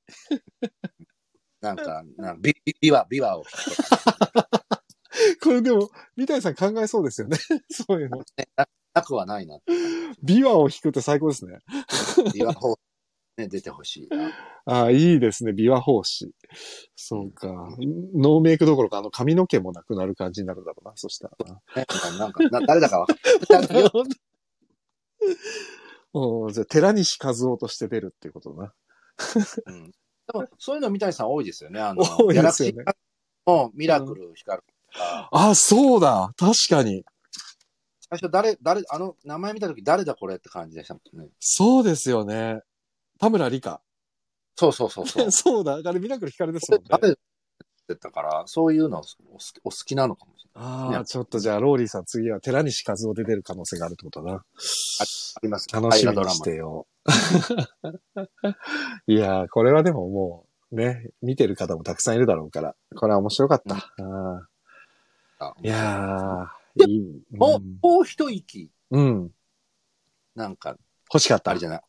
Speaker 2: なんか、なんかビビビワ、ビワを弾くとか、
Speaker 1: これでも、三谷さん考えそうですよね。 そういうの。
Speaker 2: ね、ななくはないなっていう感
Speaker 1: ビワを弾くって最高ですね。
Speaker 2: じ。ビワを、ね、出てほしいな。
Speaker 1: ああ、いいですね。ビワ奉仕。そうか。ノーメイクどころか、あの髪の毛もなくなる感じになるだろうな。そしたらな。
Speaker 2: ね、なんか、な誰だかわかんない。
Speaker 1: うん、じゃあ寺西和夫として出るっていうことだな。
Speaker 2: うんでも、そういうの三谷さん多いですよね。あの、
Speaker 1: 多い
Speaker 2: ギャ
Speaker 1: で
Speaker 2: ラ
Speaker 1: す
Speaker 2: ク
Speaker 1: よ
Speaker 2: シ
Speaker 1: ね
Speaker 2: ーもミラクル光るとか、
Speaker 1: あ、そうだ。確かに。
Speaker 2: 最初誰、誰、あの、名前見たとき誰だこれって感じでしたもんね。
Speaker 1: そうですよね。田村理香。。
Speaker 2: そうそう そうそ う
Speaker 1: そうだ。あれ、ミラクル光です
Speaker 2: そ
Speaker 1: も
Speaker 2: れ
Speaker 1: んね。
Speaker 2: 誰だったから、そういうのお好きお好きなのかもしれない。
Speaker 1: ああ、ちょっとじゃあ、ローリーさん次は寺西和夫で出る可能性があるってことだな。
Speaker 2: あります。
Speaker 1: 楽し
Speaker 2: 大
Speaker 1: みに
Speaker 2: 河ドラ
Speaker 1: し
Speaker 2: マ
Speaker 1: てよ。いやー、これはでももう、ね、見てる方もたくさんいるだろうから、これは面白かった。あ
Speaker 2: あ
Speaker 1: ーいや
Speaker 2: で
Speaker 1: ー、いい。
Speaker 2: もう、もう一息、
Speaker 1: うん、うん
Speaker 2: なんか、
Speaker 1: 欲しかった。
Speaker 2: あれじゃない。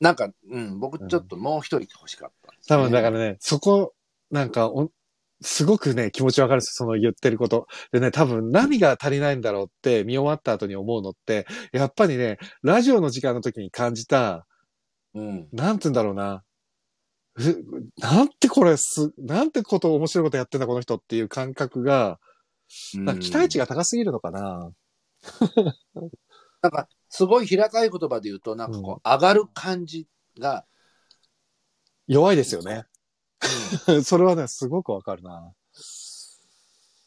Speaker 2: なんか、うん、僕ちょっともう一人欲しかった、
Speaker 1: 多分だからね、そこ、なんかお、すごくね、気持ちわかるんですよ、その言ってること。でね、多分何が足りないんだろうって見終わった後に思うのって、やっぱりね、ラジオの時間の時に感じた、
Speaker 2: うん。
Speaker 1: なんて言うんだろうな。ふなんてこれす、なんてこと面白いことやってんだこの人っていう感覚が、なんか期待値
Speaker 2: が。
Speaker 1: が高すぎるのかな。
Speaker 2: なんか、すごい平たい言葉で言うと、なんかこう、上がる感じが、
Speaker 1: 弱いですよね。
Speaker 2: うん
Speaker 1: それはね、すごくわかるな。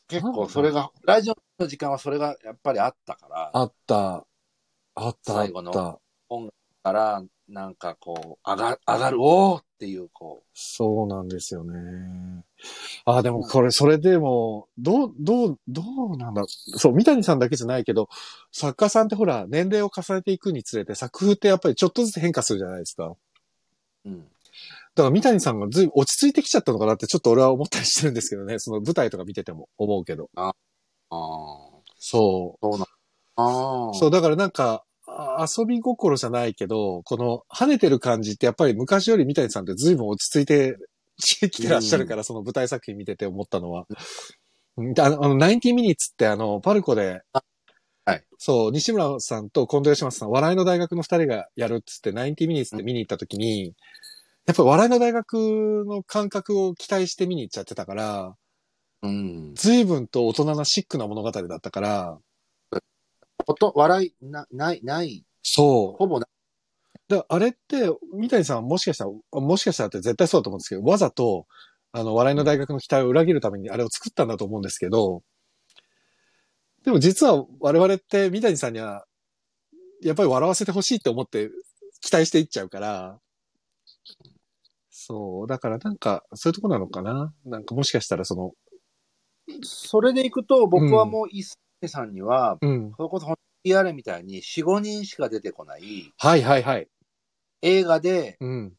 Speaker 2: 結構それが、ラジオの時間はそれがやっぱりあったから、だ
Speaker 1: あった。あった。あ
Speaker 2: 最後
Speaker 1: っ
Speaker 2: の
Speaker 1: た。
Speaker 2: から、なんかこう、上が上がる、おーっていう、こ
Speaker 1: そうなんですよね。あ、でもこれ、それでも、どう、どう、どうなんだ。そう、三谷さんだけじゃないけど、作家さんってほら、年齢を重ねていくにつれて、作風ってやっぱりちょっとずつ変化するじゃないですか。
Speaker 2: う、うん。
Speaker 1: だから三谷さんがずいぶん落ち着いてきちゃったのかなって、ちょっと俺は思ったりしてるんですけどね。その舞台とか見てても思うけど。
Speaker 2: ああ、
Speaker 1: そう。
Speaker 2: そうなの。ああ、
Speaker 1: そう、だからなんか、あ遊び心じゃないけど、この跳ねてる感じってやっぱり昔より三谷さんって随分落ち着いてきてらっしゃるから、その舞台作品見てて思ったのは。であの、あの90ミニッツってあの、パルコで、
Speaker 2: はい
Speaker 1: そう、西村さんと近藤義正さん、笑いの大学の二人がやるっつって、90ミニッツって見に行った時に、やっぱ笑いの大学の感覚を期待して見に行っちゃってたから、
Speaker 2: うん。
Speaker 1: 随分と大人なシックな物語だったから、
Speaker 2: こと、笑い、な、ない、ない、
Speaker 1: そう、
Speaker 2: ほぼない。
Speaker 1: だからあれって、三谷さんはもしかしたら、もしかしたらって絶対そうだと思うんですけど、わざと、あの、笑いの大学の期待を裏切るためにあれを作ったんだと思うんですけど、でも実は我々って三谷さんには、やっぱり笑わせてほしいって思って期待していっちゃうから、そう、だからなんか、そういうとこなのかななんかもしかしたらその、
Speaker 2: それでいくと、僕はもう、一世さんには、
Speaker 1: うん。
Speaker 2: それこそ、PR みたいに、4、5人しか出てこない、
Speaker 1: はいはいはい。
Speaker 2: 映画で、
Speaker 1: うん。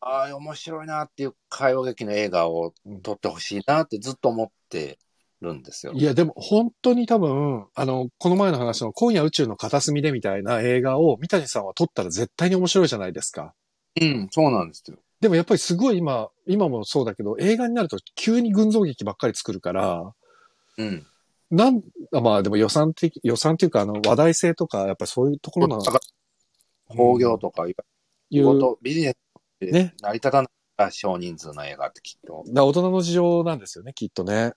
Speaker 2: ああ、面白いなっていう会話劇の映画を撮ってほしいなってずっと思ってるんですよ。
Speaker 1: いや、でも本当に多分、あの、この前の話の今夜宇宙の片隅でみたいな映画を三谷さんは撮ったら絶対に面白いじゃないですか。
Speaker 2: うん、そうなんですよ。
Speaker 1: でもやっぱりすごい今、今もそうだけど、映画になると急に群像劇ばっかり作るから、
Speaker 2: うん。
Speaker 1: なん、あまあでも予算的、予算っていうかあの話題性とか、やっぱりそういうところなの
Speaker 2: だから工業とか、いわ
Speaker 1: い
Speaker 2: ゆる仕
Speaker 1: う、
Speaker 2: 事、ビジネス
Speaker 1: ね
Speaker 2: で成り立たない少人数の映画ってきっと。
Speaker 1: だ大人の事情なんですよね、きっとね。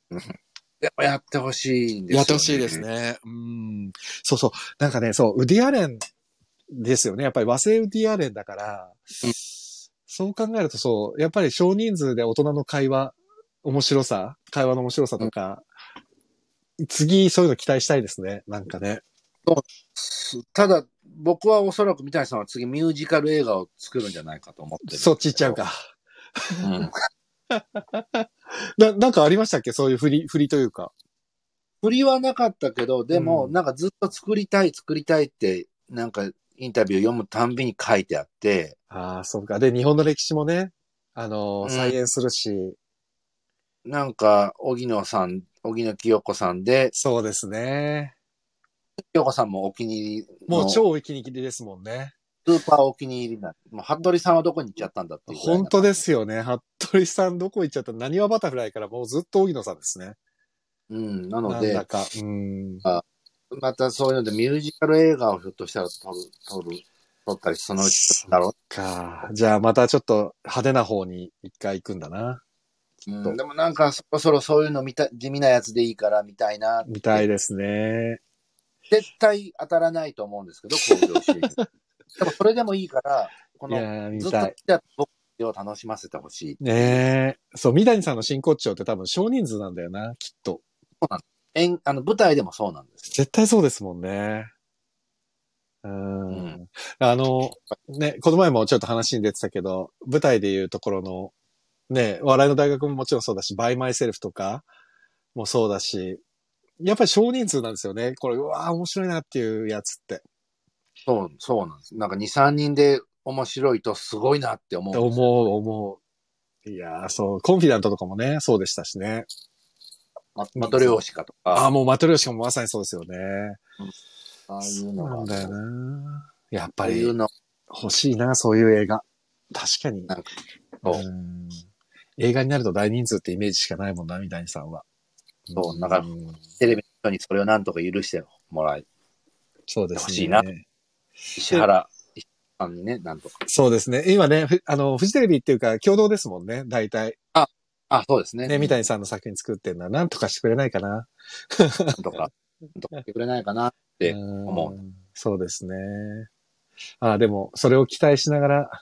Speaker 2: でもやってほしいんですよ、ね。
Speaker 1: やってほしいです。ね。うん。そうそう。なんかね、そう、ウディアレンですよね。やっぱり和製ウディアレンだから、そう考えるとそう、やっぱり少人数で大人の会話、面白さ、会話の面白さとか、次そういうの期待したいですね。なんかね。
Speaker 2: ただ、僕はおそらく三谷さんは次ミュージカル映画を作るんじゃないかと思ってる。
Speaker 1: そっち行っちゃう。か。
Speaker 2: うん。
Speaker 1: な、なんかありましたっけそういう振り、振りというか。
Speaker 2: 振りはなかったけど、でも、
Speaker 1: うん
Speaker 2: なんかずっと作りたい、作りたいって、なんかインタビュー読むたんびに書いてあって、
Speaker 1: ああ、そうか。で、日本の歴史もね、あのー、
Speaker 2: うん
Speaker 1: 再演するし、
Speaker 2: なんか、荻野さん、荻野清子さんで、
Speaker 1: そうですね。
Speaker 2: 清子さんもお気に入りの。
Speaker 1: もう超息に入りですもんね。
Speaker 2: スーパーお気に入りな。もう、服部さんはどこに行っちゃったんだっていうぐらいな
Speaker 1: 本当で。すよね。服部さんどこ行っちゃったなにわバタフライからもうずっと荻野さんですね。
Speaker 2: うん。な
Speaker 1: な
Speaker 2: の
Speaker 1: ん
Speaker 2: で
Speaker 1: だ、か。うん。
Speaker 2: またそういうのでミュージカル映画をひょっとしたら撮る、撮る、撮ったり、そのうち撮るだろ
Speaker 1: か。じゃあまたちょっと派手な方に一回行くんだな。
Speaker 2: う。
Speaker 1: と
Speaker 2: うん、でもなんか、そろそろそういうの見た、地味なやつでいいから見たいな。
Speaker 1: みたい
Speaker 2: で。
Speaker 1: ですね。
Speaker 2: 絶対当たらないと思うんですけど、興行収入。でもそれでもいいから、こ
Speaker 1: い
Speaker 2: の、
Speaker 1: やー、
Speaker 2: ず
Speaker 1: 見
Speaker 2: っと
Speaker 1: た
Speaker 2: 来
Speaker 1: い。
Speaker 2: た僕を楽しませてほしい。
Speaker 1: ねえ。そう、三谷さんの真骨頂って多分少人数なんだよな、きっと。
Speaker 2: 演あの、舞台でもそうなんです。
Speaker 1: 絶対そうですもんね。うん,、
Speaker 2: うん
Speaker 1: あの、ね、この前もちょっと話に出てたけど、舞台でいうところの、ね、笑いの大学ももちろんそうだし、バイマイセルフとかもそうだし、やっぱり少人数なんですよね。これ、うわー面白いなっていうやつって。
Speaker 2: そう、そうなんです。なんか2、3人で面白いとすごいなって思うんですよ
Speaker 1: 思う、思いやーそう、コンフィダントとかもね、そうでしたしね。
Speaker 2: ママトリョーシカと
Speaker 1: ああ、
Speaker 2: か、
Speaker 1: もうマトリョーシカもまさにそうですよね。
Speaker 2: ああい
Speaker 1: そうう
Speaker 2: のが、
Speaker 1: なんだよな。やっ
Speaker 2: あ
Speaker 1: ぱ
Speaker 2: あい
Speaker 1: り
Speaker 2: うの、
Speaker 1: 欲しいな、そういう映画。確かに。
Speaker 2: なんかそう
Speaker 1: うん映画になると大人数ってイメージしかないもんな、三谷さんは。
Speaker 2: そうだから
Speaker 1: ん
Speaker 2: テレビの人にそれをなんとか許してもらい、
Speaker 1: そうですね。
Speaker 2: 欲しいな石原さんにね、なんとか。
Speaker 1: そうですね。今ね、ふあの、フジテレビっていうか、共同ですもんね、大体。
Speaker 2: あ、そうですね。
Speaker 1: ね、三谷さんの作品作ってるのは、なんとかしてくれないかな。
Speaker 2: なんとか、なんとかしてくれないかなって思う。
Speaker 1: んそうですね。ああ、でも、それを期待しながら、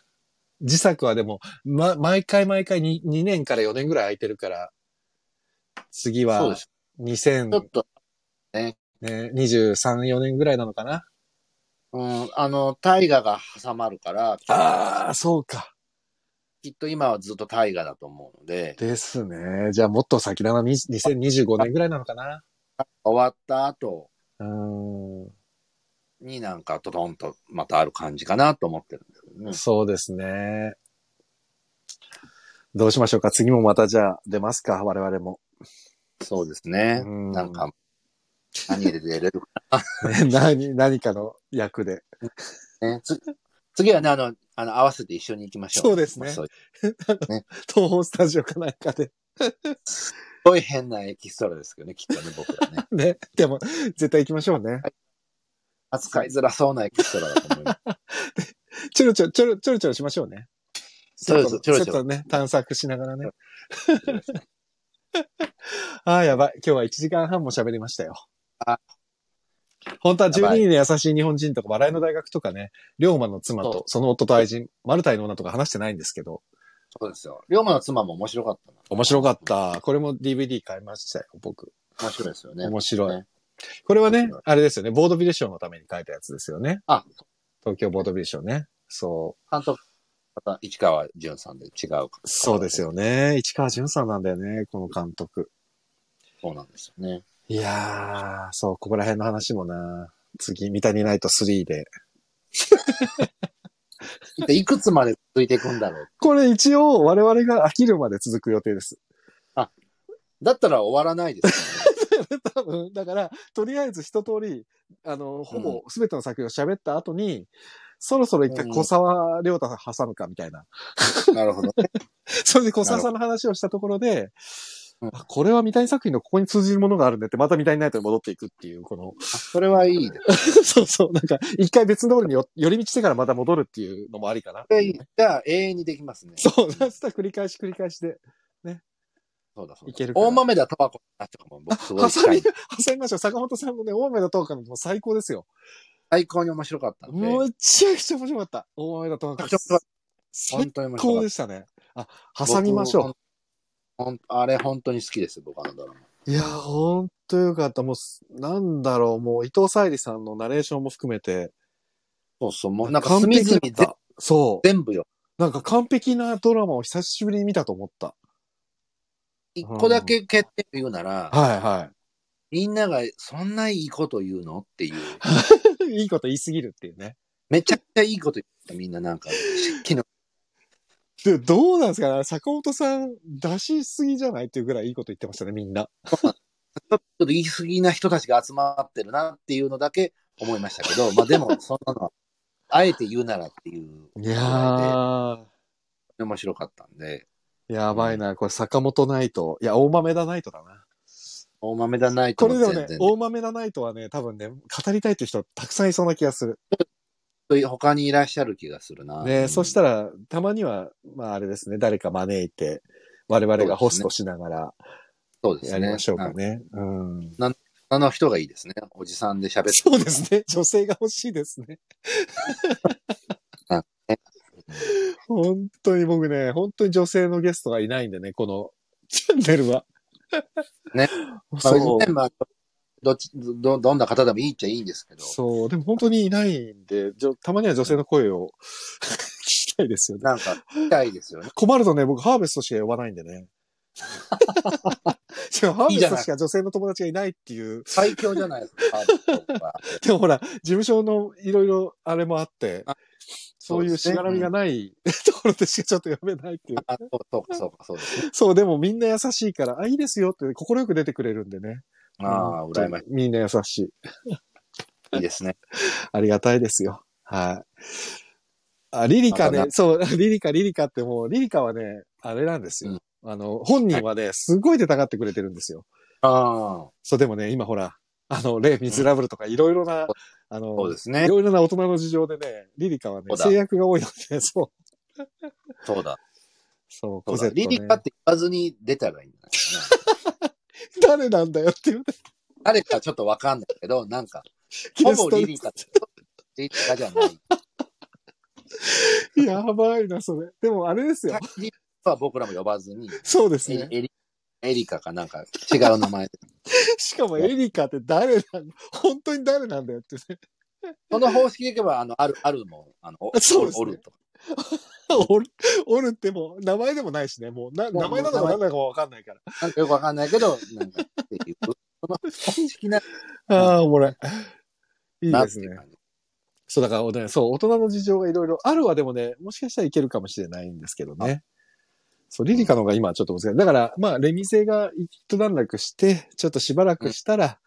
Speaker 1: 自作はでも、ま、毎回毎回 2, 2年から4年ぐらい空いてるから、次
Speaker 2: そう
Speaker 1: は
Speaker 2: です。ちょ
Speaker 1: 2023
Speaker 2: っ、と、
Speaker 1: ね、23 4年ぐらいなのかな。
Speaker 2: うん、あの、大河が挟まるから、
Speaker 1: ああ、そうか。
Speaker 2: きっと今はずっと大河だと思うので、
Speaker 1: ですね。じゃあ、もっと先だな。に2025年ぐらいなのかな。
Speaker 2: 終わった後
Speaker 1: うん。
Speaker 2: になんかトトンとまたある感じかなと思ってるんですけどね。
Speaker 1: そうですね。どうしましょうか。次もまたじゃあ出ますか。我々も。
Speaker 2: そうですね。
Speaker 1: うん
Speaker 2: なんか、何で出れるか
Speaker 1: ね 何、何かの役で。
Speaker 2: ね。つ次はね、あの、あの、合わせて一緒に行きましょう。
Speaker 1: そうですね
Speaker 2: そう
Speaker 1: 東宝スタジオかなんかで。
Speaker 2: すごい変なエキストラですけどね、きっとね、僕 らね。
Speaker 1: ね。でも、絶対行きましょうね。
Speaker 2: 扱いづらそうなエキストラだと思います。
Speaker 1: ちょろちょろ、ちょろちょろちょろしましょうね。
Speaker 2: そうです
Speaker 1: ちょっと
Speaker 2: ちょろちょろ
Speaker 1: ちょっとね、探索しながらね。 ああ、やばい。今日は1時間半も喋りましたよ。
Speaker 2: あ
Speaker 1: 本当は
Speaker 2: やば
Speaker 1: 12
Speaker 2: い
Speaker 1: 人の優しい日本人とか、笑いの大学とかね、龍馬の妻
Speaker 2: そう
Speaker 1: とその夫と愛人、マルタイの女とか話してないんですけど、
Speaker 2: そうですよ。龍馬の妻も面白かったな。
Speaker 1: 面白かっ。た。これも DVD 買いましたよ、僕。
Speaker 2: 面白いですよね。
Speaker 1: 面白い
Speaker 2: ね。
Speaker 1: これはね
Speaker 2: 面白い、
Speaker 1: あれですよね、ボードビル賞のために書いたやつですよね。
Speaker 2: あ、
Speaker 1: 東京ボードビル賞ね。そう。
Speaker 2: 監督、また市川淳さんで違う。
Speaker 1: そうです。よね。市川淳さんなんだよね、この監督。
Speaker 2: そうなんですよね。
Speaker 1: いやー、そう、ここら辺の話もな、次、三谷ナイト3で。
Speaker 2: 一体いくつまで続いていくんだろう。
Speaker 1: これ一応、我々が飽きるまで続く予定です。
Speaker 2: だったら終わらないですよね。
Speaker 1: 多分、だから、とりあえず一通り、あの、ほぼ全ての作品を喋った後に、そろそろ一回小沢亮太さん挟むかみた いな。
Speaker 2: なるほどね。
Speaker 1: それで小沢さんの話をしたところで、
Speaker 2: うん
Speaker 1: あこれは三谷作品のここに通じるものがあるんでって、また三谷ナイトに戻っていくっていう、こ の、
Speaker 2: あそれはいいです。
Speaker 1: そうそう、なんか、一回別のところによ寄り道してからまた戻るっていうのもありかな。
Speaker 2: それいいじゃあ永遠にできますね。
Speaker 1: そう、ラスト繰り返し繰り返しで。
Speaker 2: そうだそうだ。
Speaker 1: いけるかな
Speaker 2: 大豆だ、タバコだとかも僕すご
Speaker 1: ハ
Speaker 2: い
Speaker 1: サ
Speaker 2: 近
Speaker 1: ミ、
Speaker 2: い
Speaker 1: ハサミましょう。坂本さんのね、大豆田十日のもう最高ですよ。
Speaker 2: 最高に面白かったんで。
Speaker 1: むちゃくちゃ面白かった。大豆田十
Speaker 2: め
Speaker 1: 日
Speaker 2: ちゃくちゃ
Speaker 1: 最
Speaker 2: 本当に面白
Speaker 1: 高
Speaker 2: かっ
Speaker 1: でしたね。あ、挟みましょ
Speaker 2: た。ほんあれ本当に好きです、僕あのドラマ。
Speaker 1: う。いやー、ほんとよかった。もうす、なんだろう、もう、伊藤沙莉さんのナレーションも含めて。
Speaker 2: そうそう、もうなんか隅々
Speaker 1: だっ
Speaker 2: 全
Speaker 1: た。そう。
Speaker 2: 全部よ。
Speaker 1: なんか完璧なドラマを久しぶりに見たと思った。
Speaker 2: 一個だけ欠点を言うなら、
Speaker 1: はいは
Speaker 2: みんながそんないいこと言うのっていう。
Speaker 1: い。いいこと言いすぎるっていうね。
Speaker 2: めちゃくちゃいいこと言った、みんななんか。昨日、
Speaker 1: で、どうなんですかね坂本さん、出しすぎじゃないっていうぐらいいいこと言ってましたね、みんな。
Speaker 2: ちょっと言い過ぎな人たちが集まってるなっていうのだけ思いましたけど、まあで も、そんなのは、あえて言うならっていう
Speaker 1: い
Speaker 2: ぐらいで、面白かったんで、
Speaker 1: やばいな。これ、坂本ナイト。いや、大豆田ナイトだな。
Speaker 2: 大豆だないと
Speaker 1: これ
Speaker 2: も
Speaker 1: で
Speaker 2: 全
Speaker 1: も
Speaker 2: 然
Speaker 1: ね
Speaker 2: ね、、
Speaker 1: 大豆田ナイトはね、多分ね、語りたいっていう人たくさんいそうな気がする。
Speaker 2: 他にいらっしゃる気がするな。
Speaker 1: ね、
Speaker 2: うん
Speaker 1: そしたら、たまには、まああれですね、誰か招いて、我々がホストしながら
Speaker 2: そうです
Speaker 1: や
Speaker 2: ね。
Speaker 1: りましょうか
Speaker 2: なん
Speaker 1: ね。うん。
Speaker 2: あの人がいいですね。おじさんで喋って。
Speaker 1: そうですね。女性が欲しいですね
Speaker 2: なん。
Speaker 1: 本当に僕ね、本当に女性のゲストがいないんでね、このチャンネルは。
Speaker 2: ね。まあ、
Speaker 1: そう
Speaker 2: 別。にまあどっちど、どんな方でもいいっちゃいいんですけど、
Speaker 1: そう。でも本当にいないんで、じょたまには女性の声 を聞きたいですよね。
Speaker 2: なんか、聞きたいですよね。
Speaker 1: 困るとね、僕ハーベストしか呼ばないんでね。しかもハーベ
Speaker 2: いいじ
Speaker 1: ス
Speaker 2: ゃ
Speaker 1: ト
Speaker 2: ない
Speaker 1: しか女性の友達がいないっていう。
Speaker 2: 最強じゃないですか、ハーブとか。
Speaker 1: でもほら、事務所のいろいろあれもあって
Speaker 2: あ、
Speaker 1: そうい
Speaker 2: そううです
Speaker 1: し
Speaker 2: ね
Speaker 1: がらみがない、ところでしかちょっと読めないっていう。
Speaker 2: あ、そうそうか、そうか、そうですね。
Speaker 1: そう、でもみんな優しいから、あ、いいですよって快く出てくれるんでね。
Speaker 2: ああ、羨まし
Speaker 1: みんな優しい。
Speaker 2: いですね。
Speaker 1: ありがたいですよ。はい。あ、リリカ
Speaker 2: ま
Speaker 1: ね
Speaker 2: た、
Speaker 1: そう、 リリカ、リリカってもう、リリカはね、あれなんですよ。あの、本人はね、すごい出たがってくれてるんですよ。
Speaker 2: ああ、
Speaker 1: そう、でもね、今ほら、あの、レイ・ミズラブルとかいろいろな、あ
Speaker 2: そう
Speaker 1: の
Speaker 2: で、すね
Speaker 1: い。ろいろな大人の事情でね、リリカはね
Speaker 2: そ、うだ
Speaker 1: 制約が多いので、 そう、
Speaker 2: そうだ。
Speaker 1: そう、
Speaker 2: そ
Speaker 1: コ
Speaker 2: う
Speaker 1: ゼッ
Speaker 2: だ
Speaker 1: ト、ね。
Speaker 2: リリカって言わずに出たらいいんじゃないかな。
Speaker 1: 誰なんだよっていうね、
Speaker 2: 誰かちょっとわかんないけど、なんか、
Speaker 1: ゲ
Speaker 2: ほ
Speaker 1: ス
Speaker 2: ぼ
Speaker 1: ト
Speaker 2: リリカ、リリカじ ゃない。
Speaker 1: やばいな、それ。でもあれですよ。
Speaker 2: リリカは僕らも呼ばずに、
Speaker 1: そうです
Speaker 2: エ
Speaker 1: ね。
Speaker 2: リエリエリカかなんか違う名前で。
Speaker 1: しかもエリカって誰なん本当に誰なんだよってね。
Speaker 2: その方式でいけば、あの、ある、あるも、あの、お
Speaker 1: そうですね
Speaker 2: おるとか。
Speaker 1: おる、 おるってもう、名前でもないしね。もう、な、名前なのか何なのかわかんないから。
Speaker 2: なんかよくわかんないけど、なんかっていう。その方式な、
Speaker 1: ああ、おもろい。いい
Speaker 2: な
Speaker 1: で
Speaker 2: って
Speaker 1: す
Speaker 2: い
Speaker 1: ね
Speaker 2: う。感じ。
Speaker 1: そう、だからね、そう、大人の事情がいろいろ、あるはでもね、もしかしたらいけるかもしれないんですけどね。そう、リリカの方が今はちょっと難しい。だから、まあ、レミゼが一段落して、ちょっとしばらくしたら、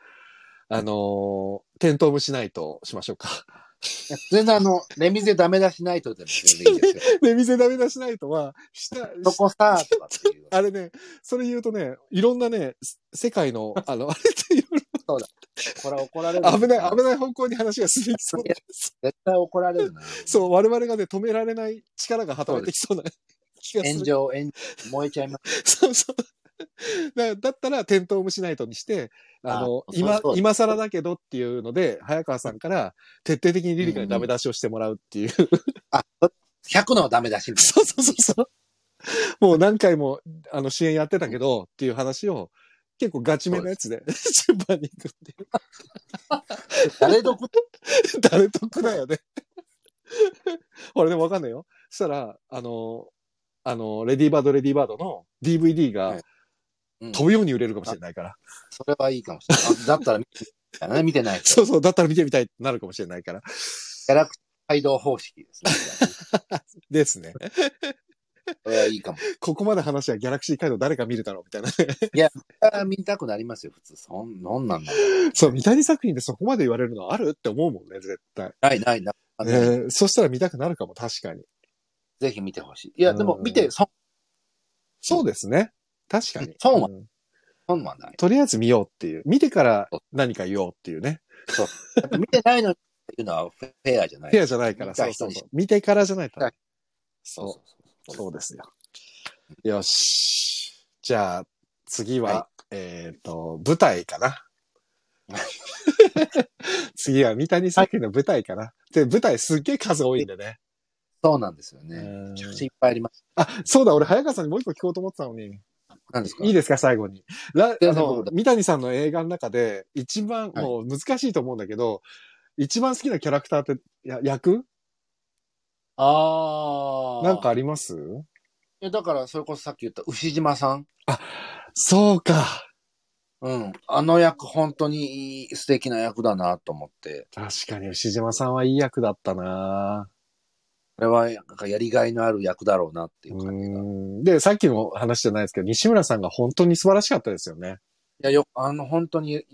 Speaker 1: あのー、テントウムシナイトをしましょうか。
Speaker 2: 全然あの、レミゼダメ出しないとでも全然いいですよ。
Speaker 1: レミゼダメ出しナイトは、した、
Speaker 2: そこさ、とかっていう。
Speaker 1: あれね、それ言うとね、いろんなね、す世界の、あの、あれっていろい
Speaker 2: これ怒られる。
Speaker 1: ろ危ない、危ない方向に話が進みそうです。
Speaker 2: 絶対怒られるな。
Speaker 1: そう、我々がね、止められない力が働いてきそうな気がする。
Speaker 2: 炎上、炎上、燃えちゃいます。
Speaker 1: そうそう。だだったら、テントウムシナイトにして、あの、
Speaker 2: あそう
Speaker 1: 今
Speaker 2: そう、です
Speaker 1: 今更だけどっていうので、早川さんから徹底的にリリカにダメ出しをしてもらうっていう。
Speaker 2: あ、100のダメ出しみたい
Speaker 1: そうそうそうそう。もう何回も、あの、支援やってたけど、っていう話を、結構ガチめのやつで、 順番に行くっていう。
Speaker 2: な。誰得
Speaker 1: 誰得だよね。俺でもわかんないよ。そしたら、あの、あの、レディーバード、レディーバードの DVD
Speaker 2: は
Speaker 1: が
Speaker 2: いうん
Speaker 1: 飛ぶように売れるかもしれないから。
Speaker 2: それはいいかもしれないあ。だったら見てみたいなね、見てない。キ
Speaker 1: そうそう、だったら見てみたいってなるかもしれないから。
Speaker 2: ャラクター街道方式ですね。
Speaker 1: ですね。
Speaker 2: それはいいかも。
Speaker 1: ここまで話はギャラクシー街道誰か見るだろうみたいな。
Speaker 2: あ見たくなりますよ、普通。そんそんなんだ。
Speaker 1: そう、見たり作品でそこまで言われるのあるって思うもんね、絶対。
Speaker 2: ないないない。あ
Speaker 1: え
Speaker 2: の
Speaker 1: ーそしたら見たくなるかも、確かに。
Speaker 2: ぜひ見てほしい。いや、でも見て、損、
Speaker 1: そうですね。確かに。
Speaker 2: そうは
Speaker 1: ん
Speaker 2: 損 はない。
Speaker 1: とりあえず見ようっていう。見てから何か言おうっていうね。
Speaker 2: やっぱ見てないのにっていうのはフェアじゃない。
Speaker 1: フェアじゃないから、
Speaker 2: 見た
Speaker 1: そう
Speaker 2: い
Speaker 1: そう
Speaker 2: 人に
Speaker 1: そう。見てからじゃないと
Speaker 2: はい。そう
Speaker 1: そ、
Speaker 2: そうう
Speaker 1: そ
Speaker 2: そう
Speaker 1: うですよ。よし。じゃあ、次は、
Speaker 2: は
Speaker 1: えっ、と、舞台か な。次は三谷作品の舞台かな。で、舞台すっげえ数多いんでね。
Speaker 2: そうなんですよね。
Speaker 1: うん
Speaker 2: めちゃくちゃいっぱいあります。
Speaker 1: あ、そうだ、俺、早川さんにもう一個聞こうと思ってたのに。
Speaker 2: なんですか
Speaker 1: いいですか、最後に。ラあ
Speaker 2: 全然僕
Speaker 1: の
Speaker 2: だ、
Speaker 1: 三谷さんの映画の中で、一番、
Speaker 2: はい
Speaker 1: もう難しいと思うんだけど、一番好きなキャラクターって、や役
Speaker 2: あー
Speaker 1: なんかあります
Speaker 2: いやだから、それこそさっき言った牛島さん。
Speaker 1: そうか。
Speaker 2: うん。あの役、本当にいい素敵な役だなと思って。
Speaker 1: 確かに、牛島さんはいい役だったな
Speaker 2: これは、なんかやりがいのある役だろうなっていう
Speaker 1: う
Speaker 2: 感じが。い
Speaker 1: んで、さっきの話じゃないですけど、西村さんが本当に素晴らしかったですよね。
Speaker 2: や、よ、あの、本当に、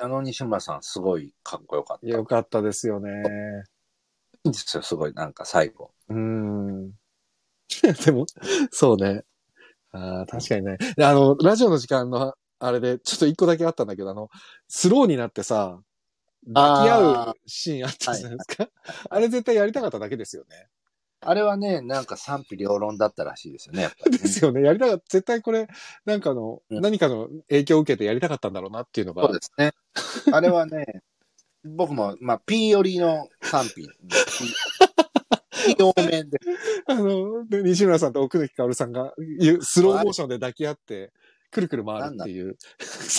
Speaker 2: あの西村さん、すごいかっこよかった。
Speaker 1: よかったですよね。
Speaker 2: いいんですよ、すごい、なんか最後。
Speaker 1: うん。 でも、そうね。あー確かにね。であの、ラジオの時間の、あれで、ちょっと一個だけあったんだけど、あの、スローになってさ、抱き合うシーンあったじゃないですか。あ,、れ絶対やりたかっただけですよね。
Speaker 2: あれはね、なんか賛否両論だったらしいですよね、やっぱり、ね。
Speaker 1: ですよね。やりたかった。絶対これ、なんかの、
Speaker 2: うん
Speaker 1: 何かの影響を受けてやりたかったんだろうなっていうのが
Speaker 2: そうですね。あれはね、 僕も、まあ、P よりの賛 否。P 両面で。
Speaker 1: あの、で西村さんと奥貫薫さんが、ゆスローモーションで抱き合って、くるくる回るっていう。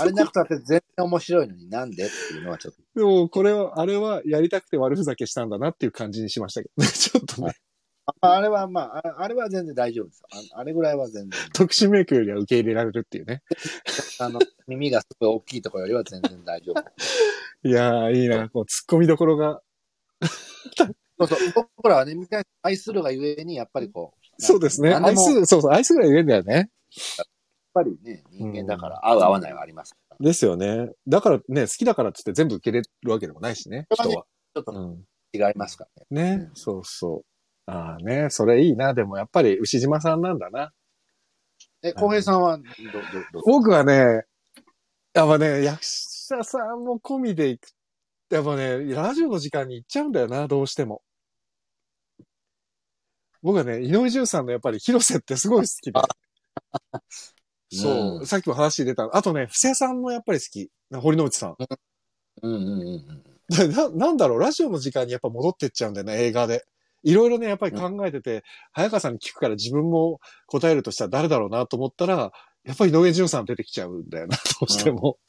Speaker 2: あ れなくたって全然面白いのになんでっていうのはちょっと。
Speaker 1: でも、これは、あれはやりたくて悪ふざけしたんだなっていう感じにしましたけどね。ちょっとね。
Speaker 2: ああれはまあ、ああれは全然大丈夫です。ああれぐらいは全然。
Speaker 1: 特殊メイクよりは受け入れられるっていうね。
Speaker 2: あの、耳がすごい大きいところよりは全然大丈夫。
Speaker 1: いやー、いいな。こう、突っ込みどころが。
Speaker 2: そうそう。僕らはね、みんな愛するがゆえに、やっぱりこう。
Speaker 1: そうですね。
Speaker 2: なんで
Speaker 1: 愛
Speaker 2: も
Speaker 1: す
Speaker 2: やっ
Speaker 1: る、そうそう、愛するが言えんだよね。
Speaker 2: ぱりね、人間だから、合う合わないはありますから。
Speaker 1: ですよね。だからね、好きだからっつって全部受け入れるわけでもないしね、人は。
Speaker 2: ちょっと
Speaker 1: うん。
Speaker 2: 違いますからね。
Speaker 1: ね、そうそう。ああね、それいいな。でもやっぱり牛島さんなんだな。
Speaker 2: え、浩平さんはど、ど、ど、
Speaker 1: 僕はね、やっぱね、役者さんも込みで行く。やっぱね、ラジオの時間に行っちゃうんだよな、どうしても。僕はね、井上潤さんのやっぱり広瀬ってすごい好きで。そう、
Speaker 2: うん
Speaker 1: さっきも話出た。あとね、布施さんもやっぱり好き。堀之内さん。
Speaker 2: うんうんうんうん。
Speaker 1: でな、なんだろう、ラジオの時間にやっぱ戻ってっちゃうんだよね、映画で。いろいろね、やっぱり考えてて、早川さんに聞くから自分も答えるとしたら誰だろうなと思ったら、やっぱり井上潤さん出てきちゃうんだよな、 どうしても。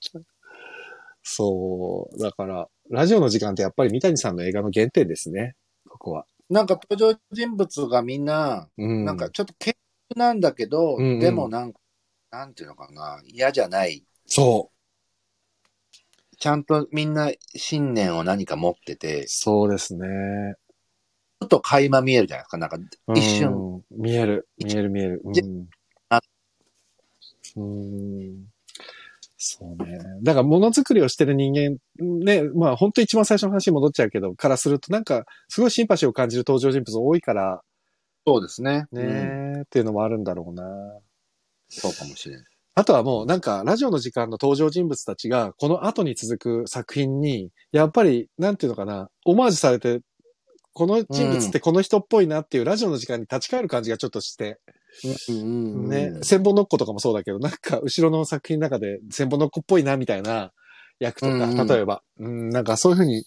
Speaker 1: そう、だから、ラジオの時間ってやっぱり三谷さんの映画の原点ですね、ここは。
Speaker 2: なんか登場人物がみんな、
Speaker 1: うん。
Speaker 2: なんか、ちょっと軽薄なんだけど、
Speaker 1: うんうん
Speaker 2: でもなんか、なんていうのかな、嫌じゃない。
Speaker 1: そう、
Speaker 2: ちゃんとみんな信念を何か持ってて、ち
Speaker 1: そうですね。
Speaker 2: ょっと垣間見えるじゃないですか。なんか、一瞬、
Speaker 1: うん。見える、見える、見える。
Speaker 2: じ
Speaker 1: うん
Speaker 2: あ
Speaker 1: うん。そうね。だから、ものづくりをしてる人間、ね、まあ、本当一番最初の話に戻っちゃうけど、からすると、なんか、すごいシンパシーを感じる登場人物多いから、
Speaker 2: そうですね。
Speaker 1: ね、
Speaker 2: うん
Speaker 1: っていうのもあるんだろうな。
Speaker 2: そうかもしれない。
Speaker 1: あとはもう、なんか、ラジオの時間の登場人物たちが、この後に続く作品に、やっぱり、なんていうのかな、オマージュされて、この人物ってこの人っぽいなっていう、ラジオの時間に立ち返る感じがちょっとして、ね、千本ノッコとかもそうだけど、なんか後ろの作品の中で千本ノッコっぽいなみたいな役とか、
Speaker 2: うんうん
Speaker 1: 例えば、うん、なんかそういうふうに、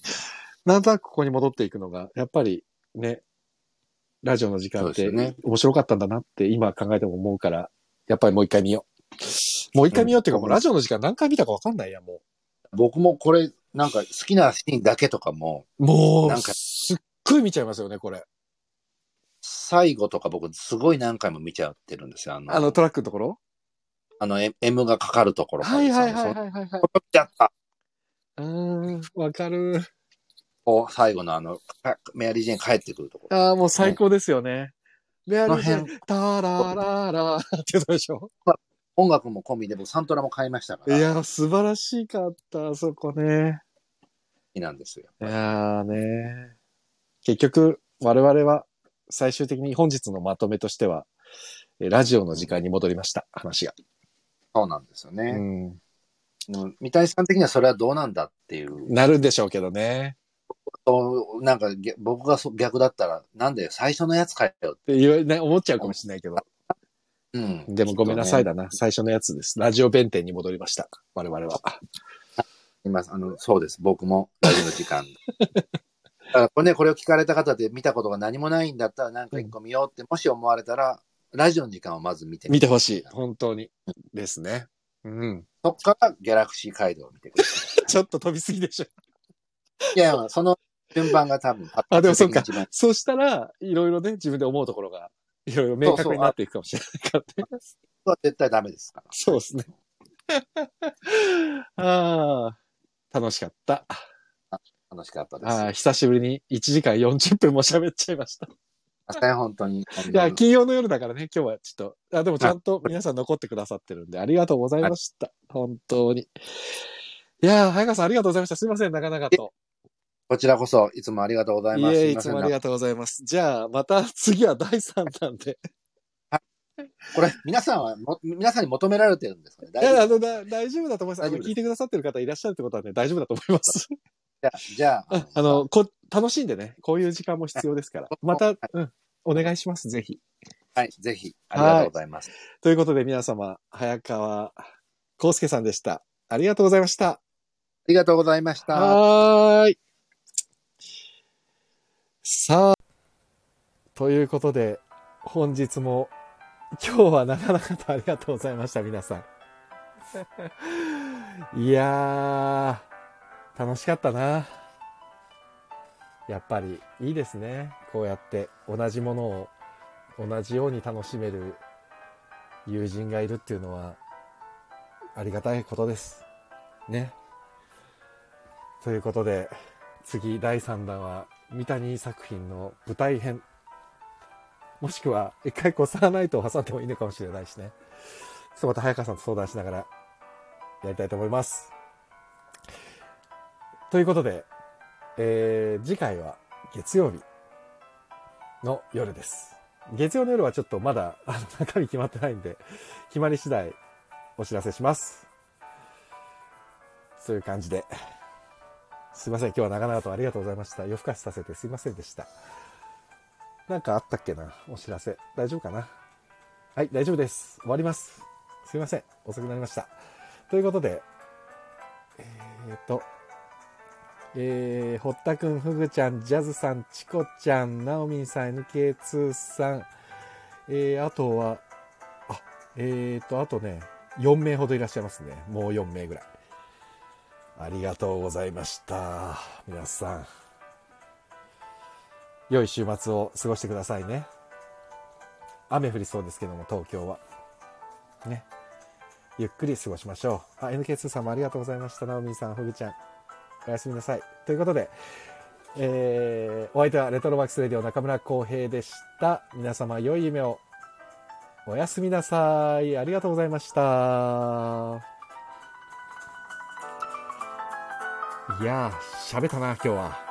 Speaker 1: なんとなくここに戻っていくのが、やっぱりね、ラジオの時間っ
Speaker 2: そう
Speaker 1: て
Speaker 2: ですよね
Speaker 1: 面白かったんだなって今考えても思うから、やっぱりもう一回見よう。もう一回見ようっていうか、
Speaker 2: うん
Speaker 1: もうラジオの時間何回見たかわかんないや、も
Speaker 2: 僕もこれ、なんか好きなシーンだけとかも、
Speaker 1: う。もう、
Speaker 2: なんか
Speaker 1: すっごい見ちゃいますよね、これ。
Speaker 2: 最後とか僕すごい何回も見ちゃってるんですよ。あの、
Speaker 1: あのトラックのところ
Speaker 2: あの M- M がかかるところから
Speaker 1: はいはいは
Speaker 2: そ
Speaker 1: いうはいはい、はい
Speaker 2: こ。れ見ちゃった。
Speaker 1: うーん、わかる。
Speaker 2: こう最後のあの、かメアリー・ジェーン帰ってくるところ。
Speaker 1: ああ、もう最高ですよね。メアリー
Speaker 2: この
Speaker 1: ジェーン
Speaker 2: 辺、
Speaker 1: タラララって言ったでしょ
Speaker 2: 音楽も込みで僕サントラも買いましたか
Speaker 1: い
Speaker 2: ら、好
Speaker 1: やー、素晴らしかった、あそこね。
Speaker 2: きなんですよ。
Speaker 1: いやーね結局、我々は最終的に本日のまとめとしては、えラジオの時間に戻りました、話が。
Speaker 2: そうなんですよ
Speaker 1: う
Speaker 2: ね。
Speaker 1: ん。
Speaker 2: うん、三谷さん的にはそれはどうなんだっていう、
Speaker 1: なるんでしょうけどね。
Speaker 2: そうなんかげ僕がそ逆だったら、なんで最初のやつかよ。
Speaker 1: って言わね、思っちゃうかもしれないけど。
Speaker 2: うん。
Speaker 1: でもごめんなさい
Speaker 2: きっ
Speaker 1: だな、最初のやつです。ラジオ弁天に戻りました、我々は。
Speaker 2: とね。います。あの、そうです。僕もラジオの 時間。だからこれね、これを聞かれた方で見たことが何もないんだったら、なんか一個見ようって、もし思われたら、ラジオの時間をまず見てみ
Speaker 1: 見てほしい、本当に。ですね。うん。
Speaker 2: そっからギャラクシー街道を見てくださ
Speaker 1: ちょっと飛びすぎでしょ
Speaker 2: い。いやいや、その順番が多分、
Speaker 1: あでもそっか
Speaker 2: 一番
Speaker 1: そうしたら、いろいろね、自分で思うところが、いろいろ明確になっていくかもしれないからね。
Speaker 2: は絶対ダメですから。
Speaker 1: そうです ね。ああ、楽しかった。
Speaker 2: 楽しかったです。
Speaker 1: ああ、久しぶりに1時間40分も喋っちゃいました。
Speaker 2: 朝日本当に。い
Speaker 1: いや、金曜の夜だからね、今日はちょっと、あでもちゃんと皆さん残ってくださってるんで、ありがとうございました。本当に。いやー、早川さんありがとうございました。すいません、なかなかと。
Speaker 2: こちらこそ、いつもありがとうござい
Speaker 1: い
Speaker 2: ます。
Speaker 1: え、
Speaker 2: す
Speaker 1: い
Speaker 2: ま
Speaker 1: つ
Speaker 2: せん
Speaker 1: もありがとうございます。じゃあ、また次は第3弾で。
Speaker 2: これ、皆さんはも、皆さんに求められてるんですかね
Speaker 1: い
Speaker 2: 大
Speaker 1: や、
Speaker 2: 丈
Speaker 1: あ
Speaker 2: 夫
Speaker 1: の、だ大丈夫だと思います。あ
Speaker 2: 大丈
Speaker 1: の、
Speaker 2: 夫です
Speaker 1: 聞いてくださってる方いらっしゃるってことはね、大丈夫だと思います。
Speaker 2: じゃあ、じゃ
Speaker 1: あ あの、こ、楽しんでね、こういう時間も必要ですから。また、うん、お願いします、ぜひ。
Speaker 2: はい、ぜひ、ありがとうございます。
Speaker 1: ということで皆様、早川康介さんでした。ありがとうございました。
Speaker 2: ありがとうございました。
Speaker 1: はーい。さあ、ということで、本日も、今日はなかなかとありがとうございました、皆さ ん。いやー、楽しかったな。やっぱりいいですねこうやって同じものを同じように楽しめる友人がいるっていうのはありがたいことですねということで次第3弾は三谷作品の舞台編もしくは一回こうサーナイトを挟んでもいいのかもしれないしねちょっとまた早川さんと相談しながらやりたいと思いますということで、えー次回は月曜日の夜です。月曜の夜はちょっとまだあの中身決まってないんで、決まり次第お知らせします。そういう感じで。すいません、今日は長々とありがとうございました。夜更かしさせてすいませんでした。なんかあったっけなお知らせ。大丈夫かなはい、大丈夫です。終わります。すいません、遅くなりました。ということで、えーっと、えー、堀田くん、ふぐちゃん、ジャズさん、チコちゃん、ナオミンさん、NK2 さん、えー、あとは、あ、えーと、あとね、4名ほどいらっしゃいますね。もう4名ぐらい。ありがとうございました。皆さん。良い週末を過ごしてくださいね。雨降りそうですけども、東京は。ね。ゆっくり過ごしましょう。あ、NK2 さんもありがとうございました。ナオミンさん、ふぐちゃん。おやすみなさい。ということで、えーお相手はレトロワークスレディオ中村浩平でした。皆様、良い夢を。おやすみなさい。ありがとうございました。いやー、喋ったな、今日は。